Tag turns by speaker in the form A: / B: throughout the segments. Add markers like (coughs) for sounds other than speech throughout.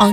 A: En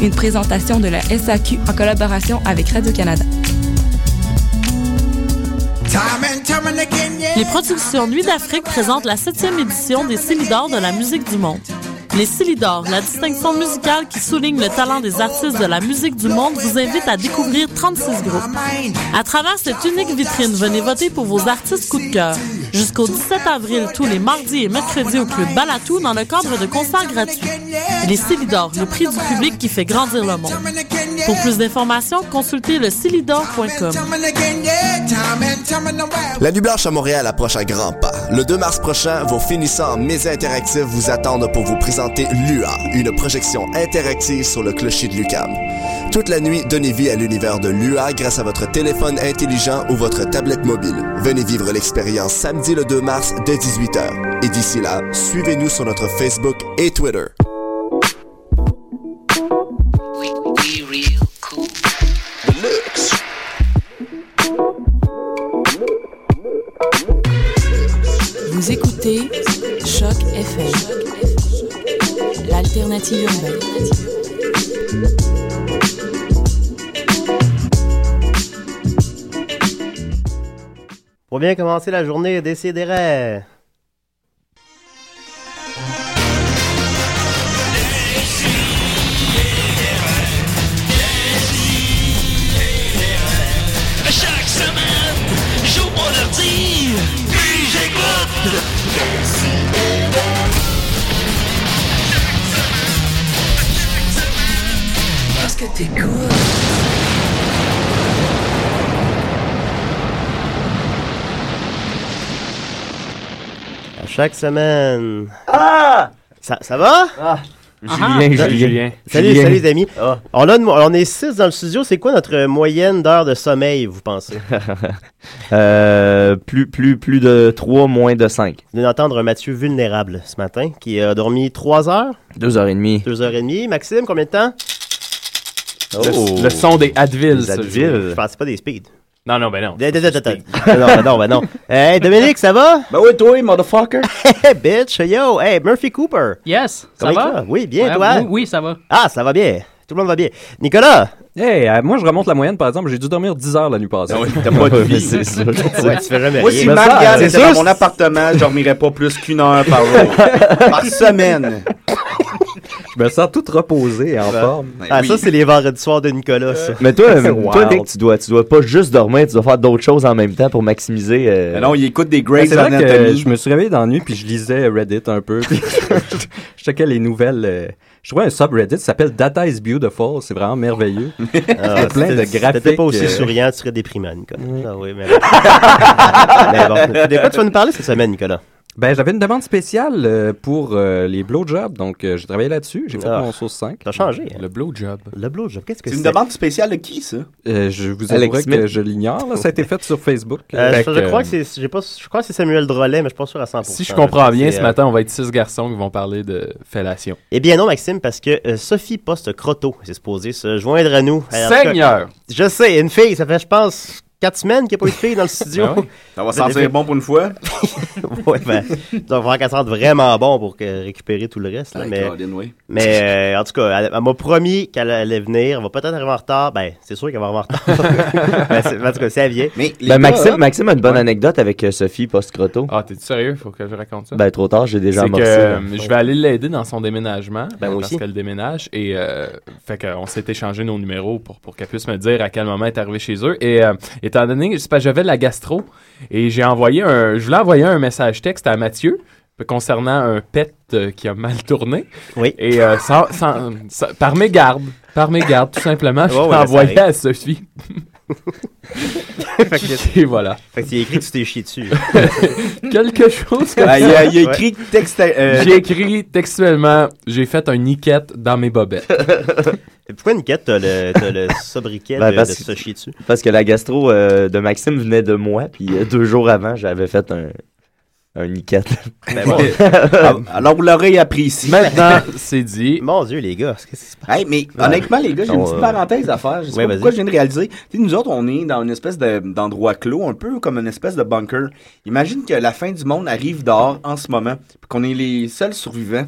B: une présentation de la SAQ en collaboration avec Radio-Canada.
A: Les productions Nuit d'Afrique présentent la septième édition des Célidors de la musique du monde. Les Célidors, la distinction musicale qui souligne le talent des artistes de la musique du monde, vous invite à découvrir 36 groupes. À travers cette unique vitrine, venez voter pour vos artistes coup de cœur. Jusqu'au 17 avril, tous les mardis et mercredis au Club Balatou dans le cadre de concerts gratuits. Les Célidors, le prix du public qui fait grandir le monde. Pour plus d'informations, consultez le célidor.com.
C: La Nuit Blanche à Montréal approche à grands pas. Le 2 mars prochain, vos finissants en Mesa Interactive vous attendent pour vous présenter Lua, une projection interactive sur le clocher de Lucam. Toute la nuit, donnez vie à l'univers de Lua grâce à votre téléphone intelligent ou votre tablette mobile. Venez vivre l'expérience samedi le 2 mars dès 18h. Et d'ici là, suivez-nous sur notre Facebook et Twitter.
D: Vous écoutez Choc FM, l'alternative urbaine.
E: Pour bien commencer la journée, déciderait.
F: Chaque semaine, j'ouvre mon ordi, puis j'écoute. Parce que t'es cool.
E: À chaque semaine. Ah! Ça, ça va?
G: Julien,
E: Ça-
G: Julien.
E: Salut,
G: Julien.
E: salut les amis. On, a une- on est six dans le studio. C'est quoi notre moyenne d'heure de sommeil, vous
G: (laughs)
E: pensez?
G: Euh, plus, plus, plus de 3, moins de 5.
E: Vous venez d'entendre un Mathieu vulnérable ce matin qui a dormi 3 heures,
G: 2h30.
E: 2 heures et demie. Maxime, combien de temps? Oh.
G: Le, le son des Advil.
E: Des
G: ça,
E: Advil.
G: je-
E: Je pensais pas des speed.
G: Non, non, ben non.
E: Des- des- des- des- des- Ben non, ben non, ben non. Hey, Dominique, ça va?
H: (laughs) Ben oui, toi, motherfucker.
E: (laughs) Hey, bitch, yo. Hey, Murphy Cooper.
I: Yes, ça
E: Comment il
I: va?
E: Oui, bien,
I: Ouais,
E: toi?
I: Oui, oui, ça va.
E: Ah, ça va bien. Tout le monde va bien. Nicolas!
H: Hey, euh, moi, je remonte la moyenne, par exemple. J'ai dû dormir 10 heures la nuit passée.
J: (laughs)
G: T'as Oh, pas de vie. C'est (laughs)
H: (laughs)
G: sûr.
E: Ouais, tu fais jamais
H: Moi,
E: rien.
H: si
G: Ben
H: Marc
G: ça,
H: Gall
J: euh,
G: c'est
H: était dans
G: sûr,
H: mon
G: c'est-
H: appartement, je dormirais pas plus qu'une heure
J: (laughs)
H: par jour. par semaine. Je me sens tout reposé, en forme.
E: Ah, ça, c'est les vendredis soirs de Nicolas, ça.
J: (laughs)
E: (laughs)
G: Mais toi, mais
H: Wow.
G: toi Nick, tu dois, tu dois pas juste dormir, tu dois faire d'autres choses en même temps pour maximiser. euh,
H: non, il écoute des Grey's
J: Ah, C'est vrai que
H: Anatomy.
J: je me suis réveillé dans la nuit puis je lisais Reddit un peu. puis (laughs) je checkais les nouvelles. euh, Je trouvais un subreddit qui s'appelle Data is Beautiful. C'est vraiment merveilleux.
E: Ah,
J: plein
E: si
J: de
E: t'étais- si
J: graphiques,
E: t'étais pas aussi
J: euh,
E: souriant, tu serais déprimant, Nicolas. Ah oui, mais... mais bon. De quoi tu vas nous parler cette semaine, Nicolas?
J: Ben, j'avais une demande spéciale euh, pour euh, les blowjobs, donc euh, j'ai travaillé là-dessus. J'ai fait
E: Ah.
J: mon sauce 5.
E: T'as changé, hein?
J: Le blowjob.
E: Le blowjob, qu'est-ce que
H: C'est une demande spéciale de qui, ça?
J: Euh, je vous
H: Alex
J: avouerai
H: Smith.
J: que je l'ignore. là. Ça a été fait sur Facebook.
E: Euh,
J: Fait
E: je, je
J: que,
E: crois que c'est, j'ai pas, je crois que c'est Samuel Drolet, mais je suis pas sûr à 100%.
I: Si je comprends
E: là.
I: bien,
E: C'est,
I: ce
E: euh,
I: matin, on va être six garçons qui vont parler de fellation.
E: Eh bien non, Maxime, parce que euh, Sophie Poste Croteau s'est supposée se joindre à nous. Alors,
I: Seigneur!
E: en tout cas, Je sais, une fille, ça fait, je pense, quatre semaines qu'il n'y a pas eu de fille dans le studio.
H: Ben oui. Ça va sentir bon pour une fois.
E: (laughs) ouais, ben, il va falloir qu'elle sente vraiment bon pour que- récupérer tout le reste. là,
H: Hey,
E: mais
H: Colin, oui.
E: mais euh, en tout cas, elle, elle m'a promis qu'elle allait venir. Elle va peut-être arriver en retard. Ben, c'est sûr qu'elle va arriver en retard. (laughs) Ben, c'est- en tout cas, si elle vient.
H: Mais
G: Ben,
J: hein?
G: Maxime, Maxime a une bonne anecdote avec euh, Sophie post-croto.
I: Ah, t'es sérieux? Faut que je raconte ça?
G: Ben, trop tard, j'ai déjà
I: C'est que
G: amorcé. là.
I: euh, je vais aller l'aider dans son déménagement
E: Ben,
I: euh,
E: moi
I: parce
E: aussi.
I: qu'elle déménage et euh, fait qu'on s'est échangé nos numéros pour, pour qu'elle puisse me dire à quel moment elle est arrivée chez eux et euh, étant donné que c'est parce que j'avais de la gastro et j'ai envoyé un je voulais envoyer un message texte à Mathieu concernant un pet euh, qui a mal tourné
E: Oui.
I: et euh, sans- sans- sans- par mes gardes par mes gardes tout simplement Ah, je
E: Ouais, ouais,
I: l'ai
E: ça
I: envoyé
E: arrive.
I: à Sophie et voilà
E: Fait que c'est écrit que tu t'es chié dessus.
I: (laughs) quelque chose comme
H: Ah, il, a,
I: ça
H: il a écrit texte. euh,
I: j'ai écrit textuellement j'ai fait un niquette dans mes bobettes
E: Et Pourquoi Niquette, t'as le, t'as le sobriquet
G: Ben,
E: de,
G: parce
E: de
G: que-
E: se chier dessus?
G: Parce que la gastro euh, de Maxime venait de moi, puis euh, deux jours avant, j'avais fait un, un niquette. Ah,
E: Ben, bon.
G: (laughs)
H: Alors, vous l'aurez appris ici.
I: Maintenant, c'est dit.
E: Mon Dieu, les gars, qu'est-ce qui se passe?
H: Hey, mais honnêtement, les gars, j'ai une
G: Non,
H: petite
G: euh,
H: parenthèse à faire. Je sais
E: ouais,
H: pas
E: vas-y.
H: pourquoi je viens de réaliser. Tu sais, nous autres, on est dans une espèce de- d'endroit clos, un peu comme une espèce de bunker. Imagine que la fin du monde arrive dehors en ce moment, puis qu'on est les seuls survivants.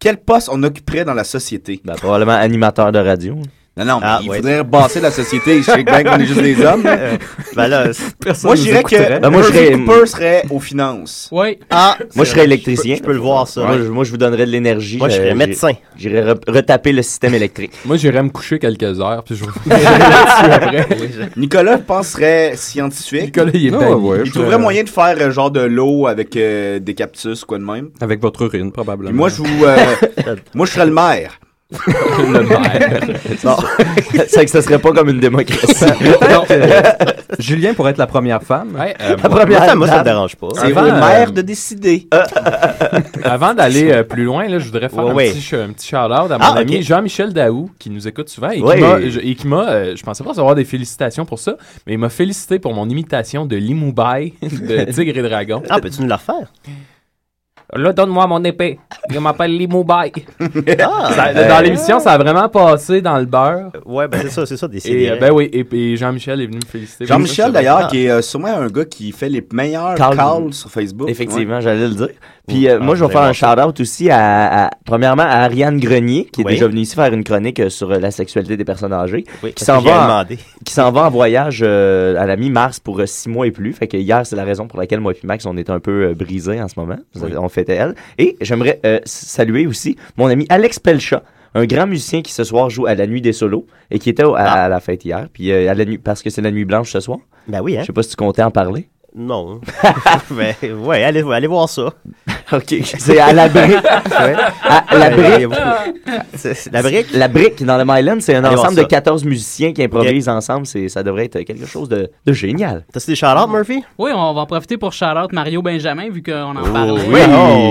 H: Quel poste on occuperait dans la société?
G: Ben, probablement animateur de radio.
H: Non, non, mais
E: Ah,
H: il
E: ouais.
H: faudrait rebasser la société. Je sais bien qu'on est
G: (laughs)
H: juste des hommes.
E: Ben là, c'est-
H: moi, je dirais que
G: Euh, Ben, moi, je
H: Murphy
G: serais-
H: Cooper serait aux finances.
I: Oui.
E: ah,
G: Moi, je serais
E: Je
G: électricien.
E: peux, je peux le voir, ça.
G: Moi, je, moi, je vous donnerais de l'énergie.
E: Moi, je serais
G: Euh,
E: médecin.
G: J'irais re- retaper le système électrique.
I: Moi, j'irais me coucher quelques heures, puis je reviendrai (laughs) là-dessus après.
H: (laughs) Nicolas, je pense, serait scientifique.
I: Nicolas, il est
J: Ah,
I: banni.
J: ouais,
H: il
J: je-
H: trouverait moyen de faire euh, genre de l'eau avec euh, des cactus ou quoi de même.
J: Avec votre urine,
H: Puis
J: probablement.
H: moi, je vous. euh, moi, je serais le
I: (laughs)
H: maire.
E: (laughs)
J: le maire.
G: (laughs) C'est que ça serait pas comme une
J: (laughs)
G: démocratie.
J: Peut-être, euh, Julien pourrait être la première femme.
I: Ouais, euh,
G: La première
E: Moi, ça, moi, ça me
G: dame.
E: dérange pas.
H: C'est au
I: Avant, euh,
H: maire de décider.
I: (laughs) avant d'aller euh, plus loin, là, je voudrais faire
E: Ouais,
I: un,
E: ouais.
I: Petit, ch- un petit shout-out à mon
E: Ah, ok.
I: ami Jean-Michel Daou, qui nous écoute souvent et qui
G: Ouais.
I: m'a- je- et qui m'a, euh, je pensais pas recevoir des félicitations pour ça, mais il m'a félicité pour mon imitation de Limoubai
E: (laughs)
I: de Tigre et Dragon.
E: Ah, peux-tu nous la refaire?
I: (laughs) Là, donne-moi mon épée. Il m'appelle
H: (laughs)
I: Limoubai.
E: Ah,
I: Dans l'émission, ça a vraiment passé dans le beurre.
E: ouais, ben c'est ça, c'est ça, des hein.
I: Et euh,
E: CDR.
I: ben oui, et, et Jean-Michel est venu me féliciter. pour ça,
H: Jean-Michel,
I: c'est
H: d'ailleurs,
E: Ah.
H: qui est euh, sûrement un gars qui fait les meilleurs
G: Carl.
H: calls sur Facebook.
G: Effectivement, j'allais le dire. Puis euh,
E: Ah,
G: moi, je vais
E: vous
G: faire
E: allez
G: un shout-out aussi à, à- premièrement, à Ariane Grenier, qui est
E: Oui.
G: déjà venue ici faire une chronique euh, sur euh, la sexualité des personnes âgées,
E: Oui, parce
G: qui
E: que
G: s'en
E: j'ai
G: va en-
E: demandé.
G: qui s'en va en voyage euh, à la mi-mars pour euh, six mois et plus. Fait que hier, c'est la raison pour laquelle moi et puis Max, on est un peu euh, brisés en ce moment. Vous avez- On fêtait elle. Et j'aimerais euh, s- saluer aussi mon ami Alex Pelcha. Un grand musicien qui ce soir joue à la nuit des solos et qui était au- à, à la fête hier, puis euh, à la nuit, parce que c'est la nuit blanche ce soir.
E: Ah. Ben oui, hein?
G: Je sais pas si tu comptais en parler.
E: Non. (laughs) ben, ouais, allez, allez voir ça.
G: ok, c'est à la (laughs) brique. À la brique.
E: Ouais, c'est- La brique?
G: La brique dans le Myland, c'est un
E: Allez voir
G: ensemble de
E: ça.
G: 14 musiciens qui improvisent ensemble. C'est, ça devrait être quelque chose de, de génial.
E: T'as-tu des shout Murphy?
K: Oui, on va en profiter pour shout-out Mario Benjamin, vu qu'on
G: Oh,
K: en parle.
E: Oui!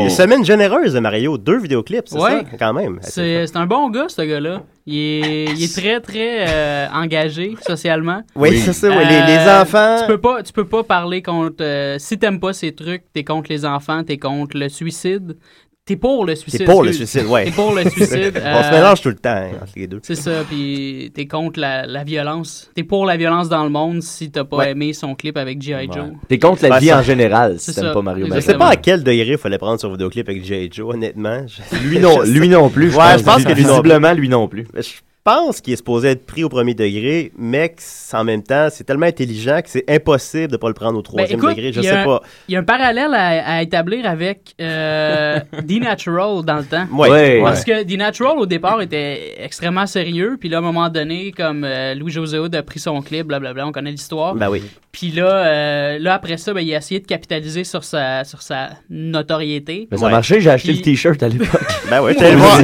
E: Semaine généreuse de Mario, deux vidéoclips, c'est
K: Ouais.
E: ça? Quand même.
K: C'est c'est un bon gars, ce gars-là. Il est, il est très, très euh, engagé socialement.
E: Oui, c'est ça, ouais, les,
K: Euh,
E: les enfants.
K: Tu peux pas, tu peux pas parler contre. euh, si t'aimes pas ces trucs, t'es contre les enfants, t'es contre le suicide. T'es pour le suicide.
E: C'est pour le
K: excuse.
E: suicide, ouais.
K: T'es pour le suicide.
E: (laughs) On se
K: euh,
E: mélange tout le temps, hein, entre les deux.
K: C'est ça, puis t'es contre la, la violence. T'es pour la violence dans le monde si t'as pas
E: Ouais.
K: aimé son clip avec G.I. Joe.
G: T'es contre la
E: Ben,
G: vie
E: ça-
G: en général, si
K: c'est
G: t'aimes
K: ça,
G: pas Mario
E: Je
G: Mario.
E: sais
K: exactement.
E: pas à quel degré il fallait prendre son vidéoclip avec J.I. Joe, honnêtement. Je-
G: Lui
E: (laughs)
G: non,
E: je-
G: lui non plus.
E: Ouais, je pense que lui non
G: visiblement, lui non plus.
E: Je pense qu'il est supposé être pris au premier degré, mais que c'est- en même temps, c'est tellement intelligent que c'est impossible de pas le prendre au
K: Ben,
E: troisième
K: écoute,
E: degré. Je
K: il y
E: sais
K: a un- (laughs)
E: pas.
K: Il y a un parallèle à, à établir avec
E: (laughs)
K: euh, The Natural dans le temps.
E: Ouais.
G: Ouais.
K: Parce que The Natural, au départ, était extrêmement sérieux. Puis là, à un moment donné, comme euh, Louis-José Hood a pris son clip, blablabla, on connaît l'histoire.
E: Ben oui.
K: Puis là, euh, là, après ça, ben, il a essayé de capitaliser sur sa, sur sa notoriété.
G: Mais
E: Ouais. (laughs)
G: ça marchait, j'ai acheté le (laughs)
K: Puis-
G: t-shirt à l'époque.
E: Ben oui, j'allais le voir.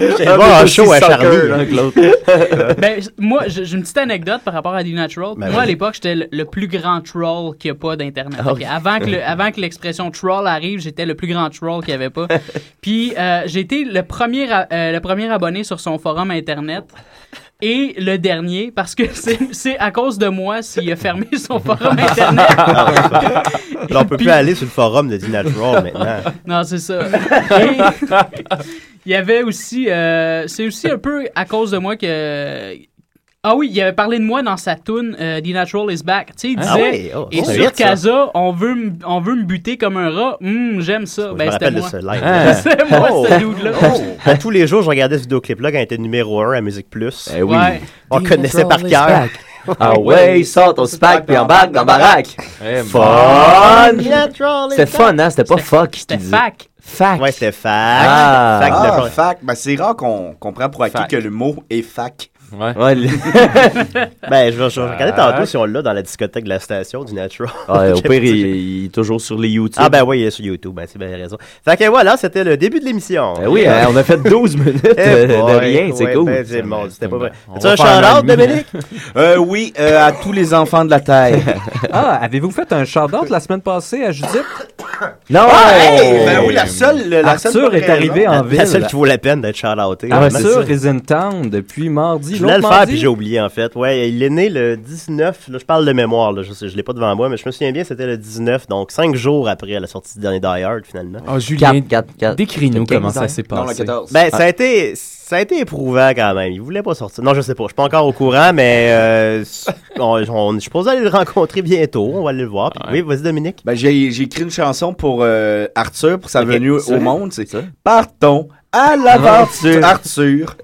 E: J'allais le voir en show à Charlie, hein, Claude.
K: ben, j- moi, j- j'ai une petite anecdote par rapport à Lina Troll.
E: Ben,
K: moi, à
E: vas-y.
K: l'époque, j'étais le, le plus grand troll qu'il n'y a pas d'Internet.
E: Ah
K: Fait que
E: oui.
K: Avant que
E: (laughs)
K: le- avant que l'expression troll arrive, j'étais le plus grand troll qu'il n'y
E: (laughs)
K: avait pas. Puis, euh, j'ai été le premier, a- euh, le premier abonné sur son forum Internet. Et le dernier, parce que (laughs) c'est c'est à cause de moi s'il a fermé son
E: (laughs)
K: forum Internet.
E: Ah Là, on peut plus aller sur le forum de Dinah Troll maintenant.
K: Non, c'est ça. Et il y avait aussi. euh, c'est aussi un peu à cause de moi que. Ah oui, il avait parlé de moi dans sa tune The Natural is Back. Tu sais, il disait.
E: Ah oui, oh,
K: et
E: c'est
K: sur
E: vite, ça.
K: Casa, on veut, me- on veut me buter comme un rat. Hum, j'aime ça.
E: Je
K: ben,
E: me
K: c'était
E: rappelle de
K: moi.
E: ce Oh. live.
K: (laughs)
G: (laughs)
K: C'était moi, ce dude-là.
E: À tous les jours, je regardais ce vidéoclip-là quand il était numéro 1 à Musique Plus.
G: Eh oui. Ouais.
E: On
G: Dinah
E: connaissait
G: Troll
E: par (laughs)
G: is
E: cœur.
G: back. Ah ouais, il sort au spack puis embarque dans baraque. (laughs) Fun! C'était fun, hein? C'était pas fuck. C'était
K: fac.
G: Fac.
E: Ouais, c'était fac.
G: Ah.
H: fac.
G: Ah,
H: fac. Ben, c'est rare qu'on qu'on prend pour acquis
E: Fac.
H: que le mot est fac.
I: Ouais.
E: ben, je vais, je vais regarder
H: Ah.
E: tantôt si on l'a dans la discothèque de la station du Natural. (laughs)
G: Ouais, Ah, (laughs) au
E: J'ai
G: pire,
E: pas dit-
G: il, il est toujours sur les YouTube.
E: Ah ben oui, il est sur YouTube, ben, c'est bien raison. Fait que voilà, c'était le début de l'émission.
G: Ben oui, hein, on a fait 12 minutes
E: (laughs) Eh
G: euh, de,
E: boy,
G: rien, c'est
E: ouais,
G: cool. Mm.
E: ben, c'est bon, c'était pas vrai.
G: (laughs)
E: (laughs)
G: On
E: Tu as
G: va
E: un
G: faire un
E: shout-out,
G: an et demi.
E: Dominique?
H: Euh, oui, euh, à tous les enfants de la Terre.
J: (laughs) Ah, avez-vous fait un shout-out la semaine passée à Judith?
G: Non! euh,
H: Ah, hey! Ben oui, la seule- la
J: Arthur
H: seule bonne
J: est arrivé
H: raison.
J: en
H: La- la
J: ville.
E: seule qui vaut la peine d'être shout-outée.
G: Ah,
J: Arthur is in town depuis mardi.
E: Je voulais le
J: L'autre
E: faire,
J: mardi?
E: puis j'ai oublié, en fait. Ouais, il est né le 19, là, je parle de mémoire, là, je sais, je l'ai pas devant moi, mais je me souviens bien, c'était le 19, donc 5 jours après la sortie du dernier Die Hard, finalement.
I: Ah, Julien, décris-nous
E: Quinze
I: comment ça
E: ans.
I: s'est passé.
E: Ben,
J: Ah.
E: ça a été, ça a été éprouvant quand même. Il voulait pas sortir. Non, je sais pas. Je suis pas encore au courant, mais euh, on, on- je suis supposé aller le rencontrer bientôt. On va aller le voir. Puis, Oui, vas-y Dominique.
H: Ben, j'ai j'ai écrit une chanson pour euh, Arthur, pour sa
E: Ok,
H: venue
E: ça.
H: au monde. C'est Partons à (laughs) l'aventure.
E: (laughs)
H: Arthur.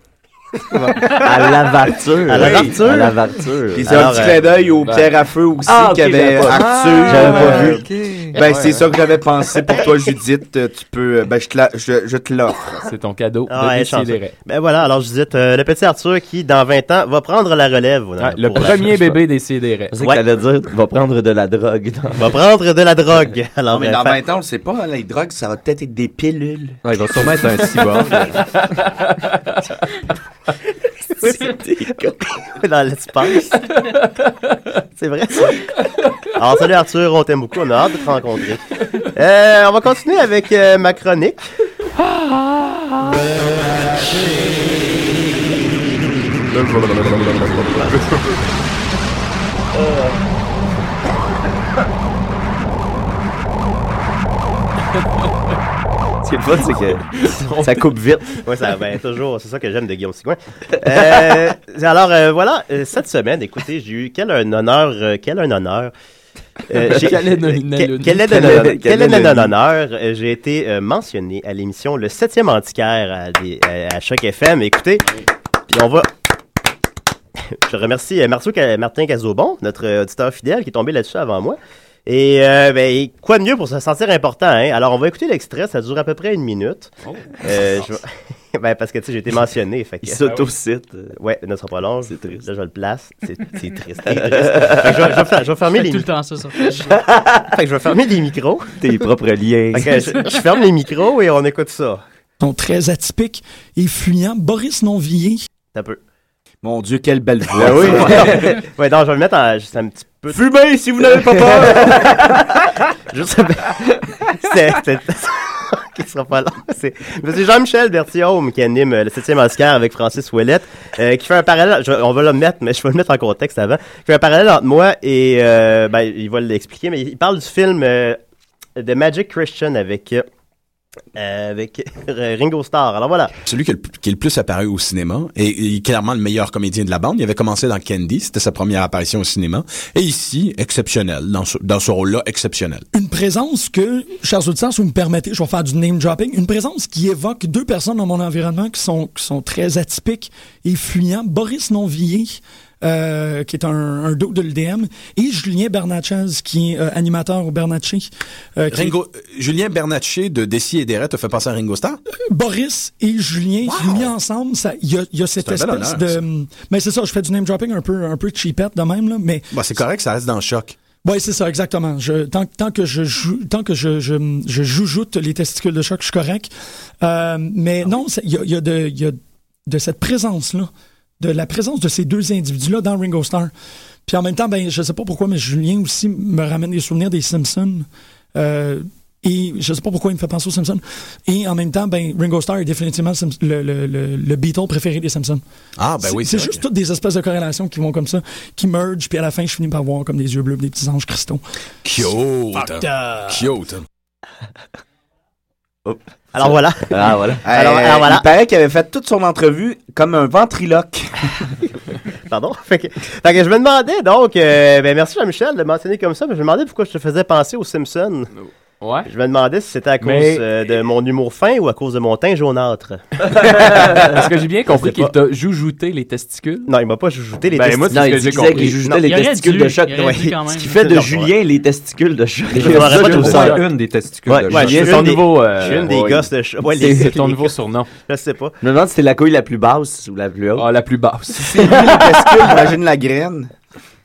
G: À l'aventure.
H: À l'aventure.
G: À l'aventure.
H: Puis c'est un
G: Alors,
H: petit
G: euh,
H: clin d'œil au
G: ben-
H: Pierre à feu aussi
G: Ah, ok,
H: qui avait
G: j'avais pas-
H: Arthur.
G: Ah, J'avais pas vu.
H: Ben,
G: Ouais,
H: c'est
G: ouais.
H: ça que j'avais pensé pour toi, Judith. Euh, Tu peux. euh, Ben, je te la- je- je te l'offre.
I: C'est ton cadeau.
E: Ah, ouais, chanceux. ben voilà, alors je disais, euh, le petit Arthur qui, dans 20 ans, va prendre la relève. euh,
I: Ouais, le
E: pour la-
I: premier bébé des CDR.
G: C'est que t'allais dire, va prendre de la drogue.
E: va prendre de la drogue. Alors,
H: Non, mais
E: euh,
H: dans
E: fait-
H: 20 ans, on le sait pas. hein, Les drogues, ça va peut-être être des pilules.
J: Ouais, il va sûrement être un
E: (laughs)
J: cyborg.
E: (laughs)
H: Euh,
E: dans l'espace. C'est vrai, ça. Alors, salut Arthur, on t'aime beaucoup, on a hâte de te rencontrer. Euh, on va continuer avec euh, ma chronique.
G: Ce qui est le fun,
E: (laughs)
G: c'est que ça coupe vite.
E: Oui, ça ben, toujours. C'est ça que j'aime de Guillaume Sigouin. Euh, alors, euh, voilà, euh, cette semaine, écoutez, j'ai eu quel un honneur. euh, quel un honneur. Euh, j'ai-
I: Quel est le-
E: que-
I: le-
E: quel est
I: quel est-
E: le-
I: quel
E: quel
I: est
E: est le
I: le-
E: honneur? Euh, J'ai été euh, mentionné à l'émission Le 7e Antiquaire à, des- à- à Choc FM. Écoutez, puis on va. (laughs) Je remercie euh, Marceau Ca- Martin Cazobon, notre euh, auditeur fidèle qui est tombé là-dessus avant moi. Et euh, ben, quoi de mieux pour se sentir important, hein? Alors, on va écouter l'extrait, ça dure à peu près une minute. Euh,
G: (laughs)
E: je vais- (laughs) ben, parce que, tu sais, j'ai été mentionné. Fait que...
G: Oh.
E: Ah
G: Il s'autocite.
E: Ouais, ne sera pas long. C'est triste. Là, je le place. C'est c'est
G: (laughs)
E: triste. c'est triste. Fait que je, vais- je vais fer- je vais fermer
K: Je fais
E: les
K: tout le temps
E: (laughs)
K: ça sur Twitch.
E: Fait que je vais fermer les micros.
G: Tes propres liens.
E: Fait que je, je ferme les micros et on écoute ça.
L: sont très atypiques et fuyants. Boris Nonvillier.
E: Un peu.
H: Mon Dieu, quelle belle voix.
E: Ben oui.
H: ça.
E: (laughs) ouais, non, je vais le mettre en, juste un petit peu.
H: Fumez si vous n'avez pas peur.
E: (laughs) juste un peu. C'est. c'est- (laughs) Qui sera pas long. C'est mais c'est Jean-Michel Berthiaume qui anime euh, le 7e Oscar avec Francis Ouellette, euh, qui fait un parallèle. je- on va le mettre, mais je vais le mettre en contexte avant. Qui fait un parallèle entre moi et. euh, ben, il va l'expliquer, mais il parle du film euh, The Magic Christian avec. euh, euh, avec (laughs) Ringo Starr. Alors voilà.
M: Celui qui est, le, qui est le plus apparu au cinéma et, il est clairement le meilleur comédien de la bande. Il avait commencé dans Candy, c'était sa première apparition au cinéma. Et ici, exceptionnel, dans ce, dans ce rôle-là, exceptionnel.
L: Une présence que, chers auditeurs, si vous me permettez, je vais faire du name dropping, une présence qui évoque deux personnes dans mon environnement qui sont, qui sont très atypiques et fuyants. Boris Nonvillier, euh, qui est un, un dos de l'UDM, et Julien Bernatchez, qui est euh, animateur au Bernatchez. euh, qui-
M: Ringo, euh, Julien Bernatchez de Dessy et Deret te fait penser à Ringo Starr?
L: Euh, Boris et Julien mis ensemble, ça- il y a, il y a cette
M: C'est un bel
L: espèce
M: honneur, ça.
L: de. Mais c'est ça, je fais du name dropping un peu, un peu cheapette de même, là, mais.
M: Bon, Bah, c'est correct, ça reste dans le choc.
L: Oui, c'est ça, exactement. Je, tant, tant que je joue, tant que je, je, je joujoute les testicules de choc, je suis correct. Euh, mais non, ça- il y a, il y a de, il y a- de cette présence-là, de la présence de ces deux individus-là dans Ringo Starr. Puis en même temps, ben, je sais pas pourquoi, mais Julien aussi me ramène des souvenirs des Simpsons. Euh, et je sais pas pourquoi il me fait penser aux Simpsons. Et en même temps, ben, Ringo Starr est définitivement le, Simps- le, le, le- le Beatle préféré des Simpsons.
M: Ah, ben
L: C'est-
M: oui,
L: C'est
M: c'est vrai
L: juste toutes des espèces de corrélations qui vont comme ça, qui mergent, puis à la fin, je finis par voir comme des yeux bleus, des petits anges cristaux.
M: Cute.
L: Fucked up.
M: Cute.
E: Alors voilà.
G: Ah, voilà.
E: Alors- alors voilà.
H: Il paraît qu'il avait fait toute son entrevue comme un ventriloque.
E: (laughs) Pardon. Fait que, fait que je me demandais donc, euh, ben merci Jean-Michel de mentionner comme ça, mais je me demandais pourquoi je te faisais penser aux Simpsons.
I: Ouais.
E: Je me demandais si c'était à cause
I: Mais-
E: euh, de mon humour fin ou à cause de mon
I: (laughs)
E: teint jaunâtre.
I: Est-ce que j'ai bien compris qu'il
E: Je sais
I: t'a joujouté les testicules?
E: Non, il m'a pas joujouté les
I: Ben,
E: testicules.
I: moi, c'est ce que j'ai compris. Non, il aurait dû, il aurait dû quand même.
G: Ce qui fait de
E: Non,
G: Julien les testicules de choc.
E: Je m'aurais pas trouvé ça.
G: une des testicules de
E: ouais,
G: choc.
E: je suis
G: C'est son
E: une des-
G: nouveau, euh,
E: Je suis une des
G: ouais.
E: gosses de choc. Ouais,
G: C'est-
E: les-
G: c'est ton
E: les- (laughs)
G: nouveau
I: surnom.
E: Je sais pas.
G: Je me demande si c'est la couille la plus basse ou la plus haute.
I: Ah, la plus
G: (laughs)
I: basse.
H: C'est lui le testicule, imagine la graine.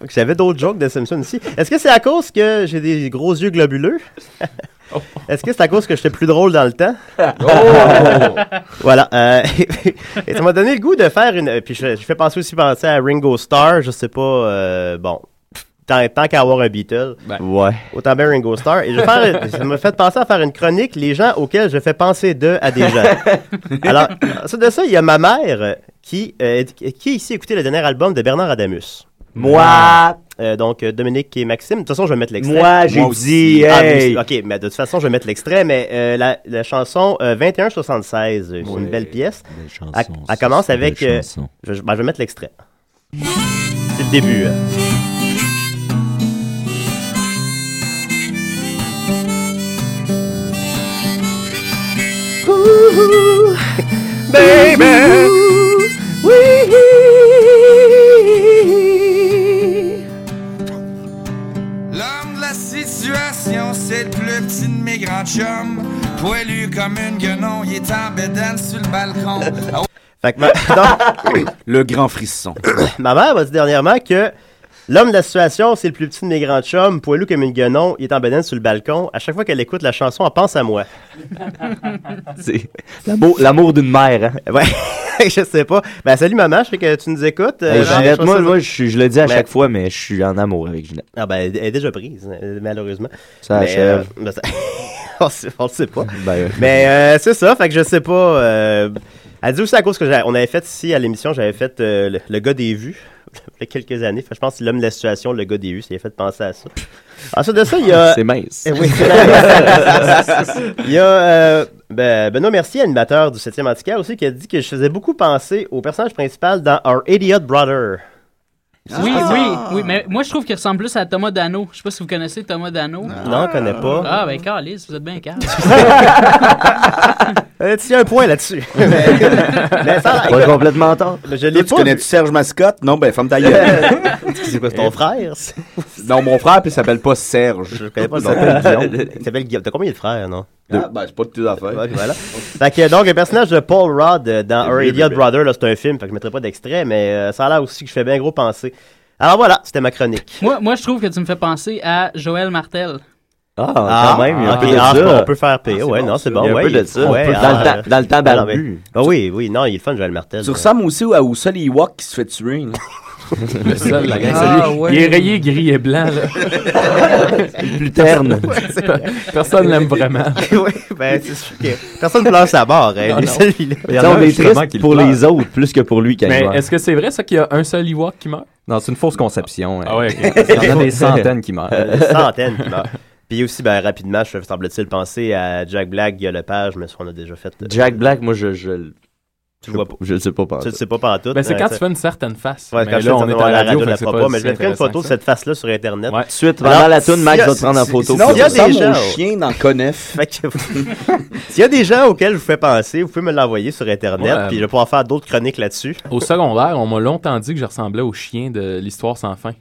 E: Donc, J'avais d'autres jokes de Simpson ici. Est-ce que c'est à cause que j'ai des gros yeux globuleux? Est-ce que c'est à cause que j'étais plus drôle dans le temps? voilà. euh, (laughs) et ça m'a donné le goût de faire une. euh, Puis je, je fais penser aussi penser à Ringo Starr. Je sais pas. euh, bon. Tant, tant qu'à avoir un Beatle.
G: Ouais.
E: Autant bien Ringo Starr. Et je vais faire- euh, ça m'a fait penser à faire une chronique, les gens auxquels je fais penser d'eux à des gens.
G: (laughs)
E: Alors, ensuite de ça, il y a ma mère euh, qui, euh, qui a ici écouté le dernier album de Bernard Adamus.
G: Moi.
E: Euh, donc, euh, Dominique et Maxime. De toute façon, je vais mettre l'extrait.
G: Moi, j'ai
E: aussi.
G: dit,
E: Ah, vous
G: hey.
E: aussi. OK, mais de toute façon, je vais mettre l'extrait. Mais euh, la, la chanson euh, 2176, euh, c'est une belle pièce. Elle- elle commence avec. euh, je, je- ben, je vais mettre l'extrait. C'est le début. hein.
F: Baby. L'homme de la situation, c'est le plus petit de mes grands chums. Poilu comme une guenon, il est en bédane sur le balcon. Ah
E: Fait que ma- (laughs) donc-
H: Le grand frisson.
E: (coughs) ma mère m'a dit dernièrement que l'homme de la situation, c'est le plus petit de mes grands chums, poilu comme une guenon, il est en bedaine sur le balcon. À chaque fois qu'elle écoute la chanson, elle pense à moi.
G: (laughs) C'est beau- l'amour d'une mère. hein.
E: Ouais, (laughs) je sais pas. Ben, salut maman, je sais que tu nous écoutes. Euh,
G: Hey,
E: genre,
G: Ginette,
E: je
G: moi,
E: sais-
G: moi, je, suis- je le dis à
E: Mais-
G: chaque fois, mais je suis en amour avec Ginette.
E: Ben, Ah, ben, elle est déjà prise, euh, malheureusement.
G: Ça
E: Mais,
G: achève.
E: euh, ben, ça- (laughs) on, sait, on le sait pas.
G: Ben,
E: Mais euh, c'est ça, fait que je sais pas. euh, Elle dit aussi à cause que j'a- on avait fait ici à l'émission, j'avais fait euh, le, le gars des vues (laughs) il y a quelques années. Fait que je pense que l'homme de la situation, le gars des vues, ça lui a fait penser à ça. Ensuite de ça, il y a.
G: (laughs) C'est mince.
E: Eh oui, c'est mince. (laughs) il y a euh, ben, Benoît Mercier, animateur du 7e Antiquaire aussi, qui a dit que je faisais beaucoup penser au personnage principal dans Our Idiot Brother.
K: (laughs) Oui,
E: Ah.
K: oui, oui, mais moi je trouve qu'il ressemble plus à Thomas Dano. Je sais pas si vous connaissez Thomas Dano.
E: Non, on connaît pas.
K: Ah, ben Carlis, vous êtes
E: (laughs)
K: bien calme.
E: (laughs)
K: (laughs)
E: Euh, tu y as un point
K: (laughs)
E: là-dessus. mais ça a l'air-
G: Pas complètement tort.
E: Mais je l'ai
H: tu
E: pas
H: connais
E: vu.
H: Serge Mascotte? Non, ben, femme ta gueule.
E: (laughs) C'est quoi ton frère? c'est-
H: (laughs) non, mon frère, puis il s'appelle pas Serge.
E: Je connais pas
H: Il
E: son
H: s'appelle
E: (laughs) Guillaume. Il s'appelle Guillaume. T'as combien de frères, non?
H: Ah, ben, c'est pas de tes affaires.
E: Ouais, voilà. Fait que, donc, le personnage de Paul Rudd euh, dans Our
H: Oui, oui,
E: Idiot
H: oui.
E: Brother, là, c'est un film, fait que je mettrai pas d'extrait, mais euh, ça a l'air aussi que je fais bien gros penser. Alors voilà, c'était ma chronique.
K: moi, moi je trouve que tu me fais penser à Joël Martel.
G: Ah,
E: Ah,
G: quand même, il y a un
E: ok,
G: peu de
E: ah,
G: ça.
E: On peut faire
G: Ah,
E: payer,
G: c'est
E: ouais,
G: bon,
E: non,
G: ça.
E: c'est bon.
G: Il y a un
E: ouais,
G: peu de ça.
E: ouais,
G: On peut-
E: ah,
G: dans le temps-
E: euh,
G: dans le temps
E: ah, non,
G: barbu.
E: mais- Ah oui, oui, non, il est le fun, Joël Martel.
H: Tu ressembles aussi à- au seul Ewok qui se fait tuer.
I: Le seul, la gang,
H: Ah,
I: celui-
H: ouais.
I: Il est rayé gris et blanc,
H: (laughs) Ah.
I: (laughs) là.
G: Plus
E: (laughs)
G: terne.
I: Personne l'aime vraiment.
E: oui, ben, c'est sûr que personne ne pleure sa barre, hein,
I: Non,
E: lui,
I: non.
E: celui-là.
I: Il y en
G: Ça,
I: a
G: on
I: un,
G: est
I: justement,
G: triste
I: qui le
G: pour
I: pleure.
G: les autres plus que pour lui quand il
I: Mais
G: meurt.
I: est-ce que c'est vrai, ça, qu'il y a un seul Ewok qui meurt?
J: Non, c'est une fausse conception. hein.
I: Ah ouais, ok.
E: (laughs)
J: Il y en a des centaines qui meurent.
E: Euh, des centaines qui meurent. Puis aussi, ben, rapidement, je semble-t-il penser à Jack Black, Guy Lepage, mais ça, on a déjà fait. euh,
G: Jack Black, moi, je, je, le-
E: Tu le vois pas.
G: je le sais pas. pas en
E: Tu le
G: tout.
E: sais pas pantoute.
I: Ben, c'est
E: hein,
I: quand
E: ça-
I: tu fais une certaine face.
E: Ouais,
I: Mais
E: quand je fais
I: là, on
E: ça,
I: est
E: on
I: à la radio,
E: on
I: fait
E: la
I: que c'est
E: fera
I: pas
E: pas, mais je
I: si
E: mettrai une
I: intéressant
E: photo
I: que
E: de
I: ça.
E: cette face-là sur Internet.
I: Ouais.
G: Suite, pendant la toune, Max va te prendre en photo.
E: Sinon, il y a des
H: Ressemble
E: gens.
H: au
I: (laughs)
H: chien dans Conef.
E: Fait que- S'il y a des gens auxquels je vous fais penser, vous pouvez me l'envoyer sur Internet,
I: Ouais.
E: puis je vais pouvoir faire d'autres chroniques là-dessus.
I: Au secondaire, on m'a longtemps dit que je ressemblais au chien de l'histoire sans
G: (laughs)
I: fin.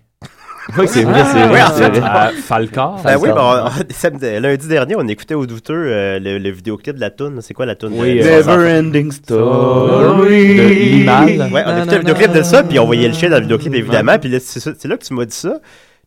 G: Oui, c'est vrai, c'est vrai.
E: Ah,
G: c'est
E: oui,
G: vrai.
I: À Falcar.
E: Ben oui,
G: Falcor.
E: ben, (laughs) on- samedi- lundi dernier, on écoutait au douteux euh, le, le vidéoclip de la toune. C'est quoi la toune?
I: Oui,
E: de-
I: euh,
E: sans-
H: Never ending story.
I: De Limal.
E: Ouais, on écoutait le vidéoclip de ça, puis on voyait le chien dans le vidéoclip, évidemment. Puis là, c'est ça- c'est là que tu m'as dit ça.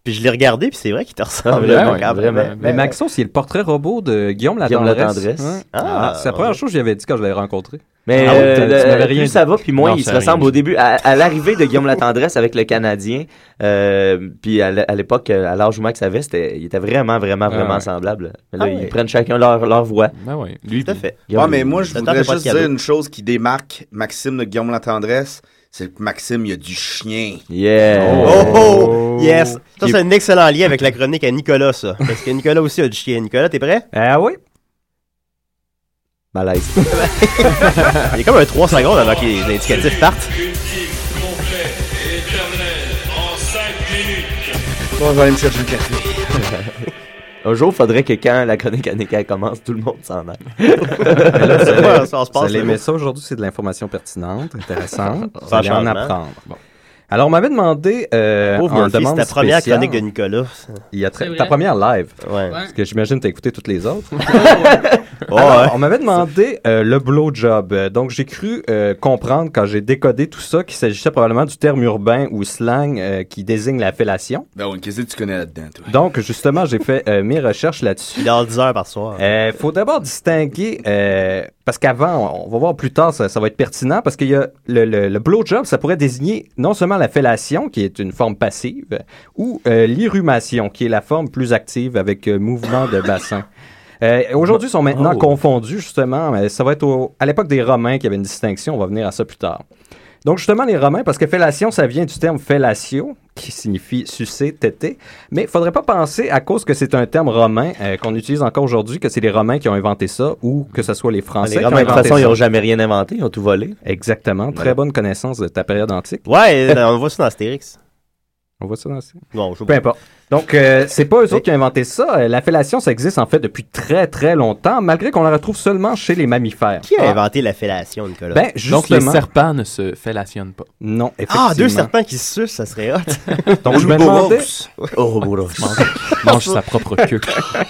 E: Puis je l'ai regardé, puis c'est vrai qu'il te (laughs) ressemble.
G: Ah,
E: donc,
G: ouais,
E: ah,
G: vraiment.
E: ben,
J: Mais Maxos, il est le portrait robot de Guillaume
G: Guillaume
J: Latendresse.
G: Latendresse.
J: Hein?
E: Ah,
J: C'est la première chose que j'avais dit quand je l'avais rencontré.
G: Mais
J: Ah ouais,
G: euh,
J: tu
G: le-
J: m'avais
G: plus
J: rien dit.
G: ça va, puis moins
J: Non,
G: il
J: ça
G: se
J: a
G: ressemble
J: rien
G: au début. À, à l'arrivée de Guillaume Latendresse avec le Canadien, euh, puis à, l- à l'époque, euh, à l'âge où Max avait, c'était, il était vraiment, vraiment,
H: Ah
G: vraiment
H: ouais.
G: semblable. Mais
H: Ah
G: là, ils
H: ouais.
G: prennent chacun leur, leur voix.
J: Ben
I: Ah oui,
J: (laughs)
I: lui,
G: tout à fait.
H: Ouais, Ah, mais moi, je voudrais juste dire une chose qui démarque Maxime de Guillaume Latendresse, c'est que Maxime, il a du chien.
G: Yeah!
E: Oh, oh, yes! Ça, c'est un excellent lien avec la chronique à Nicolas, ça. Parce que Nicolas aussi a du chien. Nicolas, t'es prêt?
G: Ah oui. Malaise.
E: (laughs) Il y a comme un 3 secondes avant que les indicatifs partent.
H: Bon, je vais aller me chercher le café.
G: (laughs) Un jour, faudrait que quand la chronique Annika commence, tout le monde s'en aille.
J: Mais là, vous allez-
G: Ouais, on se
J: vous
G: passe
J: allez
G: le
J: aimer
G: mot.
J: ça aujourd'hui, c'est de l'information pertinente,
E: (laughs)
J: intéressante. vous
E: Sans
J: allez en
E: changement.
J: apprendre. Alors, on m'avait demandé. Euh,
E: Pauvre
J: en
E: Murphy,
J: demande
E: c'est ta première
J: spéciale.
E: chronique de Nicolas.
J: Il y a très-
E: C'est vrai.
J: ta première live.
E: Ouais.
J: Parce que j'imagine que tu as écouté toutes les
E: (laughs)
J: autres.
E: Ouais,
J: Alors,
E: ouais.
J: On m'avait demandé euh, le blowjob. Euh, Donc, j'ai cru euh, comprendre, quand j'ai décodé tout ça, qu'il s'agissait probablement du terme urbain ou slang euh, qui désigne la fellation.
H: Ben oui, qu'est-ce que tu connais là-dedans, toi?
J: Donc, justement, j'ai fait euh, mes recherches là-dessus.
E: Il a 10 heures par soir.
J: Il faut d'abord distinguer, euh, parce qu'avant, on va voir plus tard, ça, ça va être pertinent, parce qu'il y a le, le, le blowjob, ça pourrait désigner non seulement la fellation, qui est une forme passive, euh, ou euh, l'irrumation, qui est la forme plus active avec euh, mouvement de bassin. Euh, Aujourd'hui, ils sont maintenant
G: Oh.
J: confondus, justement. mais ça va être au- à l'époque des Romains qu'il y avait une distinction. On va venir à ça plus tard. Donc, justement, les Romains, parce que fellation, ça vient du terme fellatio, qui signifie sucer, téter. Mais il ne faudrait pas penser, à cause que c'est un terme romain euh, qu'on utilise encore aujourd'hui, que c'est les Romains qui ont inventé ça ou que ce soit les Français.
G: Ah, Les
J: qui
G: Romains, de toute
J: inventé
G: façon, ils
J: ça.
G: n'ont jamais rien inventé, ils ont tout volé.
J: Exactement. Très
G: Voilà.
J: bonne connaissance de ta période antique.
E: Ouais, euh, on voit ça dans Astérix.
J: On voit ça dans
E: Non, je
J: Peu importe. Donc, euh, c'est pas eux autres qui ont inventé ça. Euh, La fellation, ça existe en fait depuis très très longtemps, malgré qu'on la retrouve seulement chez les mammifères. Ah.
E: Qui a inventé la fellation, Nicolas?
J: Ben, justement.
I: Donc, les serpents ne se fellationnent pas.
J: Non,
E: Ah, deux
J: effectivement.
E: serpents qui se sucent, ça serait
G: (laughs)
E: hot.
J: (laughs) Donc, je me demandais-
E: Ouroboros.
J: (laughs)
I: Mange sa propre queue.
E: (laughs)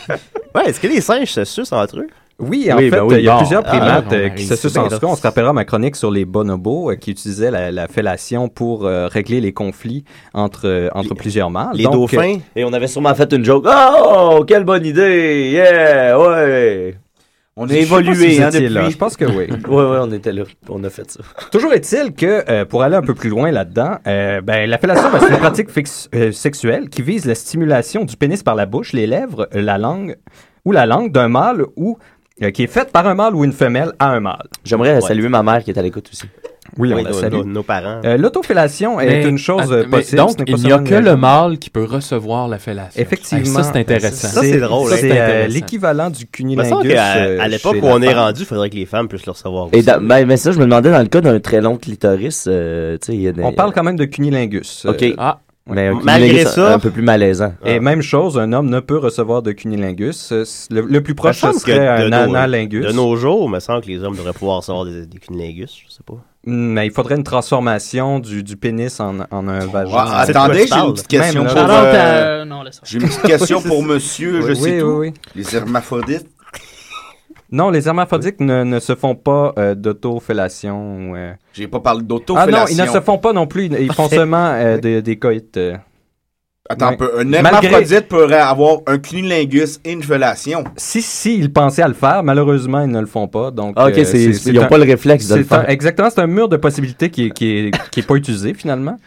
E: Ouais, est-ce que les singes se sucent entre eux?
J: Oui, en fait,
E: ben
J: il y a
E: bon.
J: plusieurs
E: Ah,
J: primates
E: on
J: euh, qui
E: arrive.
J: se sucent
E: Ben
J: en
E: là.
J: tout cas. On se rappellera ma chronique sur les bonobos euh, qui utilisaient la, la fellation pour euh, régler les conflits entre, euh, entre plusieurs mâles. Donc, euh,
G: Et on avait sûrement fait une joke. Oh, quelle bonne idée! Yeah, ouais!
H: On
G: a
J: est- je sais pas
G: évolué
J: si vous
G: hein,
J: étiez
G: depuis.
J: là. Je pense que oui.
G: (laughs) ouais, ouais, on était là. On a fait ça.
J: Toujours est-il que, euh, pour aller un peu plus loin là-dedans, euh, ben, la fellation, ben, c'est une pratique fix- euh, sexuelle qui vise la stimulation du pénis par la bouche, les lèvres, euh, la langue ou la langue d'un mâle ou euh, qui est faite par un mâle ou une femelle à un mâle.
G: J'aimerais euh, saluer ma mère qui est à l'écoute aussi.
J: Oui, on
G: Oui,
J: la
G: nos-
J: salue.
G: nos- nos parents.
J: Euh, L'autofellation est
I: Mais-
J: une chose
I: ah,
J: euh,
I: mais
J: possible.
I: Donc,
J: ce n'est pas
I: il n'y a
J: seulement
I: que
J: une
I: le
J: raison.
I: mâle qui peut recevoir la fellation.
J: Effectivement.
I: Hey, ça, c'est intéressant.
J: Ça, c'est drôle.
I: Ça, c'est hein.
J: C'est, euh,
I: intéressant.
J: l'équivalent du
E: Il me
J: cunilingus.
E: semble qu'à
J: euh,
E: à l'époque
J: chez
E: où on
J: la
E: est
J: femme.
E: rendu, il faudrait que les femmes puissent le recevoir
G: Et
E: aussi.
G: dans- ben, mais ça, je me demandais dans le cas d'un très long clitoris, euh, tu sais, il y a des-
J: On parle quand même de cunilingus. euh,
G: OK.
E: Ah.
G: Mais un
J: Ouais.
G: Malgré cunilingus, ça- un peu plus malaisant.
J: Et même chose, un homme ne peut recevoir de cunilingus. Euh, c- Le, le plus proche,
E: Il
J: ce
E: me semble que
J: serait un
E: Ah, de nos-
J: analingus.
E: De nos jours, il me semble que les hommes devraient pouvoir recevoir des, des cunilingus, je sais pas.
J: Mm, Mais il faudrait une transformation du, du pénis en, en un vagin.
H: Ah, attendez, j'ai une petite question
J: Même
H: pour...
J: là-
H: euh, J'ai une petite
J: (laughs)
H: question pour monsieur, je
J: Oui,
H: sais
J: oui,
H: tout.
J: oui.
H: Les hermaphrodites.
J: Non, les hermaphrodites ne, ne se font pas euh, d'autofellation. euh.
H: J'ai pas parlé
J: Ah
H: d'autofellation.
J: non, ils ne se font pas non plus. Ils, ils
H: (laughs)
J: font seulement euh, des, des coïts. euh.
H: Attends
J: Ouais.
H: un peu. Un
J: Malgré-
H: hermaphrodite pourrait avoir un cunilingus et une fellation.
J: Si, si, ils pensaient à le faire, malheureusement, ils ne le font pas. Donc,
G: Ah, ok, c'est- c'est- ils ont pas le réflexe de le
J: c'est un-
G: faire.
J: exactement, c'est un mur de possibilités qui n'est qui
G: (laughs)
J: est, qui est pas utilisé, finalement.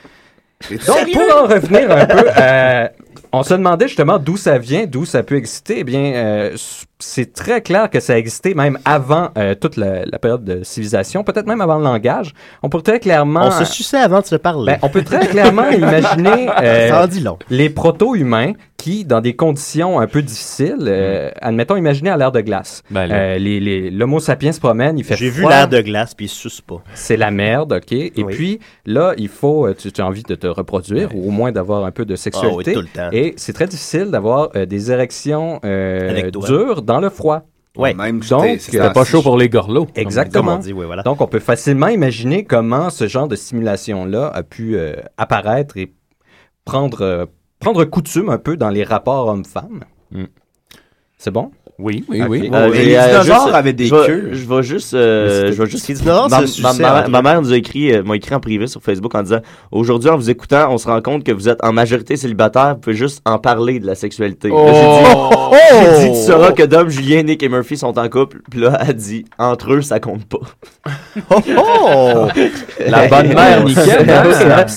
J: Donc,
G: sérieux?
J: pour en revenir un peu, euh, on se demandait justement d'où ça vient, d'où ça peut exister. Eh bien, euh, c'est très clair que ça existait même avant euh, toute la, la période de civilisation, peut-être même avant le langage. On pourrait très clairement...
E: On se suçait avant de se parler.
J: Ben, on peut très
E: (laughs)
J: clairement imaginer euh,
E: Ça en dit long.
J: les proto-humains qui, dans des conditions un peu difficiles, euh,
E: Mm.
J: admettons, imaginez à l'ère de glace. Euh, les- les- L'homo sapiens se promène, il fait
E: J'ai vu
J: froid.
E: l'air de glace, puis il se suce pas.
J: C'est la merde, OK? Et puis, là, il faut, euh, tu, tu as envie de te reproduire ou au moins d'avoir un peu de sexualité.
E: Ah oui, tout le temps.
J: Et c'est très difficile d'avoir euh, des érections euh,
E: Avec toi.
J: dures dans le froid.
E: Ouais.
H: Même
J: Donc, euh,
I: C'était pas chaud pour les gorlots.
J: Exactement.
I: Comme on dit, oui, voilà.
J: Donc, on peut facilement imaginer comment ce genre de simulation-là a pu euh, apparaître et prendre, euh, prendre coutume un peu dans les rapports hommes-femmes. C'est bon?
G: Oui,
H: oui, oui.
G: Euh,
H: Oui,
G: et,
H: les
G: euh,
H: dinosaures
G: juste,
H: avaient des
G: je
E: (laughs)
G: vais-
H: queues.
G: Je vais juste. euh,
H: Mais
G: je vais
H: c'était-
G: juste.
H: Les dinosaures
G: ma,
H: se
G: ma-
H: suçaient
G: ma-
H: entre
G: ma mère nous a écrit, euh, m'a écrit en privé sur Facebook en disant Aujourd'hui, en vous écoutant, on se rend compte que vous êtes en majorité célibataire, vous pouvez juste en parler de la sexualité. Là, j'ai dit,
H: Oh!
G: j'ai dit, Tu sauras que Dom, Julien, Nick et Murphy sont en couple. Puis là, elle dit Entre eux, ça compte pas.
E: Oh!
J: Ben,
G: La bonne mère, Niquette, hein?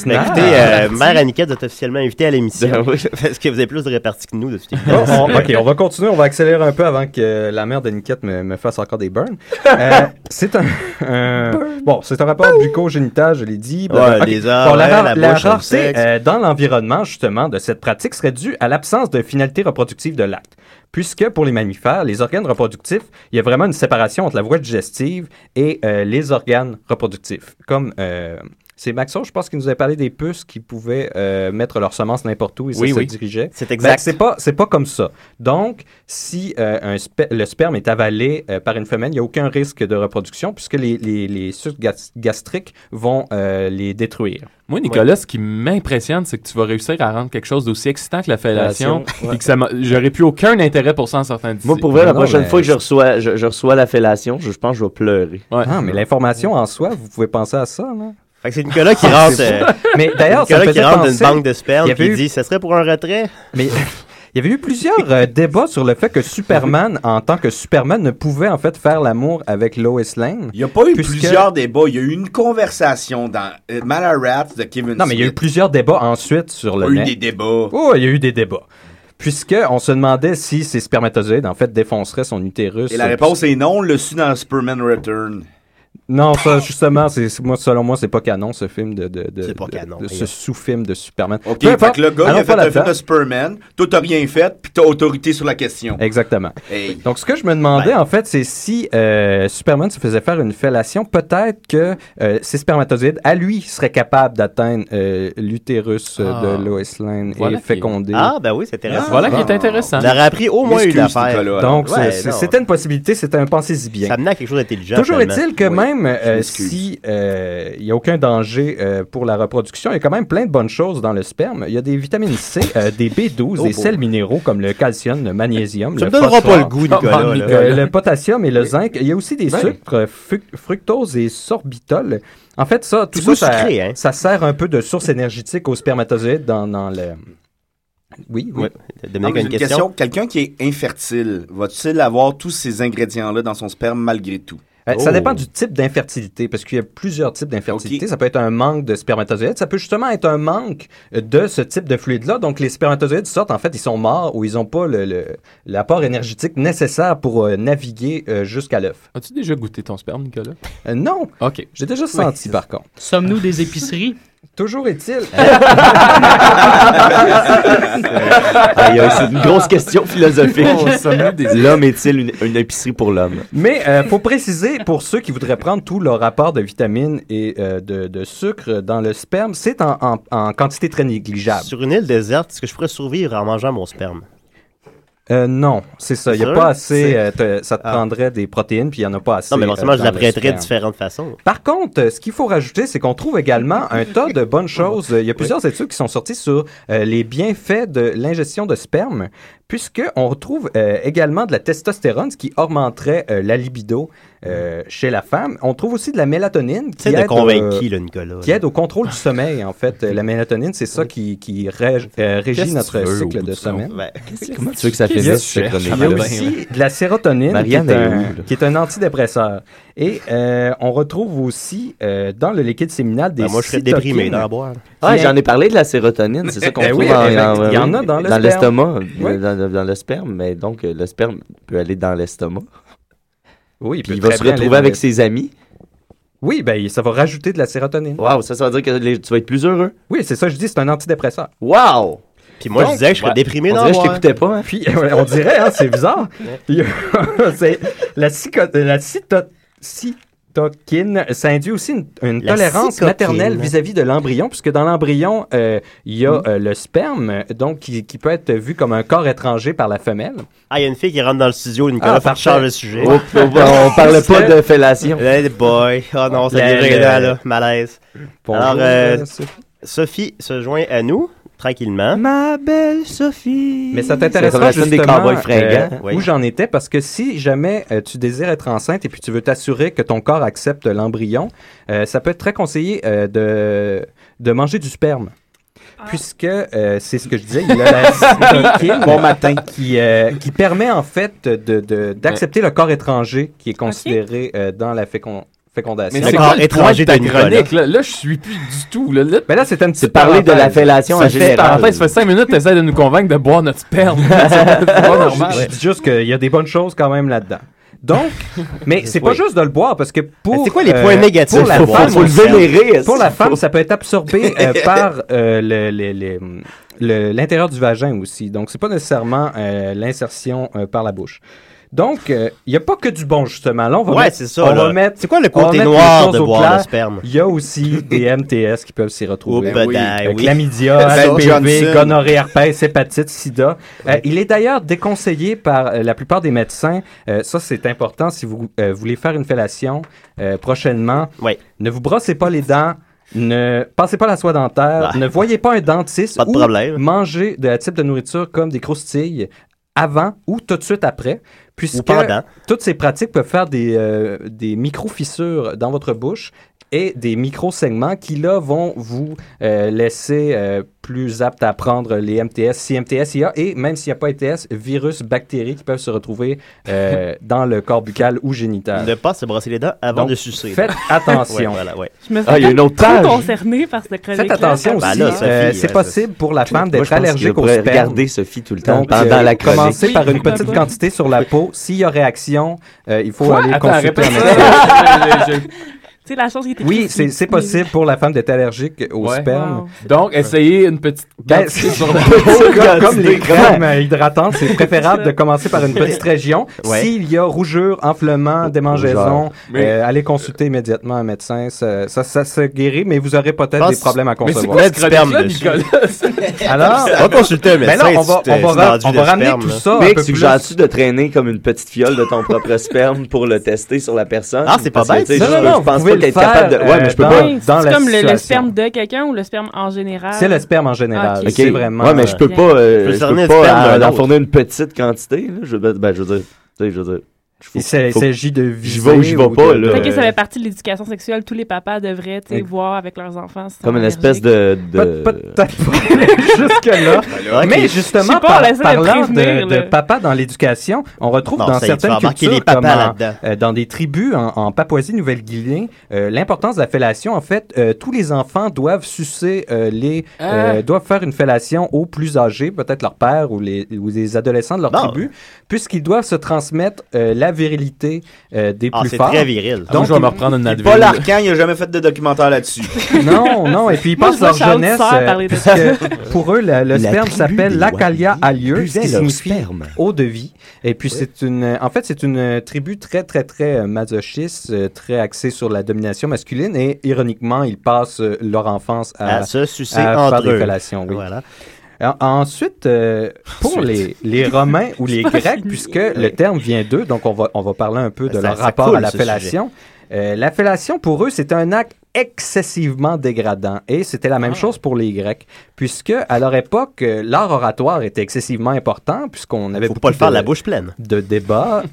E: Mais Écoutez, euh, mère Aniquette est officiellement invitée à l'émission.
J: Ben oui.
E: Parce que vous avez plus de répartie que nous, de toute
J: Bon,
E: évidence.
J: on- ok, on va continuer, on va accélérer un peu avant que euh, la mère de Niquette me, me fasse encore des burns.
E: (laughs)
J: Euh, c'est un, un- bon, c'est un rapport bucco-génital, je l'ai dit. blablabla.
E: Ouais,
J: Ok.
E: les arts,
J: Bon, la,
E: ouais,
J: rare-
E: la
J: la
E: bouche, le
J: rareté
E: sexe.
J: euh, dans l'environnement justement de cette pratique serait due à l'absence de finalité reproductive de l'acte, puisque pour les mammifères, les organes reproductifs, il y a vraiment une séparation entre la voie digestive et euh, les organes reproductifs, comme euh, c'est Maxon, je pense qu'il nous avait parlé des puces qui pouvaient euh, mettre leurs semences n'importe où et ça
E: Oui,
J: se
E: oui.
J: dirigeait.
E: C'est exact.
J: Ben, c'est pas, c'est pas comme ça. Donc, si euh, un spe- le sperme est avalé euh, par une femelle, il n'y a aucun risque de reproduction puisque les, les, les sucs gas- gastriques vont euh, les détruire.
I: Moi, Nicolas, ce qui m'impressionne, c'est que tu vas réussir à rendre quelque chose d'aussi excitant que la fellation.
G: Fellation, ouais.
I: Et que ça m'a- j'aurais plus aucun intérêt pour ça en sortant d'ici.
G: Moi, pour vrai, la prochaine fois que je reçois, je, je reçois la fellation, je, je pense que je vais pleurer.
J: Ah, mais l'information en soi, vous pouvez penser à ça. Là.
E: Fait que c'est Nicolas
I: (laughs)
E: qui
I: Ah,
E: rentre.
J: C'est
E: euh,
J: ça. mais d'ailleurs, ça me
E: Nicolas qui
J: faisait
E: rentre d'une
J: penser-
E: banque de sperme
J: il y
E: et
J: avait
E: qui
J: eu-
E: dit Ça serait pour un retrait
J: Mais (laughs) il y avait eu plusieurs euh, débats sur le fait que Superman, en tant que Superman, ne pouvait en fait faire l'amour avec Lois Lane.
H: Il n'y a pas eu plusieurs débats. Il y a eu une conversation dans euh, Malarat de Kevin
J: Non, mais il y a eu
H: Smith.
J: plusieurs débats ensuite sur le
H: Il y a
J: net.
H: eu des débats.
J: Oh, il y a eu des débats. Puisque on se demandait si ces spermatozoïdes, en fait, défonceraient son utérus.
H: Et la réponse est non, on le su dans Superman Return.
J: Non, ça, justement, c'est, moi, selon moi, c'est pas canon, ce film de... de, de- de- de ce
H: regarde.
J: sous-film de Superman.
H: euh, OK,
J: Peu
H: fait
J: importe,
H: que le gars, il
J: allons pas
H: a fait un film
J: là-dedans.
H: de Superman, toi, t'as rien fait, puis t'as autorité sur la question.
J: Exactement.
H: Hey.
J: Donc, ce que je me demandais, en fait, c'est si euh, Superman se faisait faire une fellation, peut-être que euh, ses spermatozoïdes, à lui, seraient capables d'atteindre euh, l'utérus euh,
E: Ah.
J: de Lois Lane
E: Voilà
J: et
E: qui-
J: féconder.
E: Ah, ben oui, c'est intéressant.
J: Voilà qui est intéressant.
E: On aurait appris au moins une
J: Excuse,
E: affaire.
J: Nicolas, alors. Donc,
E: Ouais,
J: c'est-
E: non.
J: c'était une possibilité, c'était un pensez-y bien.
E: Ça menait à quelque chose d'intelligent.
J: Toujours
E: finalement.
J: est-il que
E: Oui.
J: même
E: Je
J: euh,
E: m'excuse.
J: si euh, il n'y a aucun danger euh, pour la reproduction, il y a quand même plein de bonnes choses dans le sperme. Il y a des vitamines C, euh, des B12,
E: Oh
J: des
E: boy.
J: sels minéraux comme le calcium, le magnésium,
E: Ça
J: le
E: me donnera
J: phosphore.
E: pas le goût, Nicolas,
J: Euh,
E: là.
J: le le potassium et le zinc. Il y a aussi des
E: Ouais.
J: sucres, euh, fruc- fructose et sorbitol. En fait, ça, tout
E: C'est beau
J: ça, ça,
E: sucré, hein?
J: ça sert un peu de source énergétique aux spermatozoïdes dans, dans le...
H: Eh,
J: Oui, oui.
H: Non, mais j'ai une question. Quelqu'un qui est infertile, va-t-il avoir tous ces ingrédients-là dans son sperme malgré tout?
J: Euh, Ça
I: Oh.
J: dépend du type d'infertilité, parce qu'il y a plusieurs types d'infertilité. Ça peut être un manque de spermatozoïdes, ça peut justement être un manque euh, de ce type de fluide-là. Donc, les spermatozoïdes sortent, en fait, ils sont morts ou ils n'ont pas le- le- l'apport énergétique nécessaire pour euh, naviguer euh, jusqu'à l'œuf.
I: As-tu déjà goûté ton sperme, Nicolas
J: Euh, non.
I: OK.
J: J'ai déjà senti, par contre.
K: Sommes-nous
J: (laughs)
K: des épiceries?
I: (laughs)
J: Toujours est-il.
I: Ah,
G: Aïe, aïe, c'est une grosse question philosophique.
J: Au sommet des-
G: L'homme est-il une, une épicerie pour l'homme?
J: Mais euh, faut préciser, pour ceux qui voudraient prendre tout leur rapport de vitamines et euh, de, de sucre dans le sperme, c'est en, en- en quantité très négligeable.
E: Sur une île déserte, est-ce que je pourrais survivre en mangeant mon sperme
J: Euh, non, c'est ça. Il n'y a
E: Sûr?
J: pas assez.
E: C'est-
J: euh, te-
E: Ah.
J: ça te prendrait des protéines, puis il n'y en a pas assez.
E: Non, mais forcément,
J: euh,
E: je
J: dans
E: la
J: le
E: prêterais de
J: sperme.
E: différentes façons.
J: Par contre, euh, ce qu'il faut rajouter, c'est qu'on trouve également un tas de
E: (laughs)
J: bonnes choses. Il y a plusieurs études qui sont sorties sur euh, les bienfaits de l'ingestion de sperme, puisqu'on retrouve euh, également de la testostérone, ce qui augmenterait euh, la libido euh, chez la femme. On trouve aussi de la mélatonine. qui
E: Tu sais de
J: aide,
E: convaincre qui,
J: euh,
E: là, Nicolas?
J: qui aide au contrôle du sommeil, en fait. Euh, La mélatonine, c'est ça qui, qui rég- euh,
E: Qu'est-ce
J: régit
E: que
J: notre
E: tu veux, au
J: cycle
E: bout
J: de
E: du compte?
J: sommeil.
E: Ben, qu'est-ce que-
G: Comment tu veux que ça
J: Qu'est-ce
G: finisse,
J: que tu
G: cette
J: cherches?
G: chronique-là?
J: Il y a aussi de la sérotonine, qui est,
G: Marianne est
J: un,
G: où,
J: qui est un antidépresseur. Et euh, on retrouve aussi euh, dans le liquide séminal des
G: Ben, moi, je serais
J: cytokines.
G: déprimé d'en boire. Ah, j'en ai parlé de la sérotonine, c'est ça qu'on
J: Ben
G: trouve
J: oui,
G: en-
J: ben,
G: en-
J: il y en a dans le sperme.
G: l'estomac,
J: Oui.
G: dans, dans- dans le sperme, mais donc euh, le sperme peut aller dans l'estomac.
J: Oui, il
G: puis il
J: peut
G: va
J: très
G: se
J: bien aller
G: retrouver
J: dans
G: avec
J: le-
G: ses amis.
J: Oui, ben ça va rajouter de la sérotonine.
G: Waouh, ça, ça veut dire que les- tu vas être plus heureux.
J: Oui, c'est ça, je dis, c'est un antidépresseur.
G: Waouh!
E: Puis moi, je disais que je serais déprimé
G: On
E: d'en
G: dirait que je
E: boire.
G: t'écoutais pas. hein.
J: Puis, ouais, on dirait, hein, c'est
G: (laughs)
J: bizarre. Il y a- (laughs) c'est- la, psycho- la cyto- cytokine, ça induit aussi une, une
E: La
J: tolérance
E: cytokine.
J: maternelle vis-à-vis de l'embryon, puisque dans l'embryon, euh, il y a
G: Mm.
J: euh, le sperme, donc qui, qui peut être vu comme un corps étranger par la femelle.
E: Ah, il y a une fille qui rentre dans le studio, Nicolas,
J: Ah,
E: faut que
J: parfait.
E: je change le sujet.
J: Oh, oh, on parlait pas de
G: fellation.
J: Eh,
E: Hey boy. Oh non, ça
J: La-
E: devient gênant,
J: la-
E: là. Malaise.
J: Bonjour,
E: Alors, euh,
J: euh,
E: Sophie se joint à nous. tranquillement.
G: Ma belle Sophie.
J: Mais ça t'intéresse
G: pas
J: pas justement
G: des cowboys
J: euh,
G: fringants.
J: où j'en étais parce que si jamais euh, tu désires être enceinte et puis tu veux t'assurer que ton corps accepte l'embryon, euh, ça peut être très conseillé euh, de, de manger du sperme. Puisque euh, c'est ce que je disais, il a
I: (laughs)
J: la spirituline
H: Bon matin.
J: qui, euh, qui permet en fait de- de- d'accepter le corps étranger qui est considéré euh, dans la fécon- fécondation.
I: Mais c'est quoi le point de ta chronique? Là, là, je suis plus du
J: Ah,
I: tout. Là, là,
J: mais là, c'était une petite
G: parler de la fellation en général.
I: Parenthèse, ça fait 5 minutes, t'essaies de nous convaincre de boire notre
E: (laughs)
I: sperme. c'est pas normal.
J: Je dis juste qu'il y a des bonnes choses quand même là-dedans.
E: (laughs)
J: Donc, mais c'est pas
I: Oui.
J: juste de le boire parce que pour.
E: C'est quoi les points négatifs?
J: Pour la
E: Faut- faut-
J: femme,
E: faut le vénérer,
J: Pour
E: est-ce
J: la
E: qu'il
J: femme,
E: faut-
J: ça peut être absorbé
E: (laughs)
J: euh, par euh, le- le- le- le- l'intérieur du vagin aussi. Donc, c'est pas nécessairement euh, l'insertion euh, par la bouche. Donc, euh, il n'y a pas que du bon, justement. Là, on va
E: Ouais,
J: mettre-
E: c'est ça,
J: on va
E: là.
J: mettre-
E: C'est quoi le
J: on va
E: côté
J: mettre les
E: noir
J: choses
E: de
J: au
E: boire le
J: clair.
E: sperme?
J: Il y a
E: (laughs)
J: aussi des MTS qui peuvent s'y retrouver.
E: Oh, ben
J: Euh,
E: oui.
J: Chlamydia,
E: Ça,
J: HPV,
E: Johnson.
J: gonorrhée, herpès, hépatite, sida. Euh, il est d'ailleurs déconseillé par euh, la plupart des médecins. Euh, ça, c'est important si vous euh, voulez faire une fellation euh, prochainement. Ne vous brossez pas les dents. Ne passez pas la soie dentaire, ne voyez pas un dentiste
E: Ah. Pas de
J: ou
E: problème.
J: mangez de la type de nourriture comme des croustilles avant ou tout de suite après, puisque
E: pendant.
J: toutes ces pratiques peuvent faire des, euh, des micro-fissures dans votre bouche et des micro-segments qui, là, vont vous euh, laisser euh, plus apte à prendre les MTS, si MTS il y a, et même s'il n'y a pas MTS, virus, bactéries qui peuvent se retrouver
E: (laughs)
J: euh, dans le corps buccal ou génital.
E: Ne pas se brosser les dents avant
J: Donc,
E: de sucer. (laughs)
J: Faites attention.
E: Ouais, voilà, ouais.
J: Je me fais Ah, il y a une autre
A: Trop
J: page.
A: concerné par cette chronique
J: Faites attention aussi, euh, c'est possible pour la femme
G: Moi, je
J: d'être
G: pense
J: allergique
G: qu'il
J: au
G: devrait
J: sperme.
G: regarder Sophie tout le temps Euh,
J: Donc,
G: pendant la chronique.
J: Commencez par une
G: Oui, je
J: petite
G: comprends pas.
J: quantité sur la peau. S'il y a réaction, euh, il faut
A: Quoi?
J: aller
A: Attends,
J: consulter
A: répète
J: un
A: (laughs) ça.
J: (laughs) médecin.
A: Tu sais, la chose qui était
J: Oui, c'est c'est possible pour la femme d'être allergique au
I: Ouais.
J: sperme.
I: Donc, essayez une petite
J: Ben,
I: quantité
J: c'est-
I: sur
J: comme, comme les crèmes euh, hydratantes, c'est préférable de commencer par une petite région.
I: (laughs) Ouais.
J: S'il y a rougeur, enflement, démangeaison,
G: Rougeur. Mais-
J: euh, allez consulter immédiatement un médecin. Ça, ça, ça se guérit, mais vous aurez
N: Ah,
J: peut-être des problèmes à
I: Mais c'est
J: concevoir.
I: quoi ce sperme,
N: (laughs)
I: Nicolas?
J: Alors,
G: va consulter un
J: Ben là, on va, on va ra- on va ramener tout ça. un
G: Mec,
J: peu plus.
G: suggères-tu de traîner comme une petite fiole de ton propre sperme pour le tester sur la personne?
E: Ah, c'est pas
G: Parce
E: bête,
G: que, tu sais,
E: ça.
G: Je
E: Non, non,
G: je
E: vous
G: pense
J: pouvez
G: pas
J: le
G: qu'être
J: faire,
G: capable de. Ouais,
J: euh,
G: mais je peux
J: dans-
G: pas.
J: Oui, dans
D: C'est
J: la
D: comme le, le
J: situation.
D: sperme de quelqu'un ou le sperme en général. Ah,
J: C'est le sperme en général.
D: Ok.
J: C'est vraiment.
G: Ouais, mais je peux
D: Ok.
G: pas. euh,
J: Tu peux
G: je
J: cerner
G: peux
J: le
G: pas
J: sperme
G: euh,
J: d'un
G: en
J: autre.
G: fournir une petite quantité. là. Je veux- ben, je veux dire. Tu sais, je veux dire. je- faut-
J: Il s'est- il
G: faut-
J: s'agit de
G: J'y vais ou
J: viser
G: j'y vais pas,
J: ou de-
G: Oh, là.
D: Fait que ça fait partie de l'éducation sexuelle. Tous les papas devraient tu sais,
J: Et-
D: voir avec leurs enfants. s'ils sont
G: Comme une
D: allergiques.
G: espèce de. de-
J: Jusque-là.
G: Ok.
J: Mais
D: Je sais
J: justement,
D: pas,
J: par-
D: on essaie de
J: parlant
D: prévenir,
J: de, de
D: là.
J: papa dans l'éducation, on retrouve
E: Non,
J: dans
E: ça, tu
J: certaines
E: vas embarquer
J: cultures,
E: les papas
J: comme en-
E: là-dedans.
J: euh, dans des tribus en, en Papouasie-Nouvelle-Guinée, euh, l'importance de la fellation. En fait, euh, tous les enfants doivent sucer euh, les, euh,
G: Ah.
J: doivent faire une fellation aux plus âgés, peut-être leur père ou les ou les adolescents de leur tribu, puisqu'ils doivent se transmettre euh, la virilité euh, des
E: Ah,
J: plus
E: c'est
J: forts.
E: très viril. Ah, moi, je vais
J: ils-
E: me reprendre une
J: ils-
E: Advil.
H: Paul Arcan, il a jamais fait de documentaire là-dessus.
J: (laughs) non, non, et puis ils
H: Moi,
J: passent
H: je vois
J: leur
H: Charles
J: jeunesse.
H: Serre
J: euh,
H: parler de
J: puisque
H: ça.
J: pour eux, le, le
H: La
J: sperme
H: tribu
J: s'appelle
H: des
J: l'acalia alieu, ce
H: buvait
J: qui
H: leur
J: signifie eau de vie. Et puis c'est une, en fait, c'est une euh, tribu très, très, très euh, masochiste, euh, très axée sur la domination masculine. Et ironiquement, ils passent euh, leur enfance à,
E: À se sucer
J: à faire
E: entre
J: des
E: eux.
J: fellations, oui. En- Ensuite, euh, pour les, les Romains
H: (laughs)
J: ou les Grecs, puisque le terme vient d'eux, donc on va, on va parler un peu de
G: Ça-
J: leur
G: ça
J: rapport
G: coule,
J: à la
G: ce
J: fellation. Euh, la fellation, pour eux, c'était un acte excessivement dégradant. Et c'était la même chose pour les Grecs, puisque à leur époque, euh, l'art oratoire était excessivement important, puisqu'on avait... Faut
E: pas le faire la bouche pleine.
J: De
E: (laughs)
J: débats.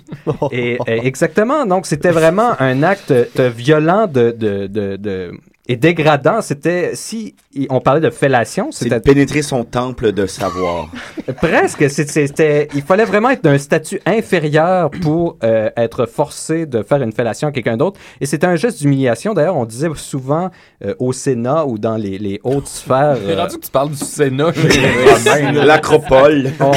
J: et, euh, exactement. Donc, c'était vraiment un acte euh, violent de... de, de- de- et dégradant, c'était si on parlait de fellation,
H: C'est de pénétrer son temple de savoir.
J: (laughs) Presque. C'est- C'était, il fallait vraiment être d'un statut inférieur pour euh, être forcé de faire une fellation à quelqu'un d'autre. Et c'était un geste d'humiliation. D'ailleurs, on disait souvent euh, au Sénat ou dans les, les hautes
O: (laughs)
J: sphères.
I: C'est
J: euh,
I: rendu que tu parles du Sénat. chez
H: (laughs)
I: les Romains, là. (laughs) Oh.
H: L'acropole. (laughs)
J: on,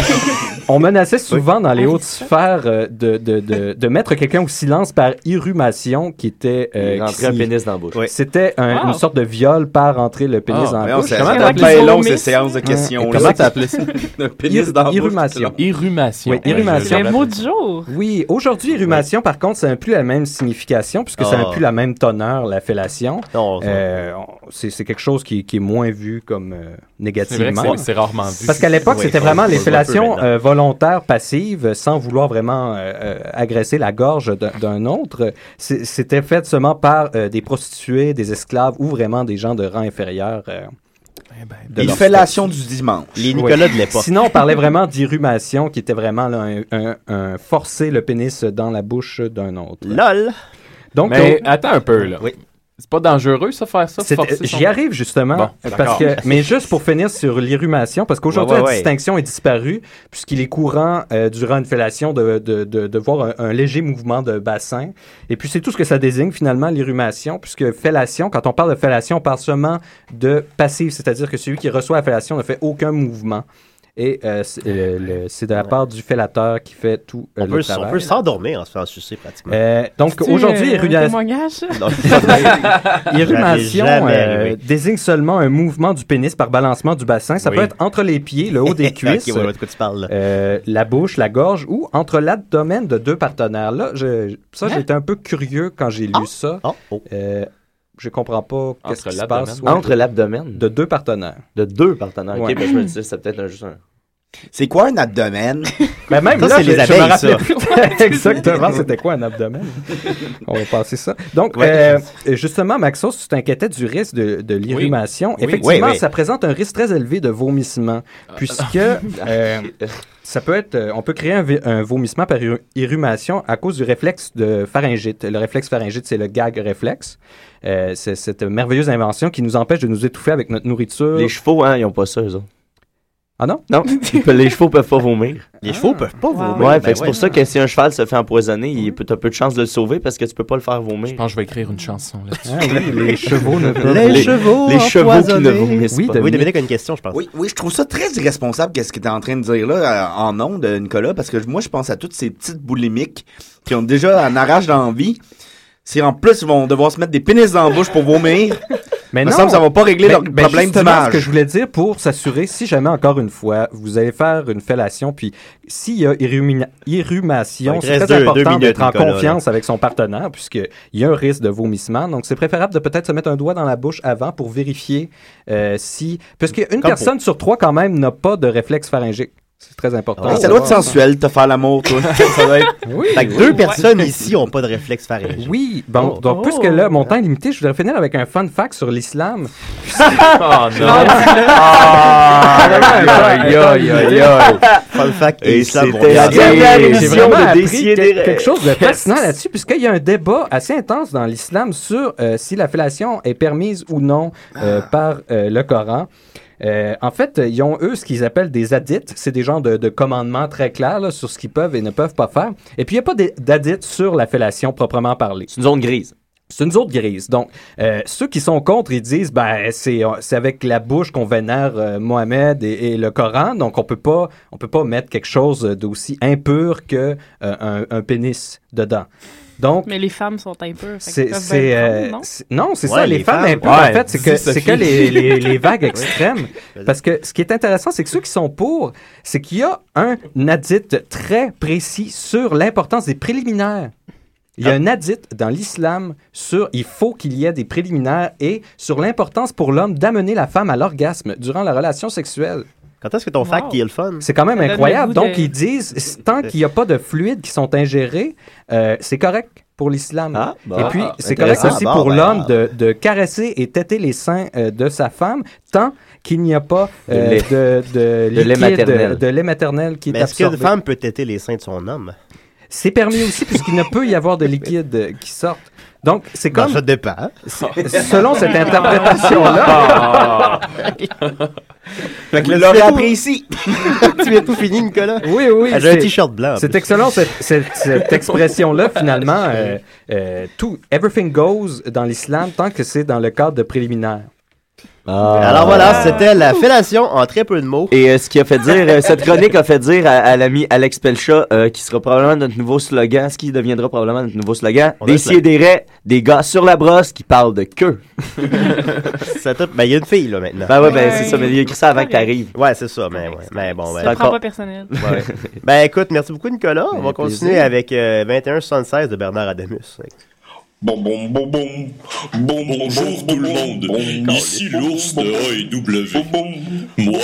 J: on menaçait souvent dans les hautes sphères euh, de, de, de, de mettre quelqu'un au silence par irrumation, qui était.
G: Il rentrait un pénis dans la bouche.
J: C'était un-
G: Wow.
J: une sorte de viol par entrer le pénis
G: Ah,
J: dans la
G: voyons,
J: bouche.
G: c'est- c'est bien long, ces séances de
J: Hein, et
G: questions-là.
J: Comment
G: (laughs)
J: t'appelais ça
H: Un pénis dans la bouche,
J: Irrumation.
I: Irrumation.
J: Oui, irrumation.
I: C'est le mot
D: du jour.
J: Oui, aujourd'hui, irrumation, par contre, ça n'a plus la même signification puisque ça n'a
E: Ah.
J: plus la même teneur, la fellation.
E: ça-
J: Euh, on- c'est c'est quelque chose qui, qui est moins vu comme euh, négativement.
I: C'est vrai que c'est- c'est rarement vu.
J: Parce qu'à l'époque,
I: Oui,
J: c'était
I: on-
J: vraiment
I: on
J: les
I: le voit peu
J: fellations
I: maintenant.
J: euh, volontaires, passives, euh, sans vouloir vraiment euh, euh, agresser la gorge d'un- d'un autre. C'est- C'était fait seulement par euh, des prostituées, des esclaves ou vraiment des gens de rang inférieur. euh,
H: De Eh ben, Les fellations du dimanche. Les Nicolas de l'époque.
J: Sinon, on parlait vraiment d'irrumation, qui était vraiment là, un, un- un forcer le pénis dans la bouche d'un autre.
E: LOL!
J: Donc,
I: Mais
J: on-
I: attends un peu, là. C'est pas dangereux, ça, faire ça?
J: C'est- euh,
I: forcer son-
J: J'y arrive justement.
I: Bon,
J: parce
I: d'accord.
J: que, mais juste pour finir sur l'irrumation, parce qu'aujourd'hui,
I: Ouais, ouais,
J: la
I: ouais.
J: distinction est disparue, puisqu'il est courant euh, durant une fellation de, de- de- de voir un, un léger mouvement de bassin. Et puis, c'est tout ce que ça désigne finalement, l'irrumation, puisque fellation, quand on parle de fellation, on parle seulement de passive, c'est-à-dire que celui qui reçoit la fellation ne fait aucun mouvement. Et euh, c'est euh, le- c'est de la part du fellateur qui fait tout euh,
E: On peut,
J: le
E: on
J: travail.
E: peut s'endormir en se faisant sucer pratiquement.
J: Euh, donc
E: C'est-tu,
J: aujourd'hui,
E: euh, un
J: irruna-
D: témoignage?
E: (laughs) Non.
J: Irrumation
E: Ça m'est jamais
J: euh,
E: arrivé.
J: désigne seulement un mouvement du pénis par balancement du bassin. Ça
E: Oui.
J: peut être entre les pieds, le haut des
E: (laughs) Ok,
J: cuisses,
E: ouais, ouais, de quoi tu parles, là.
J: euh, la bouche, la gorge ou entre l'abdomen de deux partenaires. Là, je- ça,
E: Hein?
J: j'étais un peu curieux quand j'ai
E: Ah!
J: lu ça.
E: Oh.
J: Euh, je comprends pas qu'est-ce
G: Entre
J: qui se
G: l'abdomen.
J: passe.
G: Entre l'abdomen.
J: De deux partenaires.
G: De deux partenaires. Ok,
J: Ouais.
G: ben, je me disais, c'est peut-être un- juste un.
H: C'est quoi un abdomen?
J: Ben même là, je- je me rappelais
G: (laughs)
J: plus. (laughs) Exactement,
H: c'était
J: c'était quoi un abdomen? On va passer ça. Donc,
H: Ouais.
J: euh, justement, Maxos, tu t'inquiétais du risque de, de l'irrumation.
G: Oui.
J: Effectivement,
G: Oui, Ah. oui.
J: ça présente un risque très élevé de vomissement,
G: (laughs)
J: puisque euh, ça peut être, euh, on peut créer un, vi- un vomissement par irru- irrumation à cause du réflexe de pharyngite. Le réflexe pharyngite, c'est le gag réflexe. Euh, c'est cette merveilleuse invention qui nous empêche de nous étouffer avec notre nourriture.
G: Les chevaux, hein, ils ont pas ça, eux autres.
J: Ah non? (laughs)
G: Non, ils peuvent- les chevaux peuvent pas vomir.
E: Les chevaux peuvent pas
G: Ah. Ouais,
E: vomir.
G: fait
E: Ben
G: que c'est pour ça que si un cheval se fait empoisonner, il peut- t'as peu de chance de le sauver parce que tu peux pas le faire vomir. Je
I: pense que je vais écrire une chanson là-dessus.
J: Ah
G: (laughs)
J: oui, les chevaux ne peuvent-
G: Les,
J: Les chevaux
G: chevaux, les chevaux qui
J: empoisonnés.
G: ne vomissent
J: Oui,
G: pas.
J: Dominique. Oui, Dominique
E: a une question, je pense.
H: Oui, oui, je trouve ça très irresponsable qu'est-ce que tu es en train de dire là euh, en ondes, Nicolas, parce que moi, je pense à toutes ces petites boulimiques qui ont déjà un arrache d'envie. Si en plus, ils vont devoir se mettre des pénis dans la bouche pour vomir,
J: Mais
H: me
J: non,
H: semble que ça va pas régler
J: Ben-
H: leur
J: ben
H: problème
J: justement,
H: d'image.
J: ce que je voulais dire pour s'assurer, si jamais encore une fois, vous allez faire une fellation, puis s'il y a irrumina- irrumation,
E: Ouais, il
J: c'est
E: reste
J: très
E: deux- deux
J: important
E: minutes,
J: d'être en
E: Nicolas, là.
J: confiance avec son partenaire, puisqu'il y a un risque de vomissement. Donc, c'est préférable de peut-être se mettre un doigt dans la bouche avant pour vérifier euh, si... Parce qu'une
H: Comme
J: personne sur trois, quand même, n'a pas de réflexe pharyngique. C'est très important.
H: Hey, Ah, ça doit être sensuel de te faire
J: (laughs)
H: l'amour, toi. ça doit être...
E: Fait que deux personnes ici ont pas de réflexe pharyngé.
J: Oui, Bon, donc, puisque là, mon temps est limité, je voudrais finir avec un fun fact sur l'islam. Ah.
E: Oh
J: non.
E: Ah.
J: Ah.
E: Aïe, aïe, aïe, aïe. Fun fact,
J: Et
E: l'islam,
J: c'était
E: on regarde.
J: la dernière
E: J'ai
J: émission
E: vraiment
J: de
E: appris
J: Décider
E: que-
J: quelque chose de fascinant là-dessus, puisqu'il y a un débat assez intense dans l'islam sur euh, si la fellation est permise ou non euh, par euh, le Coran. Euh, en fait, euh, ils ont, eux, ce qu'ils appellent des addites. C'est des genres de, de commandements très clairs là, sur ce qu'ils peuvent et ne peuvent pas faire. Et puis, il n'y a pas des- d'addites sur la fellation proprement parlée. C'est
G: une zone grise.
J: C'est une zone grise. Donc, euh, ceux qui sont contre, ils disent, ben, c'est euh, c'est avec la bouche qu'on vénère euh, Mohamed et, et le Coran, donc on peut pas, on peut pas mettre quelque chose d'aussi impur que euh, un, un pénis dedans. Donc,
D: Mais les femmes sont impures. fait
J: c'est
D: qu'elles peuvent
J: c'est,
D: bien le
J: euh,
D: prendre, non?
J: c'est- non, c'est
D: Ouais,
J: ça. Les,
D: les
J: femmes
D: femmes.
J: impures,
D: Ouais.
J: en fait, c'est
E: (laughs)
J: que
D: Dis,
J: c'est
D: Sophie.
J: que les, les- les vagues
D: Oui.
J: extrêmes. Parce que ce qui est intéressant, c'est que ceux qui sont pour, c'est qu'il y a un adite très précis sur l'importance des préliminaires. Il y
E: Ah.
J: a un adite dans l'islam sur il faut qu'il y ait des préliminaires et sur l'importance pour l'homme d'amener la femme à l'orgasme durant la relation sexuelle.
E: Quand est-ce que ton fact, il est le fun?
J: C'est quand même
E: Ça donne
J: incroyable.
E: le goût
J: Donc,
E: de-
J: ils disent, s-
E: (laughs)
J: tant qu'il n'y a pas de fluides qui sont ingérés, euh, c'est correct pour l'islam.
G: bon.
E: Bah,
J: et puis,
G: Ah,
J: c'est correct
G: intéressant.
J: aussi
G: Bon,
J: pour
G: ben,
E: ah.
J: l'homme de, de caresser et têter les seins euh, de sa femme, tant qu'il n'y a pas euh,
E: De lait.
J: de, de,
E: De lait
J: liquide,
E: maternel.
J: de lait maternel qui est
E: Mais est-ce
J: absorbé.
E: qu'une femme peut têter les seins de son homme?
J: C'est permis aussi puisqu'il ne peut y avoir de liquide euh, qui sorte. Donc, c'est
E: Ben,
J: comme...
E: ça dépend.
J: C'est- Selon
E: (laughs)
J: cette
E: Ah.
J: interprétation-là...
E: Fait que là,
J: l'aurait
E: tu es
J: appris
E: tout-
J: ici.
E: (laughs) tu es tout fini, Nicolas.
J: Oui, oui.
E: Elle a un
J: c'est-
E: t-shirt blanc. en
J: C'est
E: plus.
J: excellent,
E: (laughs)
J: cette, cette- cette expression-là, finalement. euh, euh, tout, everything goes dans l'islam tant que c'est dans le cadre de préliminaire.
E: Alors voilà, c'était la fellation en très peu de mots.
G: Et euh, ce qui a fait dire, euh, cette chronique a fait dire à, à l'ami Alex Pelcha, euh, qui sera probablement notre nouveau slogan, ce qui deviendra probablement notre nouveau slogan,
E: On a
G: des
E: le
G: scies et
E: slogan.
G: des raies, des gars sur la brosse qui parlent de queue.
E: Ça te- Ben, il y a une fille, là, maintenant.
G: Ben ouais, ben, c'est ça, mais il a écrit ça avant que t'arrives.
E: Ouais, c'est ça, mais, ouais. mais bon, ben.
G: Ça le prend
D: pas personnel.
E: Ouais, ouais. ben, écoute, merci beaucoup, Nicolas. On va
G: Ben, Avec
E: continuer
G: plaisir.
E: avec euh, 2176 de Bernard Adamus.
N: Bon, bon, bon, bon, bon, bonjour tout le monde. Ici l'ours de AEW. Moi,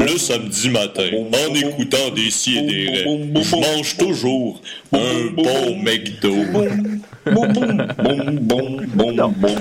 N: le samedi matin, en écoutant des si et des raies, je mange toujours un bon McDo. Bon, bon, bon, (laughs) bon, bon, bon.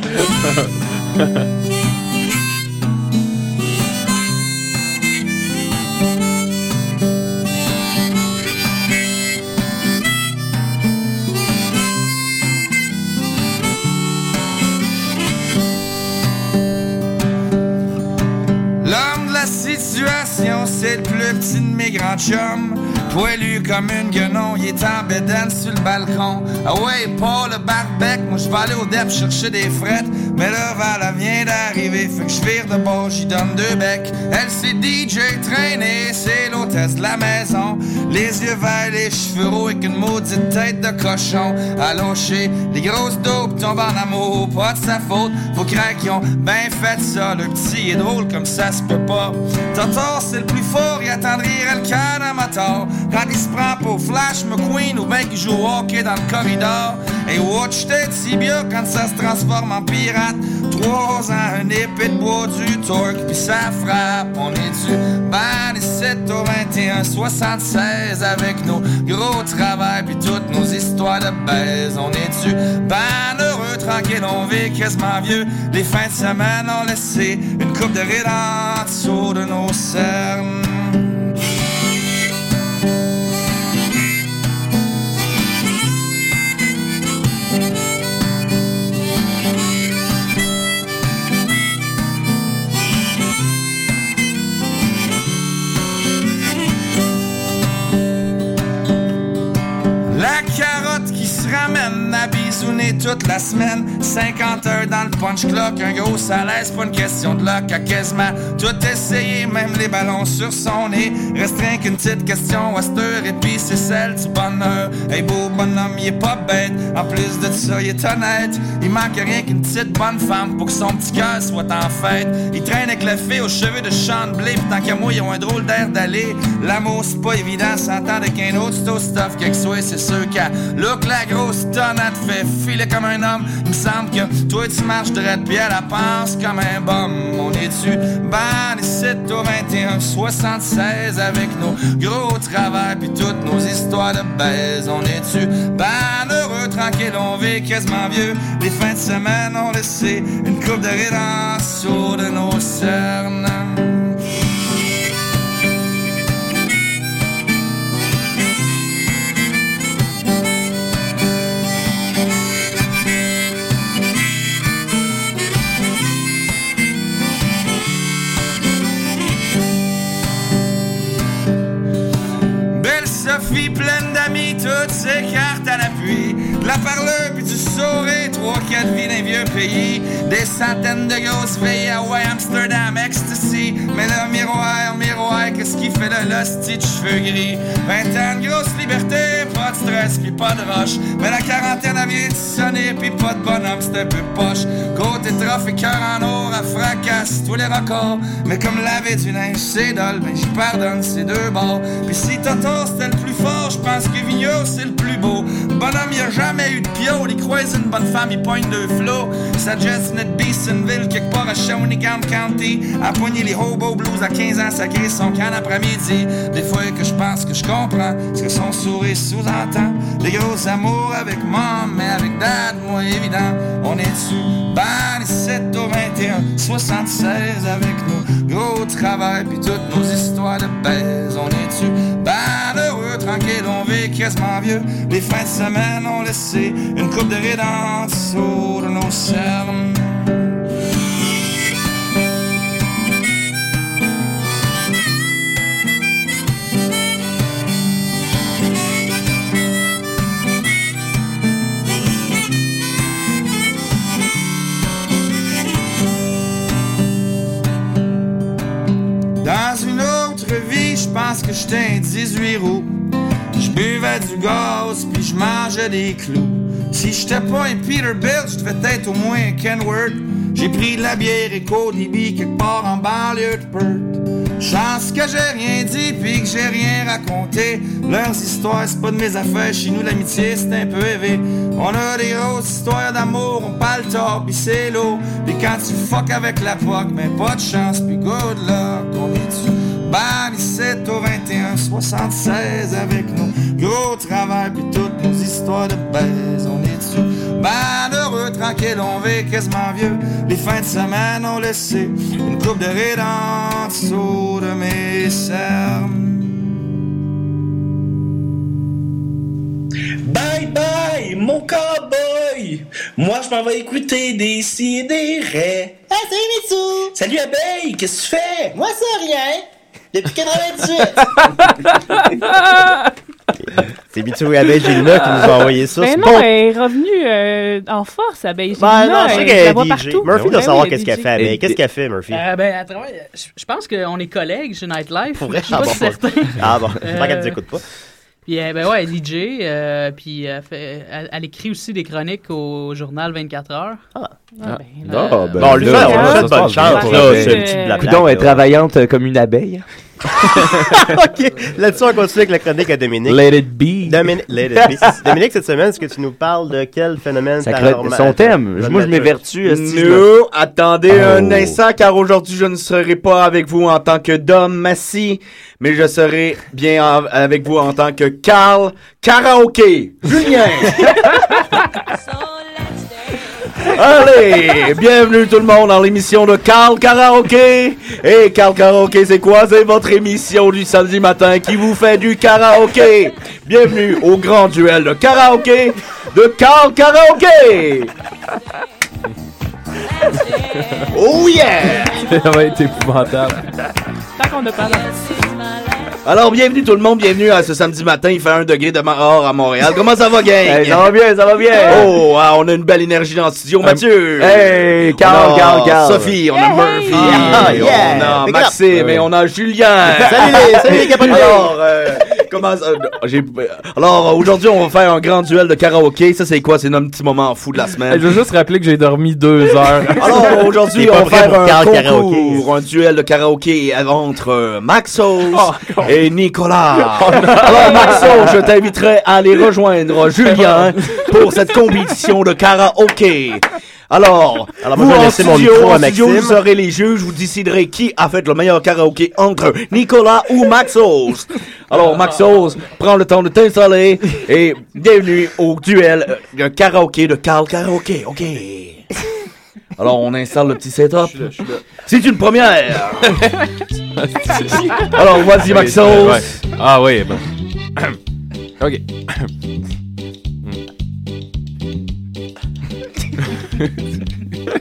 F: la situation, c'est le plus petit de mes grands chums. Poilu comme une guenon, il est en bédaine sur le balcon. Ah ouais, pas le barbec, moi je vais aller au DEP chercher des frettes. Mais là, Val, elle vient d'arriver, fait que je vire de bord, j'y donne deux becs. Elle s'est DJ traînée, c'est l'hôtesse de la maison. Les yeux verts, les cheveux roux avec une maudite tête de cochon. Allongée, les grosses daubes tombent en amour, pas de sa faute. Vos craques, ils ont bien fait ça, le petit est drôle comme ça se peut pas. Tantôt, c'est le plus fort, il attendrirait le cœur à ma tort. Quand il se prend pour Flash McQueen ou mec qui joue au hockey dans le corridor. Et watch it, si bien quand ça se transforme en pirate. Trois ans, une épée de bois du torque, puis ça frappe. On est du ban 7 au 21, 76 avec nos gros travail, puis toutes nos histoires de baise. On est du ban heureux, tranquille, on vit quasiment vieux. Les fins de semaine ont laissé une coupe de rides en dessous de nos cernes. La carotte qui se ramène à bisouner toute la semaine 50 heures dans le punch clock Un gros salaire, c'est pas une question de luck A quasiment tout essayé, même les ballons sur son nez Restreint qu'une petite question à cette heure Et puis c'est celle du bonheur Hey beau bonhomme, il est pas bête En plus de ça, il est honnête Il manque rien qu'une petite bonne femme Pour que son petit cœur soit en fête Il traîne avec la fille aux cheveux de Sean Blay Puis tant qu'à moi, ils ont un drôle d'air d'aller L'amour, c'est pas évident, s'entendre avec un autre C'est au stuff, quelque soit, c'est sûr qu'à look la grosse tonade fait filer comme un homme Il me semble que toi tu marches droit bien la pense comme un bum On est tu ban ici au 21 76 Avec nos gros travail puis toutes nos histoires de baise On est tu ban heureux, tranquille, on vit quasiment vieux Les fins de semaine ont laissé une coupe de rire en dessous de nos cernes Belle Sophie pleine d'amis, toutes ses cartes à l'appui. De la parleur puis du sourire, trois, quatre vies d'un vieux pays. Des centaines de grosses filles à ouais, Amsterdam, ecstasy. Mais le miroir, miroir, qu'est-ce qui fait le l'hostie de cheveux gris? 20 ans de grosse liberté, pas de stress puis pas de roche. Mais la quarantaine, elle vient de sonner puis pas de bonhomme, c'est un peu poche. Côté trophée, cœur en or, à fracasse tous les records. Mais comme laver du linge, c'est dol, ben j'y pardonne ces deux bords. Puis si Toto c'était le plus fort, je pense que Vigneault c'est le plus beau. Le Bonhomme, il a jamais eu de pio, il croise une bonne femme, il pogne deux flots. Sa Jess venait de Beesonville, quelque part à Shawinigan County. À poigner les hobo blues à 15 ans, ça crée son can après-midi. Des fois que je pense que je comprends ce que son sourire sous-entend. Des gros amours avec mom, mais avec dad, moi évident. On est dessus, ban 7 au 21, 76 avec nos gros travail, puis toutes nos histoires de baise. On est dessus, ben heureux, tranquille, on vit quasiment vieux. Les fins de semaine ont laissé une coupe de rides en dessous de nos cernes. Dans une autre vie, je pense que j'étais un 18 roues. Je buvais du gaz, puis je mangeais des clous. Si j'étais pas un Peterbilt, je devais être au moins un Kenworth. J'ai pris de la bière et qu'au débit quelque part en banlieue de Perth. Chance que j'ai rien dit puis que j'ai rien raconté. Leurs histoires, c'est pas de mes affaires. Chez nous, l'amitié, c'est un peu élevé. On a des grosses histoires d'amour, on parle tort, pis c'est l'eau. Puis quand tu fuck avec la poque, mais pas de chance, puis good luck, on est tu Bam, 7 au 21, 76 avec nos gros travail puis toutes nos histoires de baise, on est dessus. Ben heureux, tranquille, on vit quasiment vieux. Les fins de semaine ont laissé une coupe de rides en dessous de mes cernes.
P: Bye bye, mon cowboy!
F: abeille. Moi, je m'en vais écouter des sidérés.
N: Ah, salut Mitsou!
F: Salut abeille, qu'est-ce que tu fais?
N: Moi, ça, rien! Depuis
H: (laughs)
N: 98!
D: Ah!
E: C'est Mitsou et Abeille Gélina qui
G: Ah.
E: nous ont envoyé ça.
D: Mais
E: C'est
D: Ben non,
E: bon.
D: elle est revenue euh, en force, Abeille
E: Ben
D: Gélina,
E: non, je sais
D: elle-
E: qu'elle
D: je
E: est
D: la vois
E: DJ.
D: partout.
E: Murphy
D: Ben
E: doit
D: oui,
E: savoir
D: elle est
E: (laughs) qu'est-ce qu'elle
D: DJ.
E: fait. Mais qu'est-ce qu'elle fait, Murphy?
K: Euh, ben, à travers- je je pense qu'on est collègues chez Nightlife.
E: Pour vrai?
K: Je suis
E: Ah
K: pas
E: bon.
K: certain.
E: Ah bon, j'espère qu'elle
K: Euh,
E: ne nous écoute pas. (laughs)
K: Puis, euh, ben ouais, elle est DJ, euh, puis elle, fait- elle- elle écrit aussi des chroniques au journal 24 heures. Ah,
G: ben,
D: euh,
G: Ah, ben,
E: bon, on lui
G: là,
E: fait, on lui
G: là,
E: fait
G: ça se
E: bonne
G: passe
E: chance,
G: bien.
E: là,
G: Ouais.
E: c'est une petite blague.
G: Coudon est travaillante euh, comme une abeille.
E: OK, là-dessus, on continue avec la chronique à Dominique.
G: Let it be.
E: Dominique, let it
G: (laughs)
E: be. Dominique, cette semaine, est-ce que tu nous parles de quel phénomène
G: Sa
E: paranormal?
G: chronique- son thème. Moi, je m'évertue, est-ce que je
H: Non,
G: me-
H: attendez
G: Oh.
H: un instant, car aujourd'hui, je ne serai pas avec vous en tant que Dom Massy, mais je serai bien en- avec vous en tant que Carl Karaoke Julien. Allez, bienvenue tout le monde dans l'émission de Carl Karaoke. Et Carl Karaoke, c'est quoi? C'est votre émission du samedi matin qui vous fait du karaoké. Bienvenue au grand duel de karaoké de Carl Karaoke.
G: (laughs)
H: Oh yeah!
O: Ça va être épouvantable.
D: Tant qu'on a parlé.
H: Alors, bienvenue tout le monde, bienvenue à ce samedi matin. Il fait un degré de mort à Montréal. Comment ça va, gang?
G: Hey, ça va bien, ça va bien. Euh,
H: Oh, ah, on a une belle énergie dans le studio, Mathieu.
G: hey, Carl,
H: On a
G: Carl, Carl.
H: Sophie, on a Murphy.
G: Ah, yeah.
H: On a
G: Big
H: Maxime
G: up.
H: et on a Julien.
G: (laughs) Salut les- salut les Capitaux.
H: Alors, euh, comment ça- euh, j'ai- euh, Alors, euh, aujourd'hui, on va faire un grand duel de karaoké. Ça, c'est quoi? C'est notre petit moment fou de la semaine.
O: Je veux juste rappeler que j'ai dormi deux heures.
H: (laughs)
O: (laughs)
H: Alors aujourd'hui, on va faire un
O: Carl
H: concours, un duel de karaoké entre euh, Maxos
E: Oh,
H: et Nicolas. Alors Maxos, je t'inviterai à aller rejoindre Julien pour cette compétition de karaoké. Alors,
E: Alors, moi,
H: vous
E: je vais
H: en
E: laisser mon
H: studio,
E: micro à
H: en studio,
E: Maxime.
H: vous aurez les juges, vous déciderez qui a fait le meilleur karaoké entre Nicolas ou Maxos. Alors Maxos, prends le temps de t'installer et bienvenue au duel euh, de karaoké de Carl Karaoké, ok alors, on installe le petit setup. C'est une première! Alors, vas-y, Maxence.
O: Ah oui, ben. ok.
H: Hmm.
I: (laughs)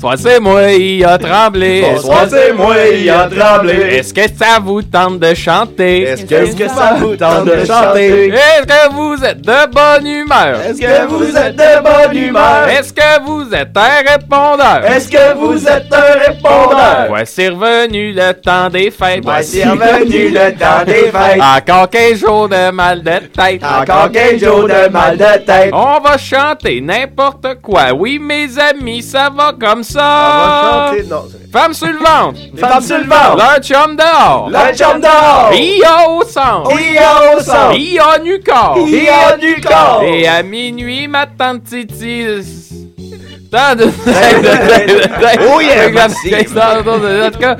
O: Soit c'est moi, il a tremblé.
H: Soit c'est moi, il a tremblé.
O: Est-ce que ça vous tente de chanter? Est-ce
H: que- Est-ce que ça vous tente de chanter?
O: Est-ce que vous êtes de bonne humeur?
H: Est-ce que vous êtes de bonne humeur?
O: Est-ce que vous êtes un répondeur?
H: Est-ce que vous êtes un répondeur?
O: Voici revenu le temps des fêtes.
H: Voici revenu le temps des fêtes.
O: Encore 15 jours de mal de tête.
H: Encore 15 jours de mal de tête.
O: On va chanter n'importe quoi. Oui, mes amis, ça va comme ça.
E: On va chanter, non.
O: Femme sur le ventre.
E: Femme sur le ventre.
O: Leur chum dehors.
E: Leur chum dehors.
O: Ia au centre.
E: Ia au centre.
O: Ia nu corps.
E: Ia nu corps.
O: Et à minuit, ma tante
H: (laughs)
O: Titi. Tant de tête de
H: Oh yeah,
O: En tout cas,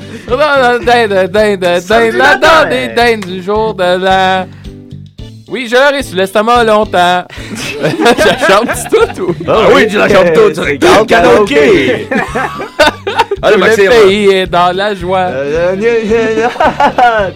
O: dinde, dinde, dinde, la dinde des dindes du jour de la... Oui, je reste sur l'estomac longtemps. je la chante tout ou?
H: Ah oui, tu la chantes toute, tu regardes,
O: (laughs)
H: karaoké. Allez,
O: Tout
H: Maxime.
O: Le pays est dans la
H: (laughs)
O: joie.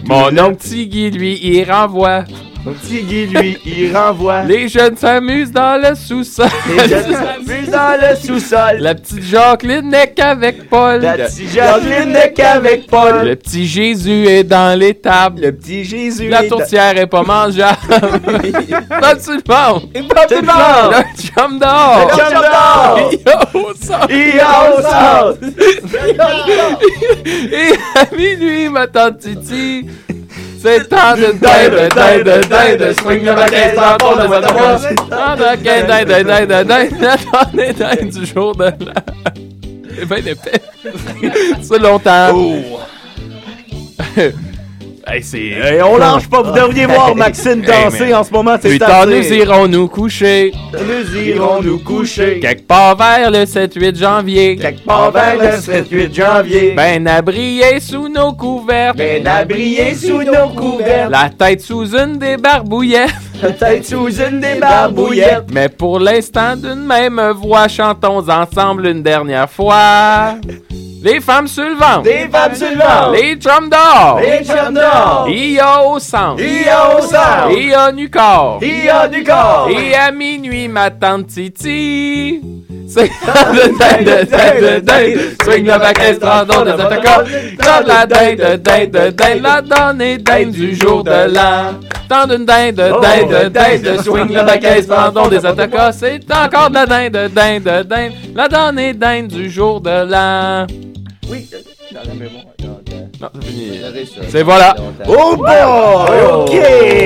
O: Mon
H: Tout le-
O: oncle petit Guy, lui, il renvoie. Mon petit Guy, lui, il renvoie. Les jeunes s'amusent dans le sous-sol. (laughs)
H: Les jeunes s'amusent dans le sous-sol.
O: La petite Jacqueline n'est qu'avec Paul.
H: La petite Jacqueline n'est qu'avec Paul.
O: Le petit Jésus est dans l'étable. Le
H: petit Jésus
O: La
H: est dans-
O: tourtière est pas
H: (laughs)
O: mangeable. Pas tout le monde. Pas
H: tout le monde.
O: Le chum d'or.
H: Le chum d'or.
O: Il y a (laughs) au centre.
H: Il y a au centre.
O: Et à minuit, ma tante Titi, c'est temps de dinde, dinde, dinde, swing le matin, sans pause, sans pause. Temps de dinde, dinde, dinde, dinde, la tournée dinde du jour de l'an. (laughs) C'est bien épais. C'est
H: Oh.
O: longtemps. (laughs) Oh. Hey, c'est...
H: Hey, on lâche pas,
O: (laughs)
H: vous devriez voir Maxime danser en ce moment, c'est
O: Plus tard,
H: assez.
O: nous irons nous coucher.
H: Nous irons nous coucher.
O: Quelque part vers le 7-8 janvier.
H: Quelque part vers le 7-8 janvier.
O: Ben abrié sous nos couvertes.
H: Ben abrié sous nos couvertes.
O: La tête sous une des barbouillettes.
H: La tête sous une des barbouillettes.
O: Mais pour l'instant, d'une même voix, chantons ensemble une dernière fois.
I: Les femmes sur le ventre.
Q: Des femmes sur le ventre.
I: Les chums d'or.
Q: Les chums d'or.
I: IA au centre.
Q: IA au centre.
I: IA du corps.
Q: IA du corps.
I: Et à minuit, ma tante Titi. C'est Swing le bac estrandon de Zataka. Dans la dinde, dinde, dinde, la donne et dinde du jour de l'an. Tant d'une dinde, Oh, dinde, dinde, swing le bac estrandon des Zataka. C'est encore de la dinde, dinde, dinde, la donne et dinde du jour de l'an.
Q: Oui, dans la mémoire.
I: Non, c'est fini. C'est voilà.
Q: Oh boy!
G: OK!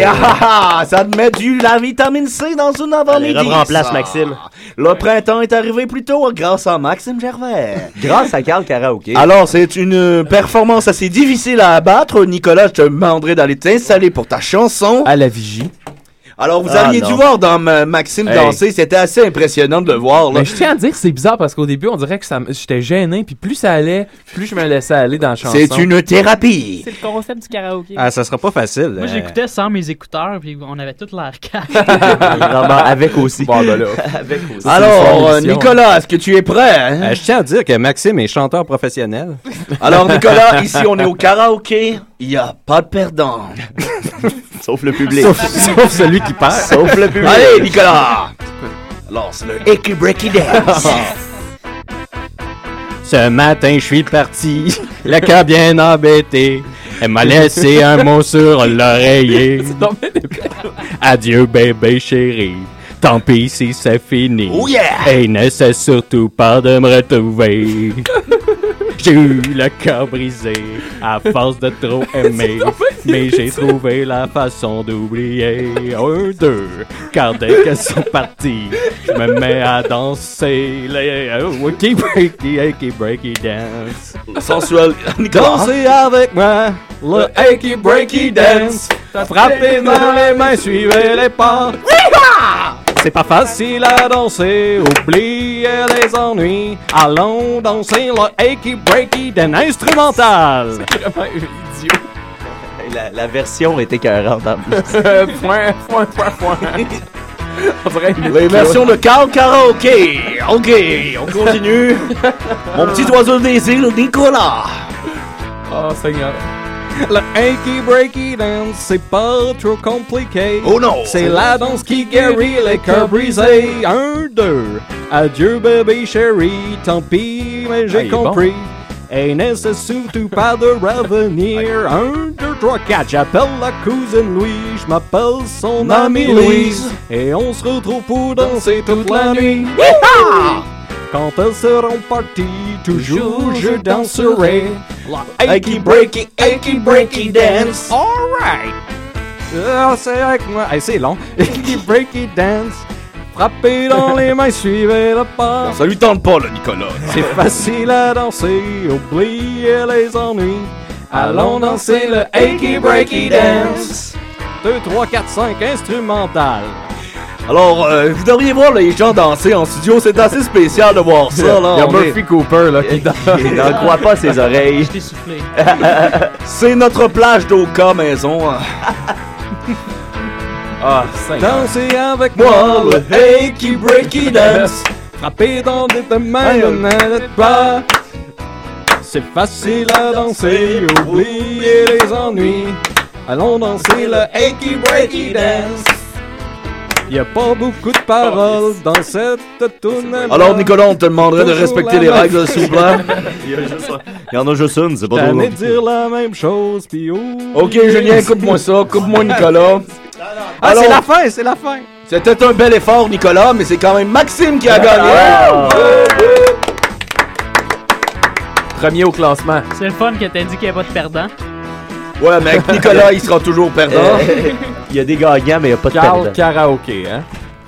G: Ah, ah, ça te met du la vitamine C dans une avant-midi.
E: Allez, remplace
G: ça.
E: Maxime.
G: Le printemps est arrivé plus tôt grâce à Maxime Gervais. grâce à Carl Karaoke.
H: Alors, c'est une euh, performance assez difficile à abattre. Nicolas, je te demanderai d'aller t'installer pour ta chanson. À la vigie. Alors, vous
I: Ah,
H: aviez
I: non.
H: dû voir dans ma- Maxime
I: Hey.
H: danser. C'était assez impressionnant de le voir. Là.
I: Mais je tiens à dire que c'est bizarre parce qu'au début, on dirait que ça me- j'étais gêné, puis plus ça allait, plus je me laissais aller dans la chanson.
H: C'est une thérapie.
D: C'est le concept du karaoké.
J: Ah, ça sera pas facile. euh,
K: Moi, j'écoutais sans mes écouteurs, puis on avait toute l'air
G: (laughs)
K: calme.
J: avec
E: (laughs)
J: aussi.
E: ben
H: (laughs)
K: Avec aussi.
H: Alors, euh, Nicolas, est-ce que tu es prêt? hein?
J: Euh, je tiens à dire que Maxime est chanteur professionnel.
H: Alors, Nicolas, ici, on
J: (laughs)
H: est au karaoké. Il n'y a pas de perdant.
G: Sauf le public. (laughs)
H: Sauf- sauf celui qui perd.
G: Sauf le public.
H: Allez, Nicolas! Lance le Icky Breaky (laughs) Dance.
Q: (laughs) Ce matin, je suis parti, (laughs) le cœur bien embêté.
E: (laughs)
Q: Elle m'a laissé un mot sur
I: (laughs)
Q: l'oreiller. Adieu, bébé chéri. Tant pis si c'est fini. Oh yeah! Et n'essaie surtout pas de me (laughs) retrouver. J'ai eu le cœur brisé à force de (laughs) trop aimer. Mais j'ai trouvé la façon d'oublier. Un, deux. Car dès que sont partis, je me mets à danser. Les oh, wakey breaky, wakey breaky dance.
H: Sensuel.
Q: Dansez avec moi. Le wakey breaky dance. Frappez dans les mains, suivez les pas. C'est pas facile à danser, oubliez les ennuis. Allons danser le Akey Breaky d'un instrumental.
H: (laughs)
G: La, la version est écœurante. en plus.
I: point, point, point,
H: (laughs)
I: point. On dirait une-
H: Les versions de Carl Karaoké. OK, on continue. Mon petit oiseau des îles, Nicolas.
Q: Ah,
I: Oh, Seigneur.
Q: Le hanky breaky dance, c'est pas trop compliqué.
H: Oh non!
Q: C'est la danse qui guérit les cœurs brisés. Un, deux. Adieu, bébé chéri. Tant pis, mais
J: Ah,
Q: j'ai
J: il est
Q: compris. Et n'est-ce surtout pas de (laughs) revenir. Un, deux, trois, quatre. J'appelle la cousine Louise. Je m'appelle son
J: Mamie
Q: amie
J: Louise.
Q: Louise. Et on se retrouve pour danser toute la nuit. Quand elles seront parties, toujours je danserai. La achy breaky, achy breaky dance. Alright!
J: Ah, c'est avec moi. Hey, c'est long.
Q: Achy breaky dance. Frappez dans les mains, suivez le pas.
H: Ça lui tente pas, le Nicolas.
Q: C'est facile à danser, oubliez les ennuis. Allons danser le achy breaky dance. 2, 3, 4, 5, instrumental.
H: Alors, euh, vous devriez voir les gens danser en studio. C'est assez spécial de voir ça. Là,
I: Il y a
H: On
I: Murphy
H: est-
I: Cooper là, qui danse.
H: Il n'en croit pas ses oreilles.
K: Je t'ai soufflé.
H: (laughs) C'est notre plage d'Oka maison. ah,
Q: Dansez avec moi le Hakey Breaky Dance. Frappez dans des mains,
H: Aïe.
Q: on n'arrête pas. C'est facile à danser, oubliez les ennuis. Allons danser le Hakey Breaky Dance. Y a pas beaucoup de paroles dans cette tournée.
H: Alors, Nicolas, on te demanderait de
Q: Toujours
H: respecter
Q: la
H: les
Q: même-
H: règles, s'il vous
Q: (laughs)
H: plaît.
G: Il y en a juste une, c'est pas trop long.
Q: T'allais dire la même chose, puis oubliez-
H: Ok, Julien, coupe-moi ça. Coupe-moi, Nicolas.
Q: Ah, c'est
H: Alors-
Q: la fin, c'est la fin.
H: C'était un bel effort, Nicolas, mais c'est quand même Maxime qui a gagné.
G: Ah,
I: Premier au classement.
K: C'est le fun que t'as dit qu'il n'y a pas de perdant.
H: Ouais, mais avec Nicolas, il sera toujours perdant.
G: Euh, Il y a des gagnants, mais il n'y a pas de
H: Carl
G: perdants.
I: Karaoké, hein?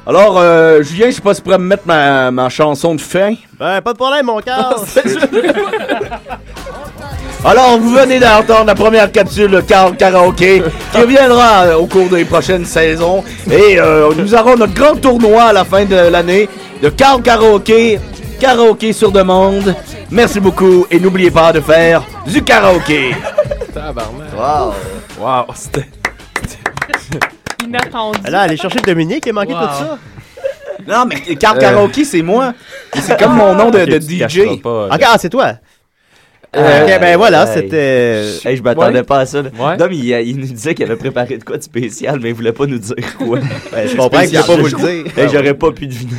H: Alors, euh, Julien, je sais pas si tu pourrais me mettre ma, ma chanson de fin.
E: Ben, pas de problème, mon Carl.
H: Alors, vous venez d'entendre la première capsule de Carl Karaoke qui reviendra euh, au cours des prochaines saisons. Et euh, nous aurons notre grand tournoi à la fin de l'année de Carl Karaoke, Karaoke sur demande. Merci beaucoup et n'oubliez pas de faire du karaoké.
I: Tabarnak.
H: Wow.
I: Wow, c'était.
D: Inattendu.
E: Là, allez chercher Dominique, il manquait
D: Wow.
E: tout ça.
H: Non, mais Carl
E: Euh.
G: (laughs)
H: Karaoke, c'est moi. Et C'est comme mon nom de,
E: Ok,
H: de
E: tu te
H: DJ.
E: cacheras pas, là. Ok, ah, c'est toi. Euh, ok, ben voilà,
G: Hey.
E: c'était. euh,
G: Hey, je m'attendais
E: Ouais.
G: pas à ça. là. Dom, il, euh, il nous disait qu'il avait préparé de quoi de spécial, mais il voulait pas nous dire (laughs) quoi.
E: (laughs) Ben, je comprends qu'il peut pas vous le dire.
G: Hey, J'aurais pas pu deviner.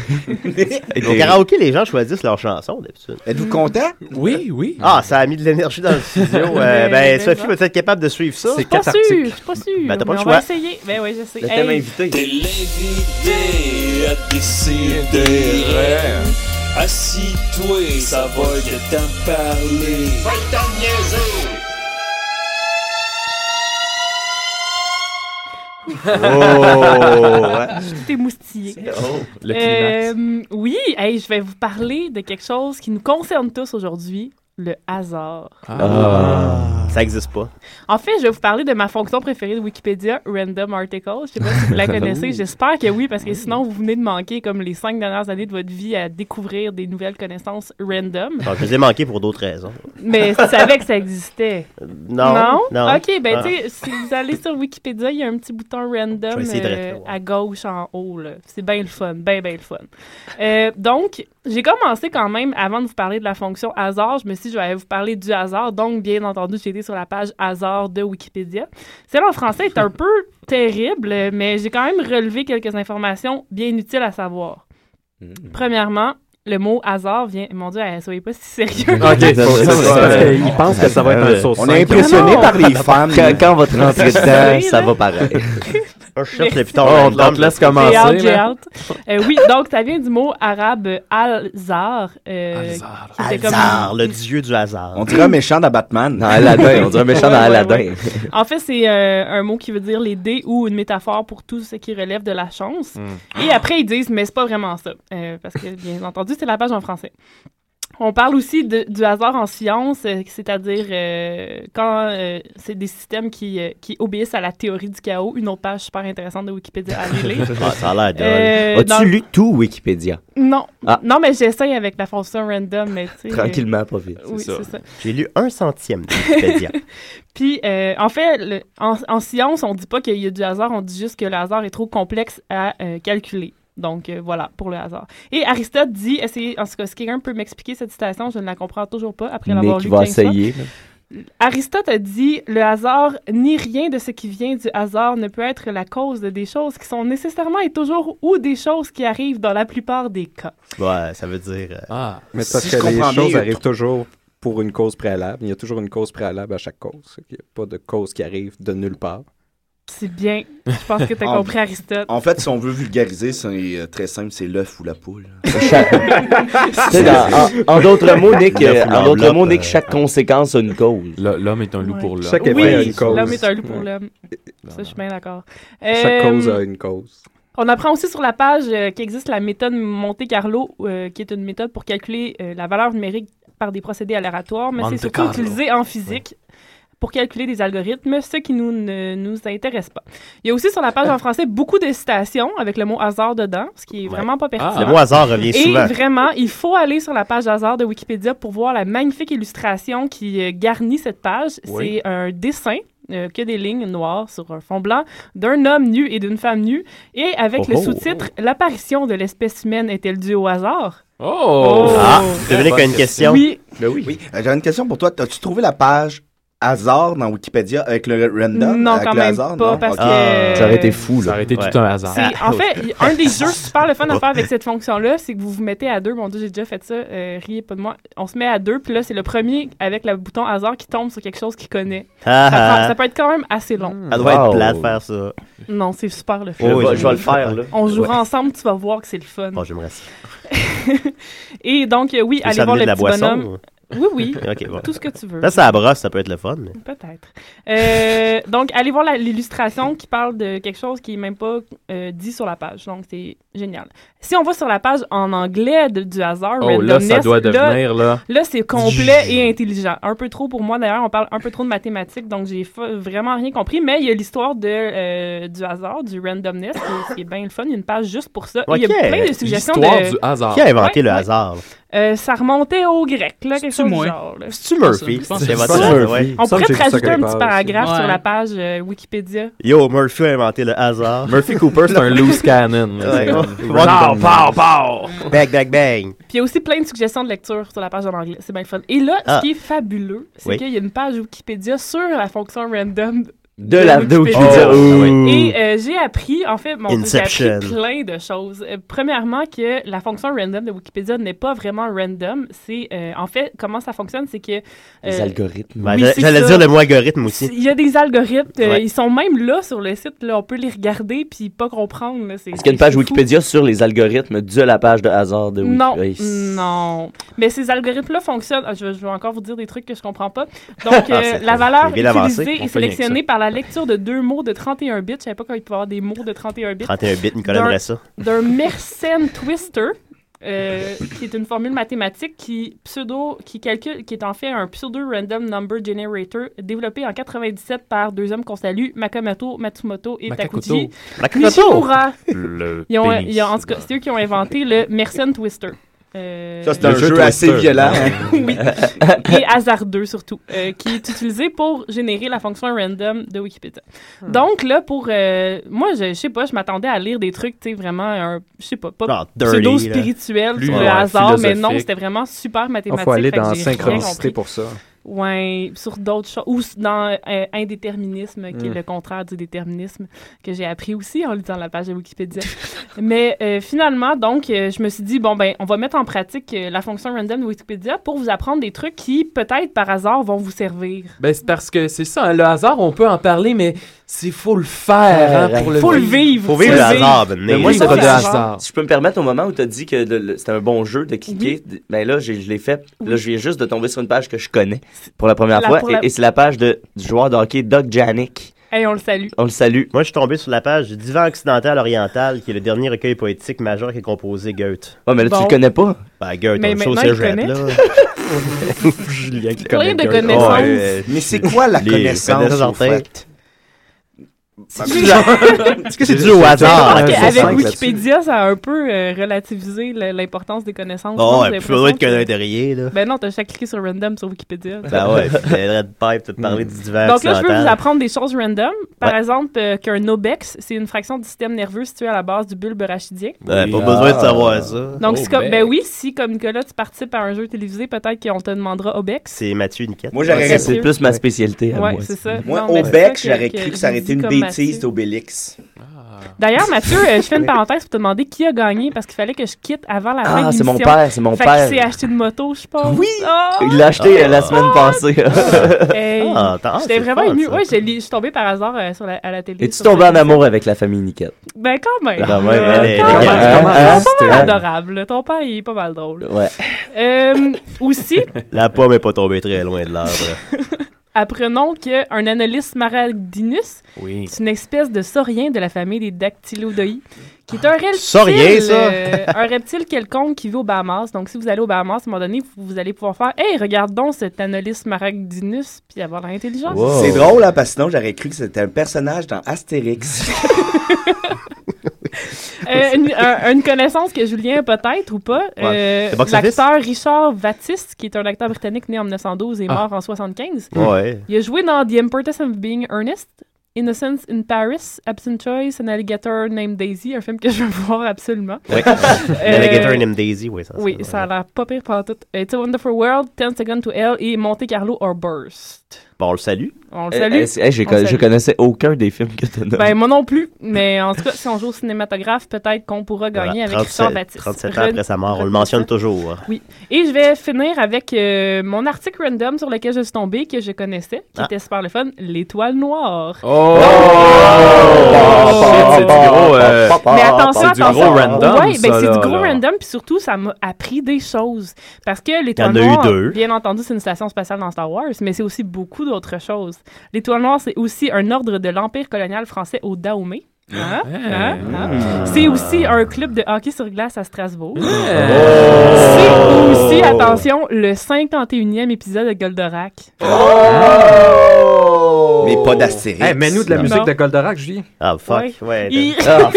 E: Au karaoké, (laughs) les gens choisissent leurs chansons d'habitude.
H: Êtes-vous content?
E: Oui, oui. Ah, ça a mis de l'énergie dans le (laughs) studio. Euh,
D: Mais- mais
E: ben, Sophie
D: ça.
E: va être capable de suivre ça.
D: Je suis pas sûr, je suis pas sûr.
E: Ben, t'as pas
D: mais
E: le
D: on
E: choix.
D: va essayer. Ben oui, je sais.
E: Le
D: Hey,
E: thème invité.
N: T'es l'invité à décider. Assis-toi, ça va que t'en parler. Va t'en
D: Je t'ai moustillé.
N: Oh, le
D: Euh, oui, hey, je vais vous parler de quelque chose qui nous concerne tous aujourd'hui, le hasard.
E: Ah. Ça existe pas.
D: En fait, je vais vous parler de ma fonction préférée de Wikipédia, Random Article. Je sais pas si
E: (laughs)
D: vous la connaissez,
E: Ouh.
D: j'espère que oui, parce que sinon vous venez de manquer comme les cinq dernières années de votre vie à découvrir des nouvelles connaissances random.
E: Bon, je les ai manqués pour d'autres raisons.
D: Mais tu savais que ça existait.
E: Non, non.
D: OK, ben
E: Ah.
D: tu sais, si vous allez sur Wikipédia, il y a un petit bouton
E: Je vais
D: random
E: essayer de
D: euh,
E: rester,
D: à gauche en haut. là. C'est bien le fun, bien, bien le fun. Euh, donc, j'ai commencé quand même, avant de vous parler de la fonction hasard, je me suis dit, je vais vous parler du hasard. Donc, bien entendu, j'ai été sur la page hasard de Wikipédia. Celle en
E: (laughs)
D: français est un peu terrible, mais j'ai quand même relevé quelques informations bien utiles à savoir.
E: Mm.
D: Premièrement, le mot hasard vient. Mon Dieu, elle, soyez pas si sérieux.
E: (laughs)
J: Ok, c'est ça. Il pense que ça va être un sauce On est impressionné par les femmes.
G: Quand, quand on va te rentrer
D: C'est,
G: dedans, ça va
D: (laughs)
G: pareil.
E: Je cherche le
D: Merci.
E: piton.
G: Oh, on te laisse commencer,
D: J'ai hâte, j'ai
G: là.
D: hâte. Euh, oui, donc ça vient du mot arabe euh, al-zar. euh, qui était comme-
E: Hasard, le dieu du hasard.
H: On dirait un méchant dans
D: (laughs)
H: Batman. Dans
G: Aladdin, on dirait un méchant dans
D: Ouais, ouais,
G: Aladdin.
D: (laughs) En fait, c'est euh, un mot qui veut dire les dés ou une métaphore pour tout ce qui relève de la chance.
G: Mm.
D: Et après, ils disent, mais c'est pas vraiment ça. Euh, parce que, bien entendu, c'est la page en français. On parle aussi de- du hasard en science, euh, c'est-à-dire euh, quand euh, c'est des systèmes qui, euh, qui obéissent à la théorie du chaos. Une autre page super intéressante de Wikipédia
G: (laughs)
D: à aller lire.
G: Ah, ça a l'air drôle.
D: Euh,
G: As-tu
D: dans-
G: lu tout Wikipédia?
D: Non.
G: Ah.
D: Non, mais j'essaye avec la fonction random, mais tu sais.
G: Tranquillement, pas vite.
D: euh, Oui, c'est ça.
E: J'ai lu un centième de
G: (laughs)
E: Wikipédia.
D: Puis, euh, en fait, le- en, en science, on dit pas qu'il y a du hasard, on dit juste que le hasard est trop complexe à euh, calculer. Donc, euh, voilà, pour le hasard. Et Aristote dit, essayez, en tout cas, si quelqu'un peut m'expliquer cette citation, je ne la comprends toujours pas après l'avoir
G: Nick
D: lu
G: va
D: 15 fois.
G: essayer.
D: Aristote a dit le hasard ni rien de ce qui vient du hasard ne peut être la cause des choses qui sont nécessairement et toujours ou des choses qui arrivent dans la plupart des cas.
E: Ouais, ça veut dire. Ah,
J: Mais c'est parce que les choses arrivent toujours pour une cause préalable. Il y a toujours une cause préalable à chaque cause. Il n'y a pas de cause qui arrive de nulle part.
D: C'est bien. Je pense que tu as
H: En-
D: compris Aristote.
H: En fait, si on veut vulgariser, c'est euh, très simple, c'est l'œuf ou la poule.
G: Tu sais, dans- en en d'autres mots, Nick,
H: Le
G: euh,
H: foulard
G: en d'autres
H: l'op,
G: mots, Nick, chaque conséquence a une cause. L'homme est un loup pour l'homme.
J: Chaque effet
D: Oui,
J: a une cause.
D: L'homme est un loup pour l'homme. Ça, je suis bien d'accord.
J: Chaque
D: Euh,
J: cause a une cause.
D: On apprend aussi sur la page euh, qu'il existe la méthode Monte-Carlo, euh, qui est une méthode pour calculer euh, la valeur numérique par des procédés aléatoires, mais c'est
R: Monte
D: surtout
R: Carlo.
D: utilisé en physique pour calculer des algorithmes, ce qui nous, ne nous intéresse pas. Il y a aussi sur la page en français beaucoup de citations avec le mot hasard dedans, ce qui est vraiment pas pertinent.
E: Le mot hasard revient
D: Et
E: souvent.
D: vraiment, il faut aller sur la page hasard de Wikipédia pour voir la magnifique illustration qui euh, garnit cette page.
R: Oui.
D: C'est un dessin. euh, que des lignes noires sur un fond blanc d'un homme nu et d'une femme nue et avec le
R: Oh, oh.
D: sous-titre l'apparition de l'espèce humaine est-elle due au hasard
I: Oh!
E: Ah, Dominique a une question.
D: Oui.
H: oui. Euh, J'avais une question pour toi. As-tu trouvé la page hasard dans Wikipédia avec le random?
D: Non,
H: avec
D: quand
H: le
D: même
H: hasard,
D: pas,
H: non?
D: parce
H: Ok.
D: que- Ça aurait été fou,
I: Ça aurait été
H: Ouais.
I: tout un hasard.
D: C'est- en fait, y- un
E: (laughs)
D: des jeux super le fun à faire avec cette fonction-là, c'est que vous vous mettez à deux. Mon Dieu, j'ai déjà fait ça. euh, riez pas de moi. On se met à deux, puis là, c'est le premier avec le bouton hasard qui tombe sur quelque chose qu'il connaît.
E: Ah,
D: ça, prend-
E: ah.
D: ça peut être quand même assez long.
E: Ça doit être
G: Wow.
E: plat de faire ça.
D: Non, c'est super le fun.
E: Oh, oui,
G: je vais le faire, là.
D: On jouera
E: Ouais.
D: ensemble, tu vas voir que c'est le fun.
E: Bon, j'aimerais ça.
D: (laughs) Et donc, euh, oui,
E: Peux-tu
D: allez voir
E: amener
D: le
E: de la
D: petit
E: boisson,
D: bonhomme.
E: ou-
D: Oui, oui.
E: (laughs) Ok, bon.
D: Tout ce que tu veux.
E: Là, ça brosse, ça peut être le fun. mais-
D: Peut-être. Euh, donc, allez voir la- l'illustration qui parle de quelque chose qui n'est même pas euh, dit sur la page. Donc, c'est génial. Si on va sur la page en anglais de- du hasard,
I: Oh, là, ça
D: randomness,
I: doit
D: là-
I: devenir, là.
D: Là, c'est complet et intelligent. Un peu trop pour moi, d'ailleurs. On parle un peu trop de mathématiques, donc j'ai fa- vraiment rien compris. Mais il y a l'histoire de, euh, du hasard, du randomness, qui, qui est bien le fun. Il y a une page juste pour ça. Et Il y
E: Ok.
D: a plein de suggestions.
E: L'histoire
D: de-
E: du hasard. Qui a inventé le hasard?
D: Euh, ça remontait au grec, là, quelque chose chose
K: moi.
D: du genre. là.
E: C'est-tu Murphy?
K: Je pense
E: C'est
K: que
E: votre
K: ça.
E: affaire, ouais.
D: On
E: Ça,
D: pourrait
E: j'ai vu
D: te
E: ça
D: rajouter un
E: quelque
D: petit
E: part aussi.
D: paragraphe sur
E: Ouais.
D: la page euh, Wikipédia.
E: Yo, Murphy a inventé le
G: (laughs)
E: hasard.
I: Murphy Cooper, c'est un loose cannon. là.
E: Ouais.
I: C'est comme-
E: Pow, pow, pow! Bang, bang, bang!
D: Puis il y a aussi plein de suggestions de lecture sur la page en anglais. C'est bien le fun. Et là,
E: Ah.
D: ce qui est fabuleux, c'est
E: Oui.
D: qu'il y a une page Wikipédia sur la fonction random.
E: De la- de Wikipédia.
G: ah
E: Oh.
D: Et euh, j'ai appris, en fait, mon Dieu, j'ai appris
E: Inception.
D: plein de choses. Euh, premièrement, que la fonction random de Wikipédia n'est pas vraiment random. C'est, euh, en fait, comment ça fonctionne, c'est que...
E: Les
D: euh,
E: algorithmes.
D: oui,
E: Ben, j'allais-
D: c'est
E: j'allais
D: ça.
E: dire le mot algorithme aussi.
D: C'est- Il y a des algorithmes, euh,
G: Ouais.
D: ils sont même là sur le site, là, on peut les regarder puis pas comprendre. Là, c'est,
G: Est-ce qu'il y a une
D: c'est
G: page
D: fou.
G: Wikipédia sur les algorithmes de la page de hasard de
D: Non,
G: Wikipédia?
D: non. Mais ces algorithmes-là fonctionnent. Ah, je, vais- je vais encore vous dire des trucs que je comprends pas. Donc,
E: (laughs) Ah,
D: euh,
E: c'est-
D: la
E: c'est
D: valeur
E: bien avancé.
D: utilisée
E: On fait
D: est
E: rien que
D: sélectionnée
E: ça.
D: par la lecture de deux mots de 31 bits. Je savais pas quand il pouvait y avoir des mots de 31 bits.
E: 31 bits, Nicolas
D: D'un-
E: aimerait ça.
D: D'un Mersenne Twister. euh, qui est une formule mathématique qui pseudo qui calcule qui est en fait un pseudo random number generator développé en 97 par deux hommes qu'on salue Makamoto Matsumoto et
I: Makakoto.
D: Takuji
I: Makakoto.
D: Nishimura
I: Le
D: ils ont,
I: pénis.
D: ils ont- en tout cas, c'est eux qui ont inventé le Mersenne Twister. Euh,
H: Ça, c'est un jeu assez violent.
D: (laughs)
H: (laughs)
D: oui. Et hasardeux surtout, euh, qui est utilisé pour générer la fonction random de Wikipédia. Donc là, pour euh, moi, je, je sais pas, je m'attendais à lire des trucs, tu sais, vraiment, un- je sais pas,
E: Ah,
D: pas
E: dirty,
D: pseudo
E: là.
D: spirituel
E: Plus,
D: sur
E: ouais,
D: le hasard, mais non,
E: philosophique.
D: c'était vraiment super mathématique.
J: Il faut aller
D: fait que
J: dans
D: j'ai rien
J: synchronicité
D: compris.
J: pour ça.
D: Ouais, sur d'autres choses. Ou s- dans euh, indéterminisme, qui
J: Mm.
D: est le contraire du déterminisme, que j'ai appris aussi en lisant la page de Wikipédia. (laughs) Mais euh, finalement, donc, euh, je me suis dit, bon, ben, on va mettre en pratique euh, la fonction random de Wikipédia pour vous apprendre des trucs qui, peut-être par hasard, vont vous servir.
I: Ben, c'est parce que c'est ça, hein, le hasard, on peut en parler, mais c'est faut le faire hein, pour le
D: Faut le vivre.
I: Faut vivre le hasard, ben,
G: Mais moi,
I: vivre
G: c'est pas
I: le
G: de
I: hasard.
G: hasard. Si je peux me permettre, au moment où tu as dit que le- le- c'était un bon jeu de cliquer, ben là, j'ai- je l'ai fait. Là, je viens juste de tomber sur une page que je connais pour la première
D: La-
G: fois.
D: pour
G: et-
D: la-
G: Et, c'est la page de, du joueur de hockey Doc Janik.
D: Hey, on le salue.
G: On le salue.
E: Moi, je suis tombé sur la page du Divan occidental oriental, qui est le dernier recueil poétique majeur qui est composé Goethe.
G: Ouais, mais là, tu Bon. le connais pas.
E: Ben, Goethe, on
D: Mais
E: le sait au
D: maintenant, il
E: cégep,
D: connaît.
E: là.
G: (laughs)
D: Julien qui Plein connaît de Goethe. connaissances.
H: Mais c'est quoi la
E: Les
H: connaissance,
E: connaissances
H: au fait?
E: Est-ce que c'est dû au hasard?
D: Je pense
E: la
D: qu'avec
E: question?
D: Wikipédia, ça a un peu euh, relativisé le- l'importance des connaissances.
E: Bon,
D: Non,
E: Ah ouais,
D: j'ai
E: plus besoin de
D: l'impression
E: connaître rien, là.
D: que- Ben non, t'as juste cliqué sur random sur Wikipédia.
E: Ben
G: (laughs)
E: ouais, puis le Red Pipe, tu te parlais du divan
D: (laughs) Donc là, je veux vous
E: occidental.
D: apprendre des choses random. Par
E: Ouais.
D: exemple, euh, qu'un obex, c'est une fraction du système nerveux situé à la base du bulbe rachidien.
E: Ben, pas besoin de savoir ça.
D: Donc, c'est comme, ben oui, si, comme Nicolas, tu participes à un jeu télévisé, peut-être qu'on te demandera obex.
E: C'est Mathieu Niquette.
H: Moi, j'aurais
D: Ça, c'est
H: répondu-
D: plus ma
G: spécialité
D: à Ouais, moi. c'est ça.
H: Moi,
D: Non, mais
H: au
D: c'est
H: bec,
D: ça que-
H: j'aurais
D: que
H: cru que
D: je
H: ça aurait
D: dis
H: été une
D: comme
H: bêtise d'Obélix.
D: D'ailleurs, Mathieu, euh, je fais une parenthèse pour te demander qui a gagné parce qu'il fallait que je quitte avant la fin
G: Ah,
D: de
G: c'est mon
D: l'émission.
G: père, c'est mon
D: fait
G: père.
D: Fait s'est acheté une moto, je pense. Oui!
G: Il l'a acheté euh, la semaine passée.
D: Ah!
G: (laughs) Ah,
D: Hey, J'étais vraiment émue. Ouais, j'ai li- je suis tombée par hasard euh, sur la- à la télé.
G: Et tu
D: sur
G: tombes
D: ce-
G: en amour avec la famille Niquette.
D: Ben, quand même.
G: Ah, ouais,
D: Euh,
G: elle est- Hein?
D: quand
G: elle est-
D: même.
G: elle est-
D: Ils sont
G: elle
D: pas
G: est-
D: mal adorables. Ton père, il est pas mal drôle.
E: Ouais.
D: Euh, aussi,
E: (laughs) La pomme est pas tombée très loin de
D: (laughs)
E: l'arbre.
D: apprenons qu'un analyste maragdinus,
E: Oui.
D: c'est une espèce de saurien de la famille des dactylodoi, qui est un reptile,
E: Saurien, ça!
D: euh, un reptile quelconque qui vit aux Bahamas. Donc, si vous allez aux Bahamas, à un moment donné, vous, vous allez pouvoir faire « Hey, regarde donc cet analyste maragdinus », puis avoir l'air intelligent.
H: C'est drôle, hein, parce que sinon, j'aurais cru que c'était un personnage dans Astérix.
D: Euh, une, un- une connaissance que Julien a peut-être ou pas.
E: Ouais.
D: euh,
E: Le box-office?
D: L'acteur Richard Vatiste, qui est un acteur britannique né en 1912 et mort en 75.
E: Ah. Ouais.
D: Il a joué dans The Importance of Being Earnest, Innocence in Paris, Absent Choice, An Alligator Named Daisy, un film que je veux (laughs) voir absolument. Euh,
E: Oui. An Alligator Named Daisy, oui, ça, ça,
D: Oui, ça a l'air pas pire pendant tout. It's a Wonderful World, 10 Seconds to Hell et Monte Carlo or
E: (laughs)
D: Burst.
E: Bon, on le salue.
D: On le
G: Eh,
D: salue.
G: eh, c'est- eh, j'ai
D: On
G: con-
D: le
G: je
D: salue.
G: connaissais aucun des films que tu as
D: Ben, moi non plus, mais en tout cas, si on joue au cinématographe, peut-être qu'on pourra gagner avec Richard Baptiste.
E: 37 ans après sa mort, on le mentionne toujours. hein.
D: Oui. Et je vais finir avec euh, mon article random sur lequel je suis tombée, que je connaissais, qui
E: Ah.
D: était super le fun, l'étoile noire.
I: Oh!
D: Oh!
I: Shit, c'est du gros, euh,
D: Mais attention,
I: c'est du
D: attention.
I: gros random,
D: Ouais, ben
I: ça,
D: c'est
I: là,
D: du gros
I: là.
D: random, puis surtout, ça m'a appris des choses. Parce que l'étoile
E: Il y en a eu
D: noire,
E: deux.
D: bien entendu, c'est une station spatiale dans Star Wars, mais c'est aussi beaucoup d'autres choses. L'étoile noire, c'est aussi un ordre de l'Empire colonial français au Dahomey. Hein? Hein? Hein? C'est aussi un club de hockey sur glace à Strasbourg. C'est aussi,
E: Oh.
D: attention, le 51e épisode de Goldorak.
H: Mais pas d'Astérix.
J: Hey, Eh, mets-nous de la
H: Non.
J: musique
H: Non.
J: de Goldorak, Julie.
E: Ah,
D: fuck,
E: ouais.
D: Il- (laughs)
E: Ah,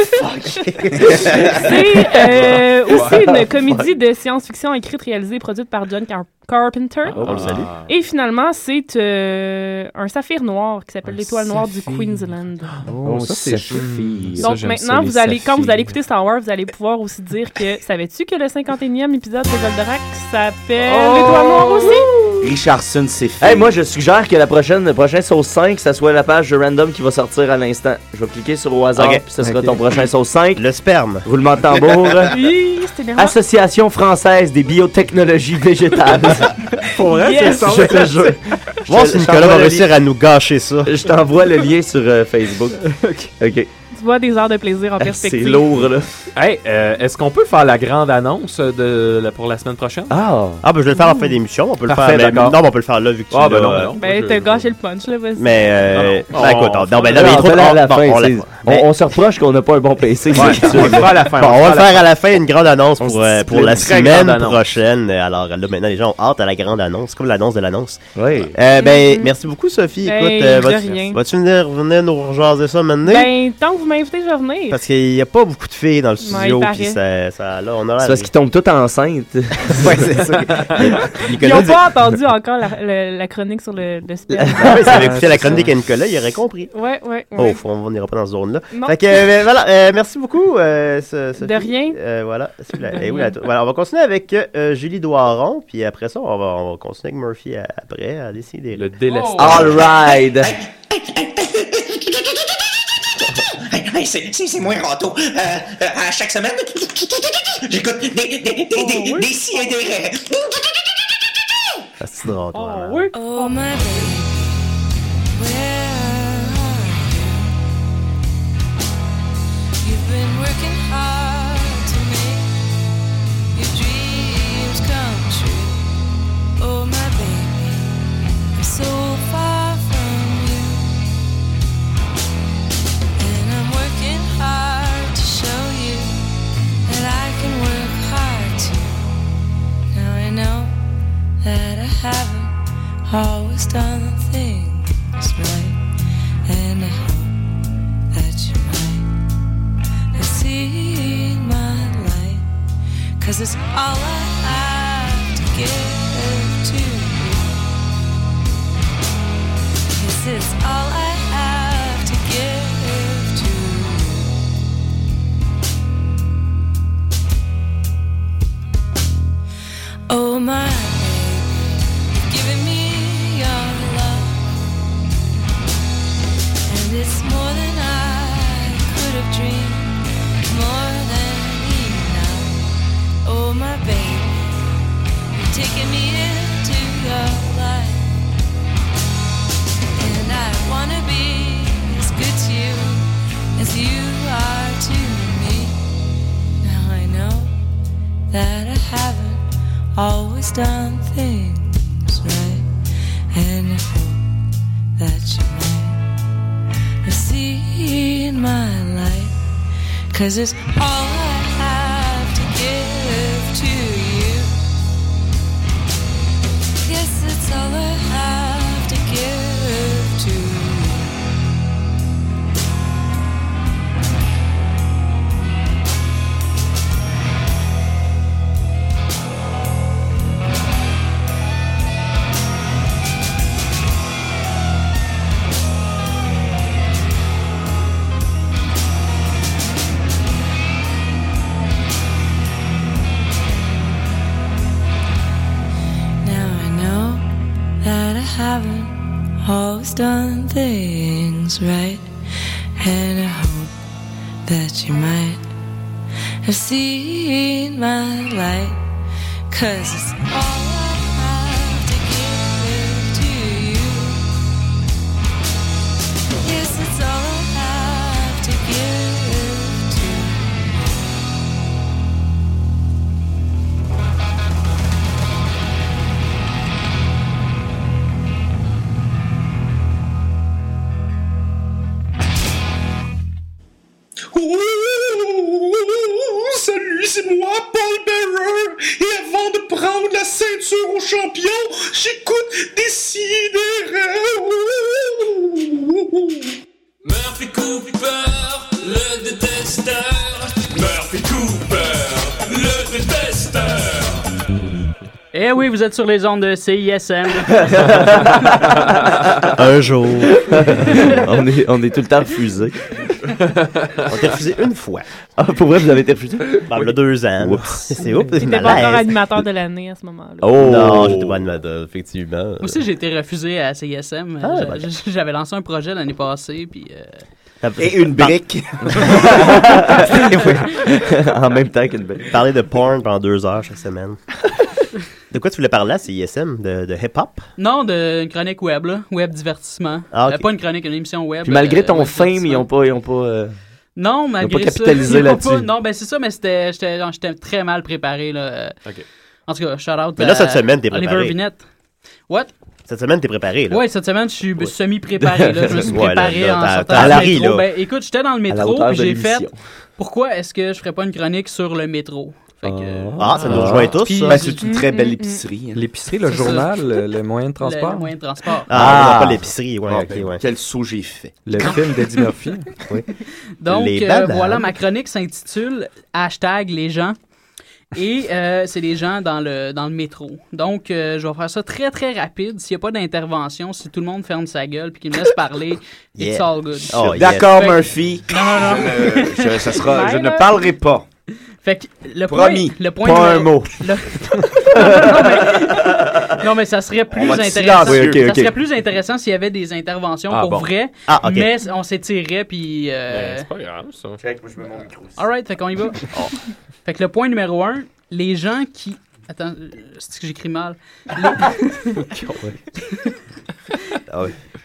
D: C'est euh, aussi
E: (laughs)
D: une comédie de science-fiction écrite, réalisée, produite par John Car- Carpenter.
E: Oh, on le salue.
D: Et finalement, c'est euh, un saphir noir qui s'appelle l'étoile noire du Queensland.
N: Ah,
Q: Oh, ça, c'est
J: chou.
Q: chou. Ça,
D: Donc
Q: j'aime ça,
D: maintenant,
Q: les
D: vous allez, quand vous
Q: saphirs.
D: allez écouter Star Wars, vous allez pouvoir aussi dire que savais-tu que le 51e épisode de Goldorak s'appelle
E: Oh.
D: l'étoile noire aussi?
H: Richardson, c'est fait.
G: Hey, moi, je suggère que la prochaine, le prochain sauce 5, ça soit la page de random qui va sortir à l'instant. Je vais cliquer sur au hasard,
E: Ok.
G: puis ça sera
E: Ok.
G: ton prochain sauce 5.
E: Le sperme.
G: Roulement
E: (laughs)
G: de tambour.
D: Oui, c'était bien.
E: Ah,
G: Association française des biotechnologies végétales.
E: (laughs) Pour vrai, Yes. c'est ça.
G: Je te jure.
E: Voir
G: Je-
E: si
G: je
E: Nicolas va
G: t'envoie le
E: réussir
G: lien.
E: à nous gâcher ça.
G: Je t'envoie le lien sur euh,
E: (laughs)
G: Facebook. OK.
D: Tu vois des heures de plaisir (laughs)
E: Ah,
D: en perspective.
G: là.
I: Hey, euh, est-ce qu'on peut faire la grande annonce de, la- pour la semaine prochaine?
G: Ah!
E: Ah, ben je vais le faire en fin d'émission. On peut le
I: Parfait,
E: faire. mais-
I: d'accord.
E: Non, mais on peut le faire là, vu que tu
I: Ah, ben
E: l'as,
I: non, ben
E: euh,
I: non.
D: Ben, t'as gâché le punch, là, vas-y.
E: Mais, euh,
I: Non, non.
E: ben, écoute,
I: On-
E: on- non, ben là,
G: on
E: mais il est trop
G: fera à la
E: bon,
G: fin,
E: on la-
G: c'est- on,
E: mais-
G: on se reproche qu'on n'a pas un bon PC. c'est
E: Ouais,
G: sûr.
E: on le fera à la fin,
G: Bon,
E: on va le faire à la fin une grande annonce pour, euh, pour
G: une
E: la
G: très grande
E: semaine
G: annonce.
E: prochaine. Euh, Alors là, maintenant, les gens ont hâte à la grande annonce, comme l'annonce de l'annonce.
G: Oui.
E: ben, merci beaucoup, Sophie.
D: Mm-hmm. Ben,
E: Écoute, euh,
D: de
E: vas-tu-
D: rien.
E: vas-tu venir, venir nous rejaser ça maintenant?
D: Ben, tant que vous m'invitez, je vais venir.
E: parce qu'il n'y a pas beaucoup de filles dans le studio,
D: il
E: puis
D: paraît.
E: ça, ça, là, on a
G: C'est parce qu'ils tombent
E: (laughs)
G: tous enceintes.
E: Ouais, c'est ça.
D: Ils
E: Nicolas
D: n'ont
E: dit-
D: pas entendu encore la, le- la chronique sur le,
E: (laughs)
D: le sperme.
E: Ah oui, si avait écouté la chronique à Nicolas, il aurait compris.
D: Ouais, ouais, ouais.
E: Oh, faut- on n'ira pas dans cette zone-là.
D: Non.
E: Fait que, euh, voilà, euh, merci beaucoup. euh, ce- Sophie.
D: De rien.
E: Euh, voilà, c'est la-
D: De
E: eh oui,
D: rien.
E: la- voilà, on va continuer avec euh, Julie Doiron, puis après ça, on va, on va continuer avec Murphy à- après, à décider. Oh. Le
I: délestage.
G: All right.
P: Hey, c'est- c'est c'est moi, Ranto. Euh, euh, à chaque semaine, (laughs) j'écoute des, des, des,
Q: Oh,
P: des, des, des si et des raies.
E: C'est drôle, toi, là.
R: Oh my baby, where are you? You've been working hard to make your dreams come true. Oh my baby, I'm so far from you, and I'm working hard to show you that I can work hard too. Now I know that I haven't always done things right, and I hope that you might have seen my light, 'cause it's all I have to give to you. Yes, it's all I have to give to you. Oh my giving me your love. And it's more than I could have dreamed, more than enough. Oh, my baby, you're taking me into your life. And I want to be as good to you as you are to me. Now I know that I haven't always done things right, and I hope that you might have seen my light, 'cause it's all I have to give to you. Yes, it's all I have to give to you. Now I know that I haven't always done things right, and I hope that you might have seen my light, cause it's all I have to give to you. Yes, it's all I have to give to you.
N: Ouh, Salut, c'est moi, Paul Bearer. Et avant de prendre la ceinture au champion, j'écoute des sidérés. Ouh.
K: Eh oui, vous êtes sur les ondes de CISM.
G: Un jour. (laughs) on, est, on est tout le temps refusé.
E: On t'a refusé une fois.
G: Ah, pour vrai, vous avez été refusé?
E: Ben, le deux ans. là. (laughs) C'est oups, c'est
D: T'étais pas encore
E: malaise.
D: animateur de l'année à ce moment-là.
E: Oh! Non, j'étais pas animateur, effectivement.
K: Moi aussi, j'ai été refusé à CISM.
E: Ah,
K: J'a-
E: ben.
K: j'a- J'avais lancé un projet l'année passée, puis... euh,
E: Et une (laughs) brique.
G: en même temps qu'une brique.
E: Parler de porn pendant deux heures chaque semaine. De quoi tu voulais parler à CISM? De, de hip-hop?
K: (laughs) Non, d'une chronique web, là. Web divertissement.
E: Ah, ok.
K: Euh, pas une chronique, une émission web.
G: Puis malgré
K: euh,
G: ton
K: web
G: fame, ils ont pas. Ils ont pas euh,
K: Non,
G: ils ont
K: malgré
G: pas
K: ça,
G: capitalisé
K: (laughs) ils ont pas-
G: là-dessus.
K: Non, ben c'est ça, mais c'était, j'étais, genre, j'étais très mal préparé. Là. euh. En tout cas, shout out.
E: Mais là,
K: à
E: cette semaine, t'es
K: Oliver
E: préparé.
K: Vinette. What?
E: Cette semaine, t'es préparé, là.
K: Ouais, cette semaine, je suis
E: (laughs)
K: semi-préparé. Là. Je me suis
E: Ouais, là,
K: préparé
E: là,
K: en
E: t'as-
K: sortant
E: t'as
K: du
E: Larry,
K: métro.
E: là.
K: Ben, écoute, j'étais dans
E: À la
K: le métro,
E: hauteur
K: puis
E: de
K: j'ai fait
E: l'émission.
K: pourquoi est-ce que je ferais pas une chronique sur le métro? Fait que, euh,
E: Ah, ça nous rejoint tous,
K: Puis-
E: ça. Ben, c'est une très belle
K: Mm, mm,
E: épicerie, hein.
J: L'épicerie, le
K: C'est ça.
J: journal, le, le moyen de
K: Le-
J: transport.
K: Le moyen de transport.
E: Ah, on va pas l'épicerie, ouais,
J: Ah,
E: ok,
J: ben,
E: ouais.
H: Quel saut j'ai fait.
J: Le film d'Eddie
H: (laughs)
J: Murphy.
E: oui.
K: Donc,
E: Les
K: euh,
E: bananes.
K: voilà, ma chronique s'intitule Hashtag les gens. Et euh, c'est les gens dans le, dans le métro. Donc, euh, je vais faire ça très, très rapide. S'il n'y a pas d'intervention, si tout le monde ferme sa gueule puis qu'il me laisse parler, it's
H: (laughs) Yeah.
K: all good.
H: Oh, D'accord,
K: Fait-
H: Murphy.
K: Non, non, non.
H: Je ne- je- ça sera- je
K: Ben,
H: ne
K: là.
H: parlerai pas.
K: Fait que le
H: Promis,
K: point, le point
H: pas
K: numéro-
H: un
K: (laughs)
H: mot.
K: le- non, mais, non, mais ça serait plus
H: On va être
K: intéressant.
H: silencieux. Oui, ok,
K: Ça
H: ok.
K: serait plus intéressant s'il y avait des interventions
I: Ah,
K: pour
I: bon.
K: vrai.
I: Ah, ok.
K: Mais on s'étirait puis. euh,
I: Ben, c'est pas grave, ça. je mets mon micro.
K: Alright, fait qu'on y va. Fait que le point numéro un, les gens qui. Attends, euh, c'est que j'écris mal. Les,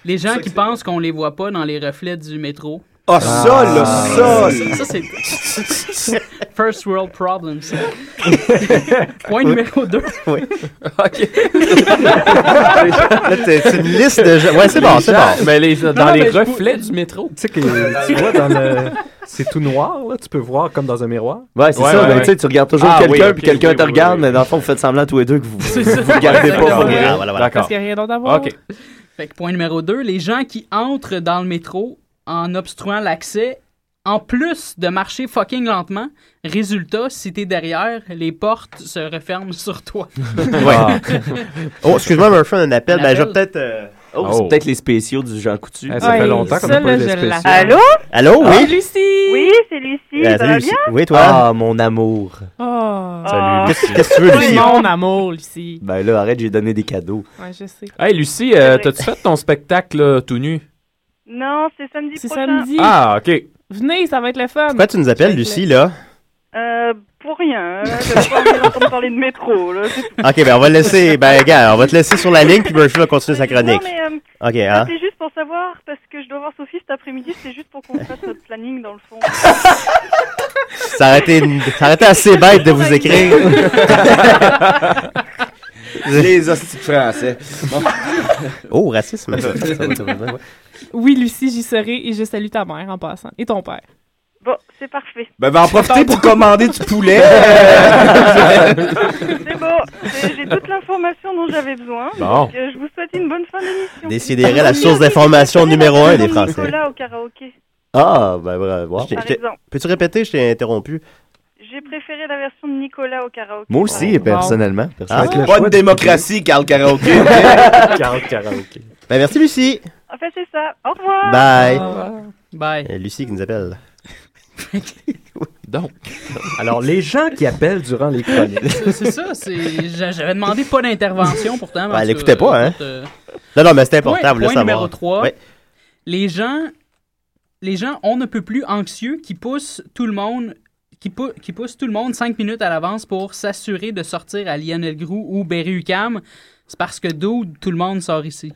K: les gens qui pensent qu'on les voit pas dans les reflets du métro.
H: Ah, ça, là, ça, là.
K: Ça, c'est.
H: (laughs)
K: First world problems. point numéro 2.
E: Oui.
K: (laughs) OK.
E: (laughs) Là, t'es- c'est une liste de gens- ouais, c'est bon, c'est bon.
I: Mais les,
E: Non,
I: dans
E: non,
I: les
E: mais je
I: reflets du métro.
J: Tu sais que tu vois dans le. C'est tout noir, là. Tu peux voir comme dans un miroir.
G: Ouais, c'est ça. mais tu sais, tu regardes toujours
J: Ah, oui,
G: quelqu'un,
J: ok,
G: puis quelqu'un
J: oui,
G: te
J: oui,
G: regarde,
J: oui.
G: mais dans le fond, vous faites semblant tous les deux que vous
K: (laughs) C'est ça.
G: vous regardez pas.
K: Exactement.
G: pour vrai.
K: Voilà, voilà.
G: D'accord.
K: Parce qu'il y a rien d'autre à voir. Fait que point numéro 2, les gens qui entrent dans le métro en obstruant l'accès, en plus de marcher fucking lentement, résultat, si t'es derrière, les portes se referment sur toi.
E: Ouais. (laughs)
K: (laughs)
E: Oh, excuse-moi, Murphy, on a un appel.
K: Ah. Un
E: Ben, je vais
K: appel?
E: peut-être. euh,
G: Oh, c'est peut-être les spéciaux du Jean Coutu.
J: (laughs) Eh, ça fait Ouais, longtemps qu'on a ça, pas là, eu les je spéciaux. l'attends.
S: Allô?
G: Allô,
S: Ah,
G: oui?
S: Lucie! Oui, c'est Lucie.
G: Ah,
S: ça
G: salut,
S: va
G: Lucie.
S: bien?
G: Oui, toi? Ah, mon amour.
D: Oh.
J: Ah.
G: Salut, Lucie.
D: Qu'est-ce
G: que tu veux,
D: C'est
G: Lucie?
D: mon amour, Lucie.
G: Ben là, arrête, j'ai donné des cadeaux.
D: Ouais, je sais.
I: Hey, Lucie, euh, t'as-tu fait ton spectacle là, tout nu?
S: Non, c'est samedi
D: C'est
S: prochain.
D: samedi.
I: Ah, OK.
D: Venez, ça va être le fun.
E: Pourquoi tu nous appelles, Lucie, là?
S: Euh, pour
E: (laughs)
S: rien. Je pas envie d'entendre parler de métro, là. C'est-
E: Ok, ben, on va le laisser. Ben, gars, on va te laisser sur la ligne, puis Murphy va continuer sa
S: Non,
E: chronique.
S: mais euh,
E: Ok,
S: non,
E: hein?
S: c'est juste pour savoir, parce que je dois voir Sophie cet après-midi, c'est juste pour qu'on fasse notre planning, dans le
E: (laughs)
S: fond.
E: Ça aurait été, une- ça aurait été assez bête de
K: Oh
E: vous écrire. (laughs)
H: Les hostiles français. Bon.
E: oh,
D: (laughs)
E: racisme.
D: Oui, Lucie, j'y serai et je salue ta mère en passant. Et
I: (laughs)
D: ton père.
S: Bon, c'est parfait.
H: Ben,
T: Bah,
H: va en profiter pour commander du
S: (laughs)
H: poulet. (laughs)
S: C'est bon, c'est- j'ai toute l'information dont j'avais besoin.
E: Bon.
S: Donc, euh, je vous souhaite une bonne fin d'émission.
E: Décidérez la source d'information numéro un des Français.
S: Nicolas au karaoké.
E: Ah, ben, bravo.
S: Par
E: Je t'ai-
S: exemple.
E: Peux-tu répéter? Je t'ai interrompu.
S: J'ai préféré la version de Nicolas au karaoké.
G: Moi aussi,
S: Bon.
G: personnellement.
E: Ah,
G: personnellement.
E: bonne
H: démocratie, Carl Karaoke.
G: Carl Karaoke.
E: Ben, merci, Lucie.
S: En fait, c'est ça. Au revoir.
N: Ah.
E: Bye. Euh,
K: Bye.
E: Lucie qui nous appelle.
I: Donc.
J: Alors, les gens qui appellent durant les chroniques.
K: (laughs) C'est c'est ça, c'est- j'a- j'avais demandé pas d'intervention pourtant. mais en
E: Ouais, elle
K: tout
E: n'écoutait
K: cas,
E: pas, hein?
K: écoute, euh,
E: Non, non, mais c'était important,
K: Point,
E: vous voulez
K: point
E: savoir.
K: numéro 3.
E: Oui.
K: Les gens, les gens, on ne peut plus anxieux qui poussent tout le monde, qui, pou- qui poussent tout le monde 5 minutes à l'avance pour s'assurer de sortir à Lionel Groux ou Berry Ucam. C'est parce que d'où tout le monde sort ici.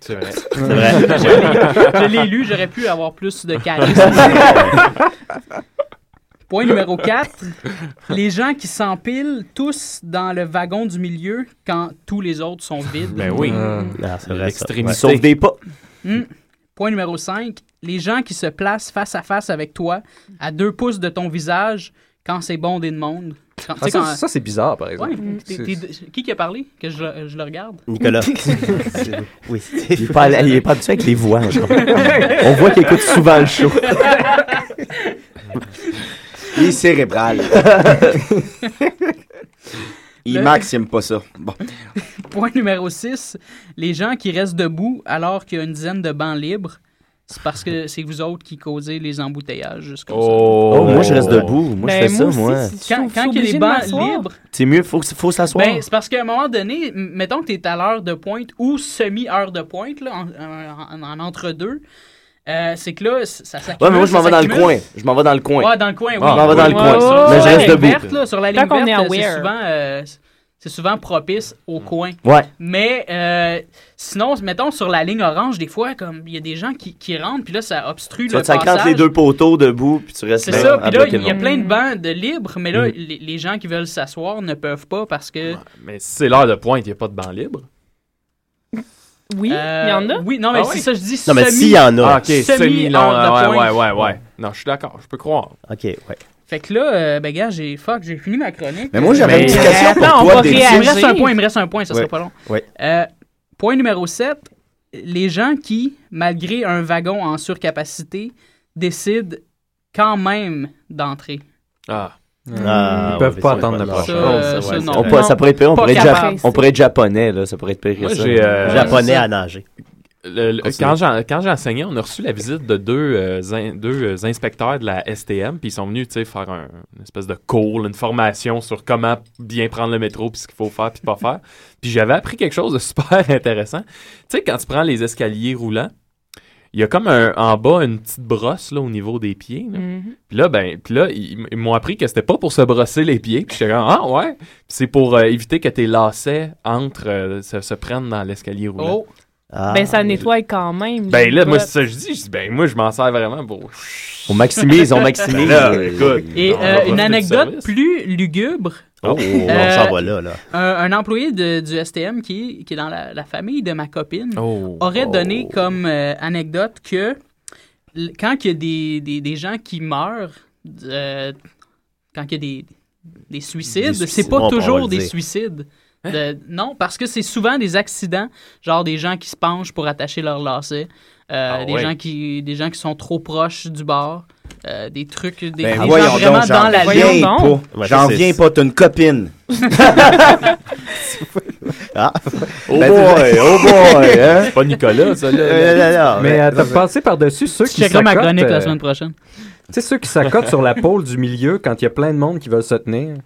I: C'est vrai. C'est
E: vrai.
K: (laughs) je l'ai- je l'ai lu, j'aurais pu avoir plus de
E: (laughs)
K: charisme. Point numéro 4. Les gens qui s'empilent tous dans le wagon du milieu quand tous les autres sont vides. Euh.
I: Ben oui.
E: Ah, c'est vrai, ça.
I: L'extrémité.
E: Ouais. Sauf des pas.
K: Hmm. Point numéro 5. Les gens qui se placent face à face avec toi, à deux pouces de ton visage, quand c'est bondé de monde. Quand- tu
J: Ah,
K: sais,
J: ça,
K: quand-
J: ça, c'est bizarre, par exemple.
K: Ouais. T'es- t'es- Qui qui a parlé que je, le- je le regarde? (laughs)
E: Nicolas. oui.
G: Il est pas, allé- il est pas habitué avec les voix.
K: (laughs)
G: genre. On voit qu'il écoute souvent le show.
K: (laughs)
H: Il est cérébral. Et
K: Le-
H: Max, il aime pas ça. Bon.
K: Point numéro 6, les gens qui restent debout alors qu'il y a une dizaine de bancs libres, c'est parce que c'est vous autres qui causez les embouteillages jusqu'au
G: Oh,
K: sol.
G: moi, je reste debout. Moi,
K: Ben,
G: je fais ça, moi.
K: Quand,
D: suis
K: quand il y a
D: obligée
K: des
D: de
K: bancs
D: m'asseoir.
K: libres,
G: C'est mieux, faut, que- faut s'asseoir.
K: ben, c'est parce qu'à un moment donné, m- mettons que tu es à l'heure de pointe ou semi-heure de pointe, là, en, en- en- en entre-deux, euh, c'est que là, c- ça s'accumule.
G: Ouais, mais moi, je m'en
K: ça
G: vais dans le
K: s'accumule.
G: coin. Je m'en vais dans le coin.
K: Ouais, dans le coin, oui.
G: Je m'en vais dans le
K: Ouais,
G: coin. Mais
K: sur- sur
G: je
K: la
G: reste
K: ligne
G: debout.
K: verte, là, sur la ligne
D: Quand on est
K: verte, c'est
D: aware.
K: souvent, euh, c'est souvent propice au coin.
G: Mm. Ouais.
K: Mais euh, sinon, mettons, sur la ligne orange, des fois, comme il y a des gens qui, qui rentrent, puis là, ça obstrue
G: Tu
K: le
G: vois, ça
K: passage.
G: crante les deux poteaux debout, puis tu restes
K: C'est
G: là,
K: ça,
G: à
K: puis là,
G: bloquer
K: il y a
G: le Mm.
K: plein de bancs de libres, mais là,
I: Mhm.
K: les, les gens qui veulent s'asseoir ne peuvent pas parce que...
I: Mais si c'est l'heure de pointe, il n'y a pas de banc libre.
D: Oui,
K: Euh,
D: il y en a.
K: Oui, non, mais
D: Ah
K: c'est
D: ouais?
K: ça, je dis
I: Non, mais
K: semi-
I: s'il y en a. Ah, ok,
K: semi-
I: semi-long,
K: hors de
I: ouais,
K: pointe.
I: ouais, ouais, ouais. Non, je suis d'accord, je peux croire.
G: OK, ouais.
K: Fait que là, euh, ben gars, j'ai fuck, j'ai fini ma chronique. Euh,
I: Mais moi, j'avais Mais- une petite question pour
K: Attends,
I: toi,
K: on va
I: Dave.
K: réagir. Il me reste
I: réagir.
K: un point, il me reste un point, ça
I: Ouais.
K: sera pas long.
I: Ouais.
K: Euh, point numéro 7, les gens qui, malgré un wagon en surcapacité, décident quand même d'entrer.
I: Ah.
G: Ah,
J: Ils peuvent
G: ouais,
J: pas
G: ça,
J: attendre
G: ouais,
J: le
G: ça,
J: prochain. Ça,
G: ouais, ça,
J: ça,
G: ouais,
J: non.
G: on peut- ça pourrait être pire, on
K: Pas
G: pourrait être,
K: capable.
G: jap- on pourrait être japonais, là, ça pourrait être pire.
I: Moi,
G: ça.
I: j'ai, euh,
G: japonais
I: ça.
G: à nager.
I: Le- le-
G: Continue.
I: quand j'en- quand j'enseignais, on a reçu la visite de deux, euh, in- deux euh, inspecteurs de la STM, puis ils sont venus tu sais, faire un, une espèce de cours, une formation sur comment bien prendre le métro, puis ce qu'il faut faire, puis pas faire. Puis j'avais appris quelque chose de super (laughs) intéressant. Tu sais, quand tu prends les escaliers roulants, il y a comme un- en bas une petite brosse là, au niveau des pieds. là.
D: Mhm.
I: Puis là, ben, puis là, ils, m- ils m'ont appris que c'était pas pour se brosser les pieds. Puis j'étais comme, ah ouais, Puis c'est pour euh, éviter que tes lacets entre, euh, se, se prennent dans l'escalier roulant.
D: Oh.
G: Ah,
D: ben, ça nettoie quand même.
I: Ben
D: j'ai
I: là,
D: pas-
I: moi, c'est ça que je dis. Je dis, ben moi, je m'en sers vraiment pour.
G: On maximise, on
I: (laughs)
G: maximise.
I: Ben là, écoute.
K: Et
I: on va
K: euh,
I: profiter
K: une
I: du
K: anecdote
I: service.
K: plus lugubre.
I: Oh,
G: on s'en va là, là.
K: Euh, Un, un employé de- du STM qui, est- qui est dans la, la famille de ma copine
I: Oh.
K: aurait donné comme euh, anecdote que l- quand il y a des, des- des gens qui meurent, euh, quand il y a des, des
I: Des
K: suicides,
I: suicides.
K: c'est pas
I: On- on va
K: toujours
I: le
K: des
I: dire.
K: suicides.
I: Hein?
K: De- non, parce que c'est souvent des accidents, genre des gens qui se penchent pour attacher leur lacet, euh,
I: Ah
K: des,
I: ouais.
K: gens qui, des gens qui sont trop proches du bord, euh, des trucs, des,
H: Ben,
K: des
H: voyons
K: gens vraiment
H: donc,
K: dans la
H: j'en viens
K: ligne.
H: pas. J'en viens pas, t'as une copine.
G: Ah.
H: Oh
G: boy, oh
H: (laughs)
G: boy, hein?
I: C'est pas Nicolas, ça, là.
J: Mais euh, t'as passé par-dessus ceux
K: Tu
J: qui
K: checkeras ma
J: s'accotent,
K: chronique la
J: euh,
K: semaine prochaine.
J: Tu sais, ceux qui s'accotent sur la pôle du milieu quand il y a plein de monde qui veulent se tenir.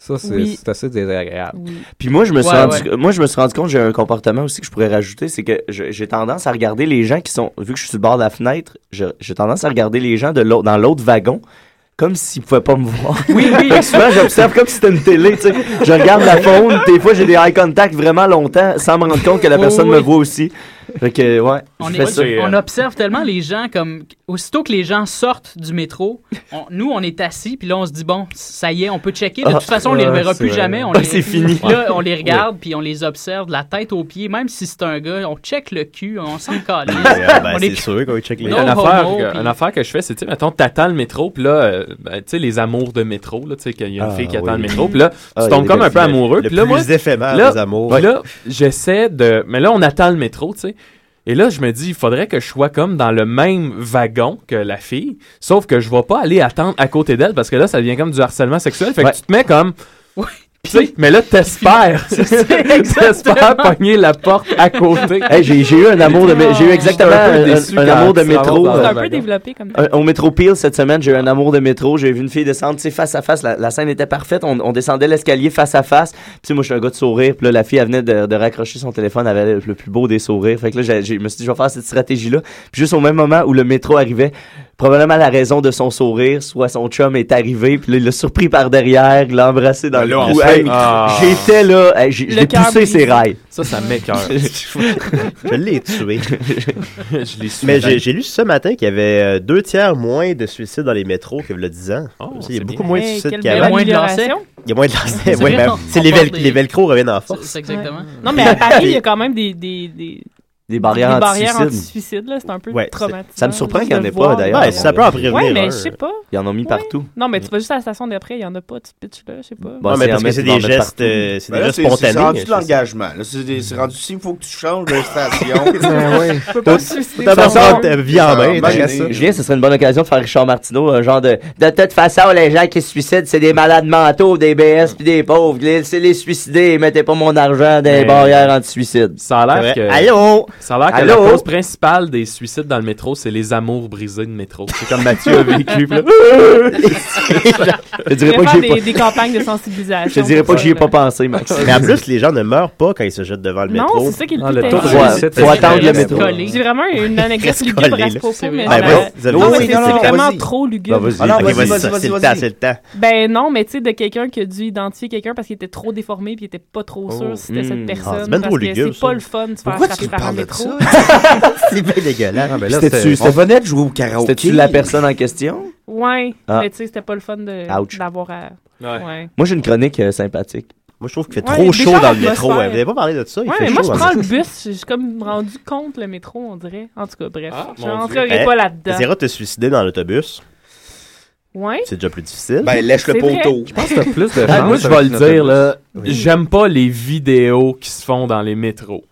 J: Ça, c'est
K: Oui.
J: c'est assez désagréable.
G: Puis moi, je me suis
J: Ouais,
G: rendu,
J: ouais.
G: moi, je me suis rendu compte, j'ai un comportement aussi que je pourrais rajouter, c'est que je- j'ai tendance à regarder les gens qui sont, vu que je suis sur le bord de la fenêtre, je- j'ai tendance à regarder les gens de l'autre, dans l'autre wagon. Comme s'ils pouvaient pas me voir.
K: (laughs) Oui, oui.
G: Fait que souvent, j'observe comme si c'était une télé, tu sais. Je regarde la faune, des fois, j'ai des eye contact vraiment longtemps, sans me rendre compte que la
K: Oui,
G: personne me
K: Oh, oui.
G: voit aussi. Fait que, ouais.
K: On,
G: je
K: est-
G: fais ça. euh,
K: on observe tellement les gens comme aussitôt que les gens sortent du métro, on- nous on est assis puis là on se dit bon ça y est on peut checker de
G: Ah,
K: toute façon on les
G: ouais,
K: reverra
G: c'est
K: plus
G: vrai.
K: jamais. On
G: Ah,
K: les-
G: c'est fini.
K: Là on les regarde puis on les observe de la tête aux pieds même si c'est un gars on check le cul on s'en (laughs)
G: (laughs)
K: calisse.
E: euh, ben,
K: on est-
G: ben, sûr qu'on check
K: les-
I: une,
K: No
I: affaire,
K: homo,
I: que-
K: puis-
I: une affaire que je fais, c'est, tu sais, mettons, t'attends le métro, puis là, euh, ben, tu sais, les amours de métro, là, tu sais, qu'il y a une
E: Ah,
I: fille qui attend le
E: oui.
I: métro, puis là, tu
E: Ah, il y a
I: tombes
E: des
I: comme un
E: belles
I: peu
E: filles.
I: amoureux.
E: Le
I: puis là,
E: plus
I: moi,
E: éphémère
I: là,
E: des amours.
I: puis là, j'essaie de... Mais là, on attend le métro, tu sais. Et là, je me dis, il faudrait que je sois comme dans le même wagon que la fille, sauf que je vais pas aller attendre à côté d'elle, parce que là, ça devient comme du harcèlement sexuel. Fait que tu te mets comme... Tu sais, mais là, (laughs) t'espères. t'espères
G: exactement.
I: pogner la porte à côté.
G: (laughs) Hey, j'ai, j'ai eu un amour de mé- j'ai eu exactement
I: J'étais un peu
G: un,
I: déçu
G: un
I: quand
G: amour de
I: tu vas
G: métro.
I: avoir
G: euh,
I: dans
D: C'est un peu développé comme
G: euh, au métro Peel cette semaine, j'ai eu un amour de métro. J'ai vu une fille descendre, tu sais, face à face. La, la scène était parfaite. On, on descendait l'escalier face à face. Puis tu sais, moi, je suis un gars de sourire. Puis là, la fille, elle venait de, de raccrocher son téléphone. Elle avait le, le plus beau des sourires. Fait que là, j'ai- j'ai- je me suis dit, je vais faire cette stratégie-là. Puis juste au même moment où le métro arrivait, probablement à la raison de son sourire, soit son chum est arrivé. Puis là, il l'a surpris par derrière, il l'a embrassé dans
I: Ben
G: le
I: là,
G: cou.
I: enfin.
G: Hey,
I: Ah.
G: J'étais là, hey, j'ai- je
I: Le
G: l'ai
I: cœur
G: poussé ses
I: brisé.
G: rails.
I: Ça, ça
G: (laughs)
I: m'écoeure.
E: je l'ai tué.
I: je l'ai su.
E: Mais j'ai j'ai lu ce matin qu'il y avait euh, deux tiers moins de suicides dans les métros que le 10 ans.
G: Oh,
E: il y a beaucoup moins de
D: Hey,
E: suicides
D: quelle
E: qu'avant.
D: belle amélioration.
E: Il y a moins de lacets.
D: C'est
E: ouais,
D: vrai,
E: ben,
D: on-
E: c'est
D: on
E: les,
D: parle
E: vel-
D: des-
E: les velcros reviennent en force.
K: C'est exactement.
D: Non, mais à Paris, il y a quand même des, des, des,
G: Des barrières
D: Des barrières
G: anti-suicide.
D: anti-suicide, là, c'est un peu
G: Ouais,
D: traumatisant.
G: c'est- ça me surprend
D: Je
G: qu'il y en
D: le
G: ait pas,
D: vois.
G: d'ailleurs. Ouais, ça peut en prévenir
D: Ouais, mais
G: un.
D: je sais pas.
G: Ils en ont mis
D: Ouais.
G: partout.
D: Non, mais tu vas juste à la station d'après, il y en a pas, tu pitches là, je sais pas.
G: Bon,
E: Ouais, mais
G: c'est
E: parce
G: en
E: que
G: mettre-
E: c'est
G: en
E: des
G: mettre
E: gestes,
G: partout.
E: euh, c'est
H: Ben
E: des
H: là,
E: gestes
H: c'est- C'est rendu
E: spontanés.
H: de l'engagement. là. C'est des- c'est rendu s'il faut que tu changes
E: (laughs)
H: de station. Ah,
G: Ben oui.
H: Tu peux pas te suicider par
G: façon,
H: là.
G: t'as vie en main,
H: Imaginez.
G: t'as ça. Julien, ce serait une bonne occasion de faire Richard Martineau, un genre de « De toute façon, les gens qui se suicident, c'est des malades mentaux, des BS puis des pauvres. C'est les suicidés, mettez pas mon argent dans les
I: Mais-
G: barrières anti-suicide. »
I: Ça a l'air que.
G: Allô?
I: Ça a l'air que
G: Allô?
I: la cause principale des suicides dans le métro, c'est les amours brisés de métro. C'est comme Mathieu a vécu. puis là.
G: Je dirais pas que
D: Faire
G: j'ai
D: des,
G: pas-
D: des campagnes de sensibilisation.
G: (laughs) Je te dirais
D: pour
G: pas que
D: ça,
G: j'y ai
D: là.
G: pas pensé, Max.
E: Mais en plus, les gens ne meurent pas quand ils se jettent devant le
D: Non,
E: métro.
D: c'est ça qui est le Ah, plus le taux de terrible.
G: réussite,
E: Faut
G: c'est-
E: attendre le
G: Reste
E: métro.
G: collé.
D: J'ai vraiment une anecdote
E: Reste
D: lugubre
E: collé,
D: à
E: là.
D: ce propos, mais
E: Ben,
D: la-
E: vas-y, vous avez-
D: Non, mais
E: vas-y,
D: c'est
E: non, non,
D: vraiment
E: vas-y.
D: trop lugubre.
E: Ben, vas-y,
D: Alors,
E: ok,
D: vas-y,
E: vas-y,
D: vas-y,
E: ça, c'est le
D: vas-y,
E: temps,
D: vas-y.
E: c'est le temps.
D: Ben non, mais tu sais, de quelqu'un qui a dû identifier quelqu'un parce qu'il était trop déformé puis il était pas trop sûr
E: Oh,
D: si c'était cette
E: hmm.
D: personne.
E: Ah, c'est ben
D: parce
E: trop
D: que
E: lugubre,
D: C'est
E: ça.
D: pas le fun de se faire
E: Pourquoi
D: frapper
E: tu
D: par un
E: parles de
D: métro.
E: (laughs) C'est bien dégueulasse.
G: Ah, ben là,
H: C'était-tu-
G: c'était-
H: on venait de jouer au karaoké.
G: C'était-tu la personne en question?
D: Ouais,
G: Ah.
D: mais tu sais, c'était pas le fun de
G: Ouch.
D: d'avoir à. Ouais.
G: Moi, j'ai une chronique euh, sympathique.
E: Moi, je trouve qu'il fait
D: Ouais,
E: trop
D: déjà,
E: chaud dans le
D: l'atmosphère.
E: métro. hein. Vous n'avez pas parlé de ça? Il
D: Ouais,
E: fait
D: mais moi,
E: chaud,
D: je
E: hein.
D: prends le bus. Je suis comme rendu contre le métro, on dirait. En tout cas, bref. je
E: Mon
D: rentrerai
E: Dieu.
D: pas
E: Eh,
D: là-dedans.
E: t'essaieras de te suicider dans l'autobus.
D: Ouais.
E: C'est déjà plus difficile.
H: Ben, lèche le
D: C'est vrai.
H: poteau.
D: Je pense que t'as plus de
I: Ah, moi,
H: chance
I: je vais
H: avec
I: le
H: notre
I: dire, là.
H: Oui.
I: J'aime pas les vidéos qui se font dans les métros.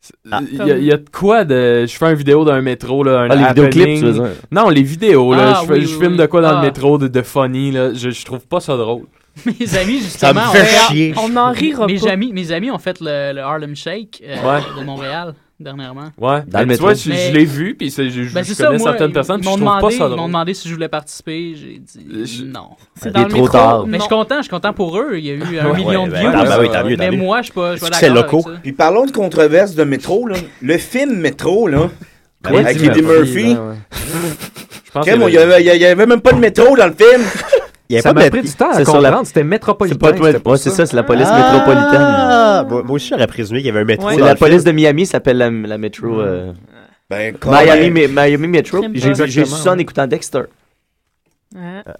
I: C'est- Il y, a- il y a de quoi de. Je fais une vidéo d'un métro, là. Un
G: Ah, les
I: happening.
G: vidéoclips, tu veux dire.
I: Non, les vidéos, là.
K: Ah,
I: je, fais-
K: oui,
I: je
K: oui,
I: filme
K: oui.
I: de quoi dans le
K: Ah.
I: métro de, de funny, là. Je, je trouve pas ça drôle.
K: Mes amis, justement.
I: Ça me fait
K: ont-
I: chier.
D: On en rira
K: mes
D: pas.
K: Amis, mes amis ont fait le, le Harlem Shake euh,
I: Ouais.
K: de Montréal dernièrement.
I: Ouais.
G: Dans le
I: Mais tu
G: métro.
I: vois, je, je
K: Mais-
I: l'ai vu, puis c'est- je, je
K: Ben,
I: connais
K: c'est ça, moi,
I: certaines
K: ils-
I: personnes,
K: ils
I: puis je
K: m'ont
I: trouve pas
K: demandé,
I: ça
K: Ils m'ont
I: drôle. Euh,
K: demandé si je voulais participer. J'ai dit non.
D: C'est dans le métro.
K: Mais je suis content, je suis content pour eux. Il y a eu un
H: Ouais,
K: million de
H: ben,
K: views.
H: tant mieux, tant mieux, tant
K: mais
H: mieux.
K: moi, je suis pas, je suis pas
H: Est-ce que
K: d'accord avec ça.
H: Puis parlons de controverse de métro. Là. Le film Métro, là,
K: Ben,
H: avec
K: Eddie
H: Eddie
K: Murphy,
H: Murphy.
K: ben ouais.
I: pense
H: Crème,
I: qu'il
H: Il y
I: y
H: avait, il y avait même pas de métro dans le
E: (laughs)
H: film.
E: Il y avait
H: Ça
E: pas
H: m'a
E: de-
H: pris du temps à
E: c'est sur la-
H: comprendre, c'était métropolitain,
E: C'est pas toi-
H: c'était pour
E: Ouais, c'est
H: ça.
E: ça, c'est la police
H: Ah!
E: métropolitaine. Moi moi aussi, j'aurais présumé qu'il y avait un métro.
G: C'est
E: dans
G: la
E: le film.
G: police de Miami, s'appelle la, la métro. euh,
H: Ben,
G: Miami,
E: correct.
G: Mi- Miami Metro.
E: J'aime
G: J'ai
E: pas.
G: j'ai su ça en
E: Exactement.
G: écoutant Dexter.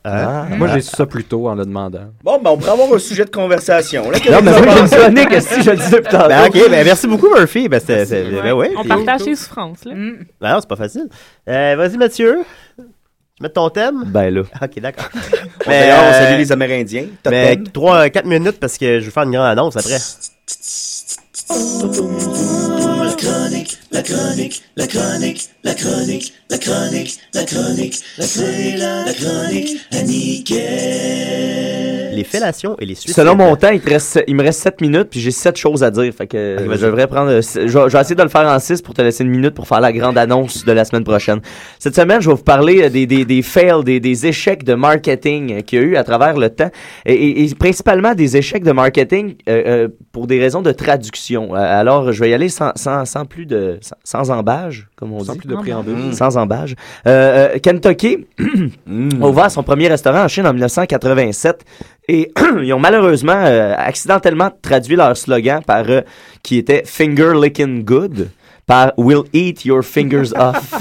J: Ah. Moi, j'ai su ça plus tôt en le demandant.
H: Bon, ben, on pourrait avoir un sujet de conversation. Là,
J: Non, mais moi, j'ai une
G: chronique, si je le dis depuis tantôt.
E: Ben, ok, ben, merci beaucoup, Murphy. Ben, c'était- c'est- ben, ouais,
D: On
E: puis-
D: partage les souffrances, là.
E: Ben, non, c'est pas facile. Euh, Vas-y, Mathieu. Tu mets ton thème?
G: Ben là.
E: Ok, d'accord. euh,
G: (laughs)
H: D'ailleurs, on salue les Amérindiens. Top
E: Mais
H: ten.
E: 3, 4 minutes parce que je vais faire une grande annonce après.
P: La chronique, la chronique, la chronique, la chronique, la chronique, la chronique, la chronique, la chronique, la
E: Les fellations et les suicides.
G: Selon mon temps, il, te reste, il me reste 7 minutes, puis j'ai 7 choses à dire. Fait que euh, je devrais prendre. euh, je, vais- je vais essayer de le faire en 6 pour te laisser une minute pour faire la grande annonce de la semaine prochaine. Cette semaine, je vais vous parler euh, des, des, des fails, des, des échecs de marketing euh, qu'il y a eu à travers le temps. Et, et- et principalement des échecs de marketing euh, euh, pour des raisons de traduction. Euh, alors, je vais y aller sans, sans, sans plus de. Sans, sans embâge, comme on
J: Sans
G: dit.
J: plus de préambule.
G: Mm. Sans embâge. Euh, euh, Kentucky a ouvert son premier restaurant en Chine en 1987 et (clears throat) ils ont malheureusement euh, accidentellement traduit leur slogan par euh, qui était Finger Licking Good par We'll Eat Your Fingers
E: (laughs)
G: Off.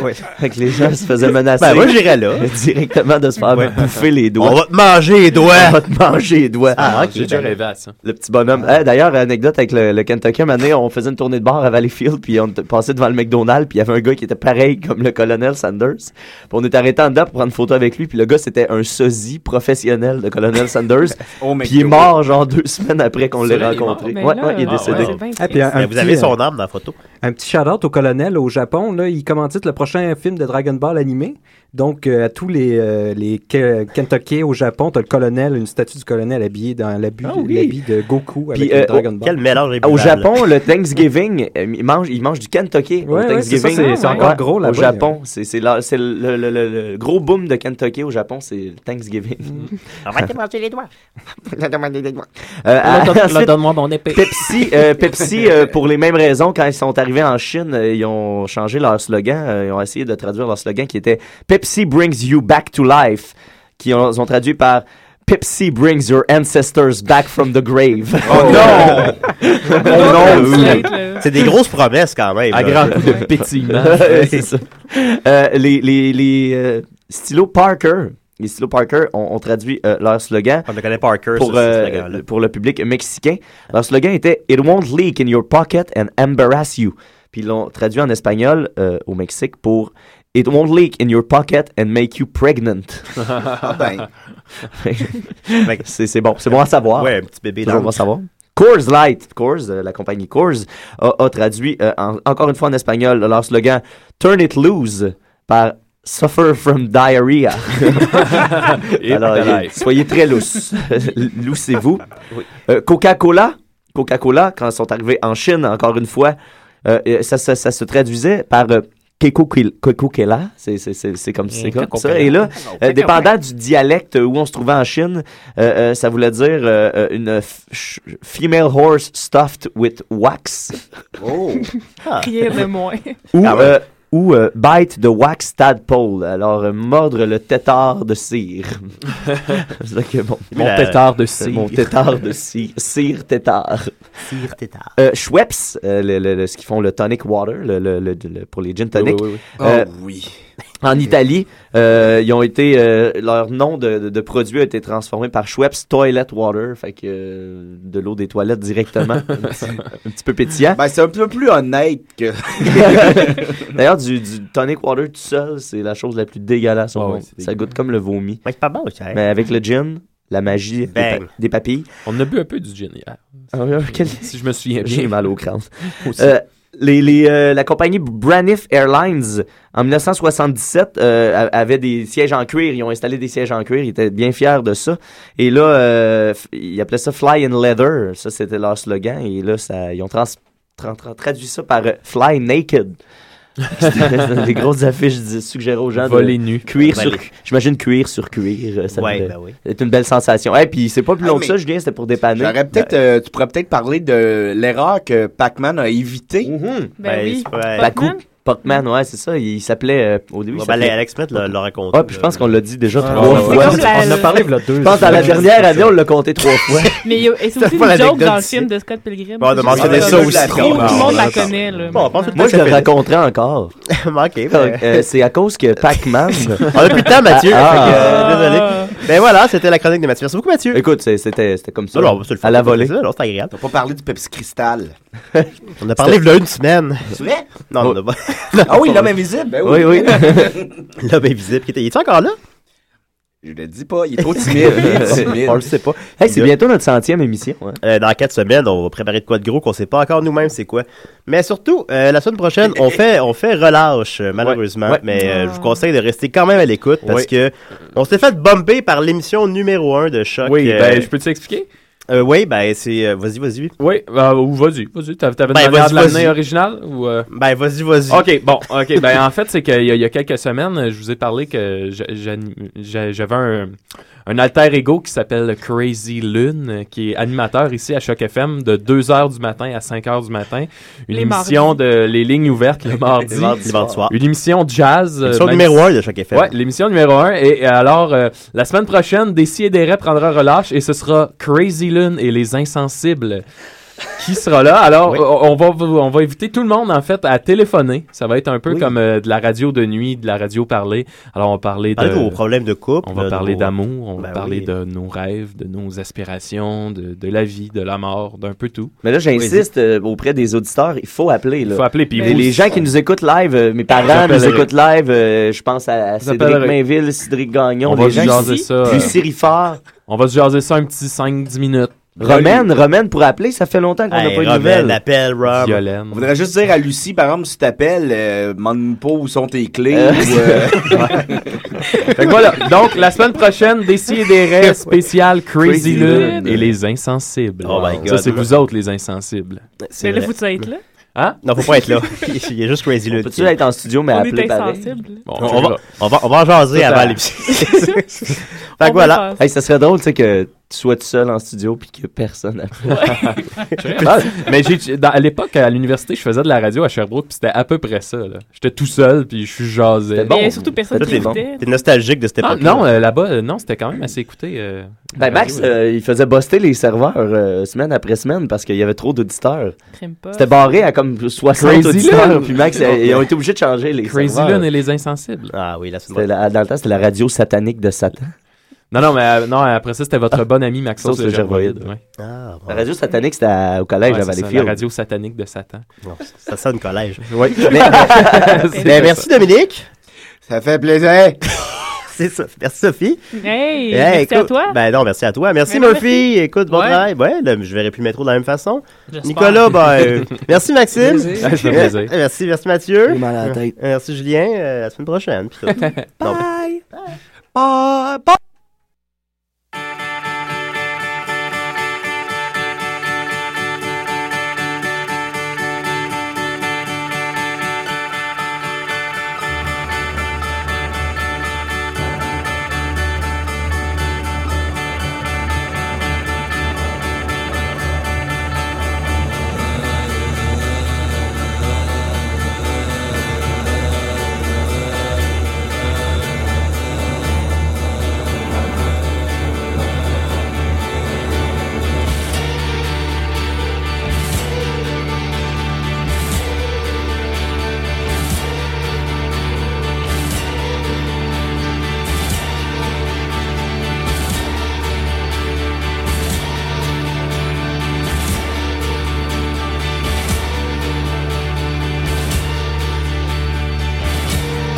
G: oui. (laughs) Fait que les gens se faisaient menacer.
E: Ben, moi, j'irais là.
G: (laughs) Directement de se faire bouffer les doigts.
E: On va te manger les doigts.
G: On va te manger les doigts.
E: Ah, ok.
I: J'ai déjà rêvé à ça.
G: Le petit bonhomme. Eh, D'ailleurs, anecdote avec le, le Kentucky, un moment donné, on faisait une tournée de bar à Valleyfield, puis on t- passait devant le McDonald's, puis il y avait un gars qui était pareil comme le colonel Sanders. Puis on est arrêté en dedans pour prendre une photo avec lui, puis le gars, c'était un sosie professionnel de
E: (laughs)
G: colonel Sanders.
H: Au
G: puis il est
H: McDo.
G: mort, genre, deux semaines après qu'on
E: Oh, C'est
G: l'ait
E: vrai, il est
G: rencontré.
E: mort.
G: ouais,
E: Ben là,
G: ouais, il est
D: euh,
E: ah,
G: décédé.
E: ouais.
J: Ah, puis un-
E: Mais
J: un
E: vous
J: petit,
E: avez
J: euh,
E: son arme dans la photo.
J: Un petit shout-out au colonel au Japon. Là, il commandite le prochain film de Dragon Ball animé. Donc, euh, à tous les, euh, les Ke- Kentucky au Japon, t'as le colonel, une statue du colonel habillée dans l'habit l'habit de Goku avec
G: Ah Puis,
J: le
G: euh,
J: Dragon
G: au-
J: Ball.
G: Au Japon, le Thanksgiving, euh, ils mangent il mange du Kentucky. au
J: Ouais, ouais, c'est ça,
G: Thanksgiving,
J: c'est- c'est
G: Ouais,
J: encore gros là-bas.
G: Au Japon, c'est c'est la- c'est le, le- le- le gros boom de Kentucky au Japon, c'est le Thanksgiving.
E: manger les doigts. (laughs)
G: Euh,
E: Là, donne- là,
G: (laughs) ensuite,
E: donne-moi mon épée.
G: Pepsi,
E: (laughs)
G: euh, Pepsi euh, pour les mêmes raisons, quand ils sont arrivés en Chine, euh, ils ont changé leur slogan. euh, ils ont essayé de traduire leur slogan qui était Pepsi brings you back to life, qui ont, ils ont traduit par Pepsi brings your ancestors back from the grave. (laughs)
E: Oh non!
G: Oh non!
E: C'est des grosses promesses quand même.
G: À
E: là.
G: grand coup de (laughs) pétillement. Ouais, c'est ça. Euh, les les, les, euh, stylos Parker les Stylo Parker ont, ont traduit euh, leur slogan. On
E: connaît Parker,
G: pour,
E: ça, ce
G: euh,
E: slogan-là.
G: pour le public mexicain. Leur slogan était It won't leak in your pocket and embarrass you. Puis ils l'ont traduit en espagnol euh, au Mexique pour It won't leak in your pocket and make you pregnant.
E: Ah ben.
G: (laughs) c'est c'est bon, c'est bon à savoir.
E: Ouais, un petit bébé
G: Toujours
E: dans
G: bon à
E: le-
G: savoir. Coors Light, Coors, euh, la compagnie Coors, a, a traduit euh, en- encore une fois en espagnol leur slogan Turn it loose par Suffer from diarrhea.
E: (laughs) Et
G: Alors,
E: pareil.
G: euh, soyez très
E: (laughs)
G: lousses. Loussez-vous. Euh, Coca-Cola, Coca-Cola, quand ils sont arrivés en Chine, encore une fois, euh, euh, ça, ça- ça se traduisait par euh, Coca-Cola. C'est c'est- c'est- c'est comme, c'est
E: Mm,
G: comme ça.
E: Coca-Cola.
G: Et là,
E: Oh,
G: euh,
E: Coca-Cola.
G: dépendant du dialecte où on se trouvait en Chine, euh, euh, ça voulait dire euh, euh, une f- ch- female horse stuffed with wax.
E: Oh!
D: Rien de moins.
G: Ou, euh, ou euh, bite the wax tadpole. Alors, euh, mordre le tétard de cire. C'est-à-dire que bon,
E: Mon tétard de cire.
G: Mon tétard de cire. Cire tétard.
E: Cire tétard.
G: Euh, Schweppes, euh, le- le- le- ce qu'ils font, le tonic water, le- le- le- le- pour les gin tonic.
E: Oui, oui, oui.
G: Euh,
E: Oh, oui.
G: En Italie, euh, ils ont été, euh, leur nom de, de- de produit a été transformé par Schweppes Toilet Water, fait que euh, de l'eau des toilettes
I: (laughs)
G: directement, un, petit, un petit peu pétillant.
H: Ben, c'est un peu plus honnête que.
G: (laughs) D'ailleurs, du, du tonic water tout seul, c'est la chose la plus dégueulasse
I: Ah
G: au monde. ça goûte comme le vomi.
E: c'est pas bon, ça. hein.
G: Mais avec le gin, la magie des
E: Bang.
G: pa- des papilles. Ah,
I: On a bu un peu du gin hier. Si je me souviens bien.
G: J'ai mal au
E: (laughs)
G: crâne.
I: Aussi.
G: Euh, les, les, euh, la compagnie Braniff Airlines, en 1977, euh, a- avait des sièges en cuir. Ils ont installé des sièges en cuir. Ils étaient bien fiers de ça. Et là, euh, f- ils appelaient ça Fly in Leather. Ça, c'était leur slogan. Et là, ça, ils ont trans- tra- tra- traduit ça par euh, Fly
E: (laughs)
G: Naked. C'était des grosses affiches dis- suggéraient aux gens
I: Voler
G: de
I: nu.
G: cuir
I: Ben,
G: sur
I: les-
G: j'imagine cuir sur cuir euh, ça
E: Ouais,
G: devait-
E: ben oui. Ah,
G: c'est une belle sensation et puis c'est pas plus long que ça Julien c'était pour dépanner
H: J'aurais
E: ben
H: peut-être, euh, tu pourrais peut-être parler de l'erreur que Pac-Man a évitée.
E: Ben oui. c'est vrai.
G: Pac-Man? Pac-Man, ouais, c'est ça. Il s'appelait euh, au début.
E: Ouais,
G: il
E: ben,
G: s'appelait-
E: Alex Smith l'a- l'a raconté,
G: Ah, puis je pense qu'on l'a dit déjà
E: Ouais,
G: trois
E: ouais, ouais.
G: fois.
E: C'est comme la- On en a parlé,
G: il
E: il y a deux
G: Je pense à la
E: semaines.
G: dernière année, on l'a compté
E: (laughs)
G: trois fois.
D: Mais il y a- et c'est
G: C'était
D: aussi
G: pas
D: une joke
G: l'anecdote
D: dans le
G: ici.
D: film de Scott Pilgrim. Ah, ben,
G: Bon, on a
D: C'est
G: mentionné
D: vrai.
G: ça aussi.
D: Tout le monde la
G: Bon,
D: connaît, là.
E: Bon, on pense que
G: Moi, je le
E: c'est
G: raconterai encore.
E: (laughs) OK. ben.
G: Donc, euh, c'est à cause que Pac-Man.
E: Eh (laughs) On a plus de temps, Mathieu.
G: Ah,
E: fait que,
G: ah.
E: euh, désolé. Ben voilà, c'était la chronique de Mathieu. Merci beaucoup, Mathieu.
G: Écoute, c'est- c'était c'était comme ça.
E: Non, non, c'est le fun.
G: à la volée.
E: C'est ça, non, c'est agréable.
H: T'as pas parlé du Pepsi Cristal.
E: On a parlé
G: C'était-
E: de une semaine.
H: C'est vrai?
E: Non, on en a
H: (laughs)
E: pas.
H: Ah oui, l'homme invisible, ben
E: oui.
H: oui.
E: Oui,
H: (laughs)
E: l'homme invisible. qui était- Il est encore là?
H: Je le dis pas, Ah, il (laughs) est trop
E: (laughs)
H: timide. il est timide.
E: on le sait pas.
G: Hey, c'est bientôt notre centième émission.
E: Euh, dans quatre semaines, on va préparer de quoi de gros qu'on sait pas encore nous-mêmes c'est quoi. Mais surtout, euh, la semaine prochaine, on fait, on fait relâche, euh, malheureusement.
G: Ouais.
E: Mais euh,
G: Ah.
E: je vous conseille de rester quand même à l'écoute parce
G: Oui.
E: que on s'est fait bumper par l'émission numéro 1 de Choc.
I: Oui, ben, je peux t'expliquer?
E: Euh, oui, ben, c'est. euh, vas-y, vas-y.
I: Oui, ben, ou vas-y, vas-y. T'avais t'avais
E: Ben,
I: demandé
E: vas-y,
I: de l'année
E: vas-y.
I: originale ou. euh?
E: Ben, vas-y, vas-y.
I: OK, bon, OK. Ben, en fait, c'est qu'il y, a- il y a quelques semaines, je vous ai parlé que j'a- j'anim- j'a- j'avais un, un alter ego qui s'appelle Crazy Lune, qui est animateur ici à Choc FM de 2h du matin à 5h du matin. Une
E: Les
I: émission de Les Lignes Ouvertes le mardi.
E: Le mardi, le mardi soir.
I: Une émission jazz.
E: L'émission
I: même
E: numéro
I: si-
E: un de Choc FM.
I: ben, Ouais, l'émission numéro 1. Et, et alors, euh, la semaine prochaine, Décideret prendra relâche et ce sera Crazy Lune et les Insensibles qui sera là. Alors, euh, on, va, vous- on va inviter tout le monde, en fait, à téléphoner. Ça va être un peu
E: Oui.
I: comme euh, de la radio de nuit, de la radio parlée. Alors, on va parler de...
E: Parlez de vos problèmes de couple.
I: On va
E: là, de
I: parler
E: vos-
I: d'amour, on va
E: Ben
I: parler
E: oui.
I: de nos rêves, de nos aspirations, de, de la vie, de la mort, d'un peu tout.
G: Mais là, j'insiste euh, auprès des auditeurs, il faut appeler. Là.
I: Il faut appeler, puis
G: les,
I: vous-
G: les gens qui nous écoutent live, euh, mes parents nous
I: appellerez.
G: écoutent live, euh, je pense à, à Cédric
I: appellerez.
G: Mainville, Cédric Gagnon,
I: On va
G: les
I: se
G: gens
I: jaser
G: ici,
I: ça, euh,
G: puis Sirifard.
I: On va se jaser ça un petit 5-10 minutes.
G: Romaine, Romaine pour appeler, ça fait longtemps qu'on n'a
H: Hey,
G: pas eu de
H: Romaine,
G: nouvelles.
E: appelle Rob.
I: Violaine.
H: On voudrait juste dire à Lucie, par exemple, si t'appelles, euh, demande-nous pas où sont tes clés. ou, (laughs) euh,
I: Fait que voilà. Donc, la semaine prochaine, Décideret spécial Crazy
E: Crazy
I: Lune
E: Lune.
I: et les Insensibles.
E: Oh my
I: Ça,
E: God.
I: c'est vous autres, les Insensibles.
D: Mais là, faut-tu être là?
I: Hein?
E: Non, faut pas être là. (laughs) Il est juste Crazy Lune.
G: Peux-tu être en studio, mais
D: On
G: appeler
D: est
G: pareil?
D: insensible.
I: Bon,
E: on, on va, on, va, on va en jaser
G: Ça,
I: (laughs)
G: ça-
E: avant l'émission. fait
D: On
E: que voilà.
G: Hey, ça serait drôle, tu sais, que tu sois tout seul en studio puis qu'il y a personne à
I: (laughs) Ah, mais j'ai, dans- à l'époque, à l'université, je faisais de la radio à Sherbrooke, puis c'était à peu près ça. là. J'étais tout seul, puis je suis jasé.
E: C'était bon. Et surtout, personne qui l'écoutait. T'es nostalgique de cette
I: Ah,
E: époque-là.
I: non, euh, là-bas, euh, non, c'était quand même assez écouté. euh,
G: Ben,
I: la
G: Max,
I: radio, là.
G: euh, il faisait buster les serveurs euh, semaine après semaine parce qu'il y avait trop d'auditeurs.
D: Crime pas.
G: C'était barré à comme 60
I: Crazy
G: auditeurs,
I: Lune.
G: puis
I: (laughs)
G: Max, euh, ils ont été obligés de changer les
I: Crazy
G: serveurs.
I: Lune et les Insensibles.
E: Ah oui, la
G: C'était la- Dans le temps, c'était la radio satanique de Satan.
I: Non, non, mais euh, non, après ça, c'était votre bon ami Maxos
G: Maxos
I: le
G: Ah. le Ah,
I: Gervoïde.
G: Gervoïde.
I: ouais.
G: La radio satanique, c'était à- au collège
I: Ouais,
G: à
I: c'est ça,
G: Valleyfield.
I: La radio satanique de Satan.
E: ça sonne collège.
G: Oui.
E: Mais-
I: C'est ça.
E: Ben, merci Dominique.
H: Ça fait plaisir.
E: (laughs) C'est ça. Merci Sophie.
D: Hey,
E: Eh,
D: merci à
E: écoute-
D: toi.
E: Ben non, merci à toi. Merci
D: Ben,
E: Murphy.
D: merci.
E: Écoute, bon
D: Ouais.
E: travail. Ouais, là, je verrai plus métro de la même façon.
D: J'espère.
E: Nicolas, ben,
D: (laughs)
E: euh, merci Maxime.
D: Plaisir. Ah, ça fait
E: Euh,
D: plaisir.
E: Merci, merci Mathieu.
G: mal à la
D: (laughs)
E: Euh, Merci Julien. Euh, à la semaine prochaine. puis tout.
G: Bye. Bye. Bye.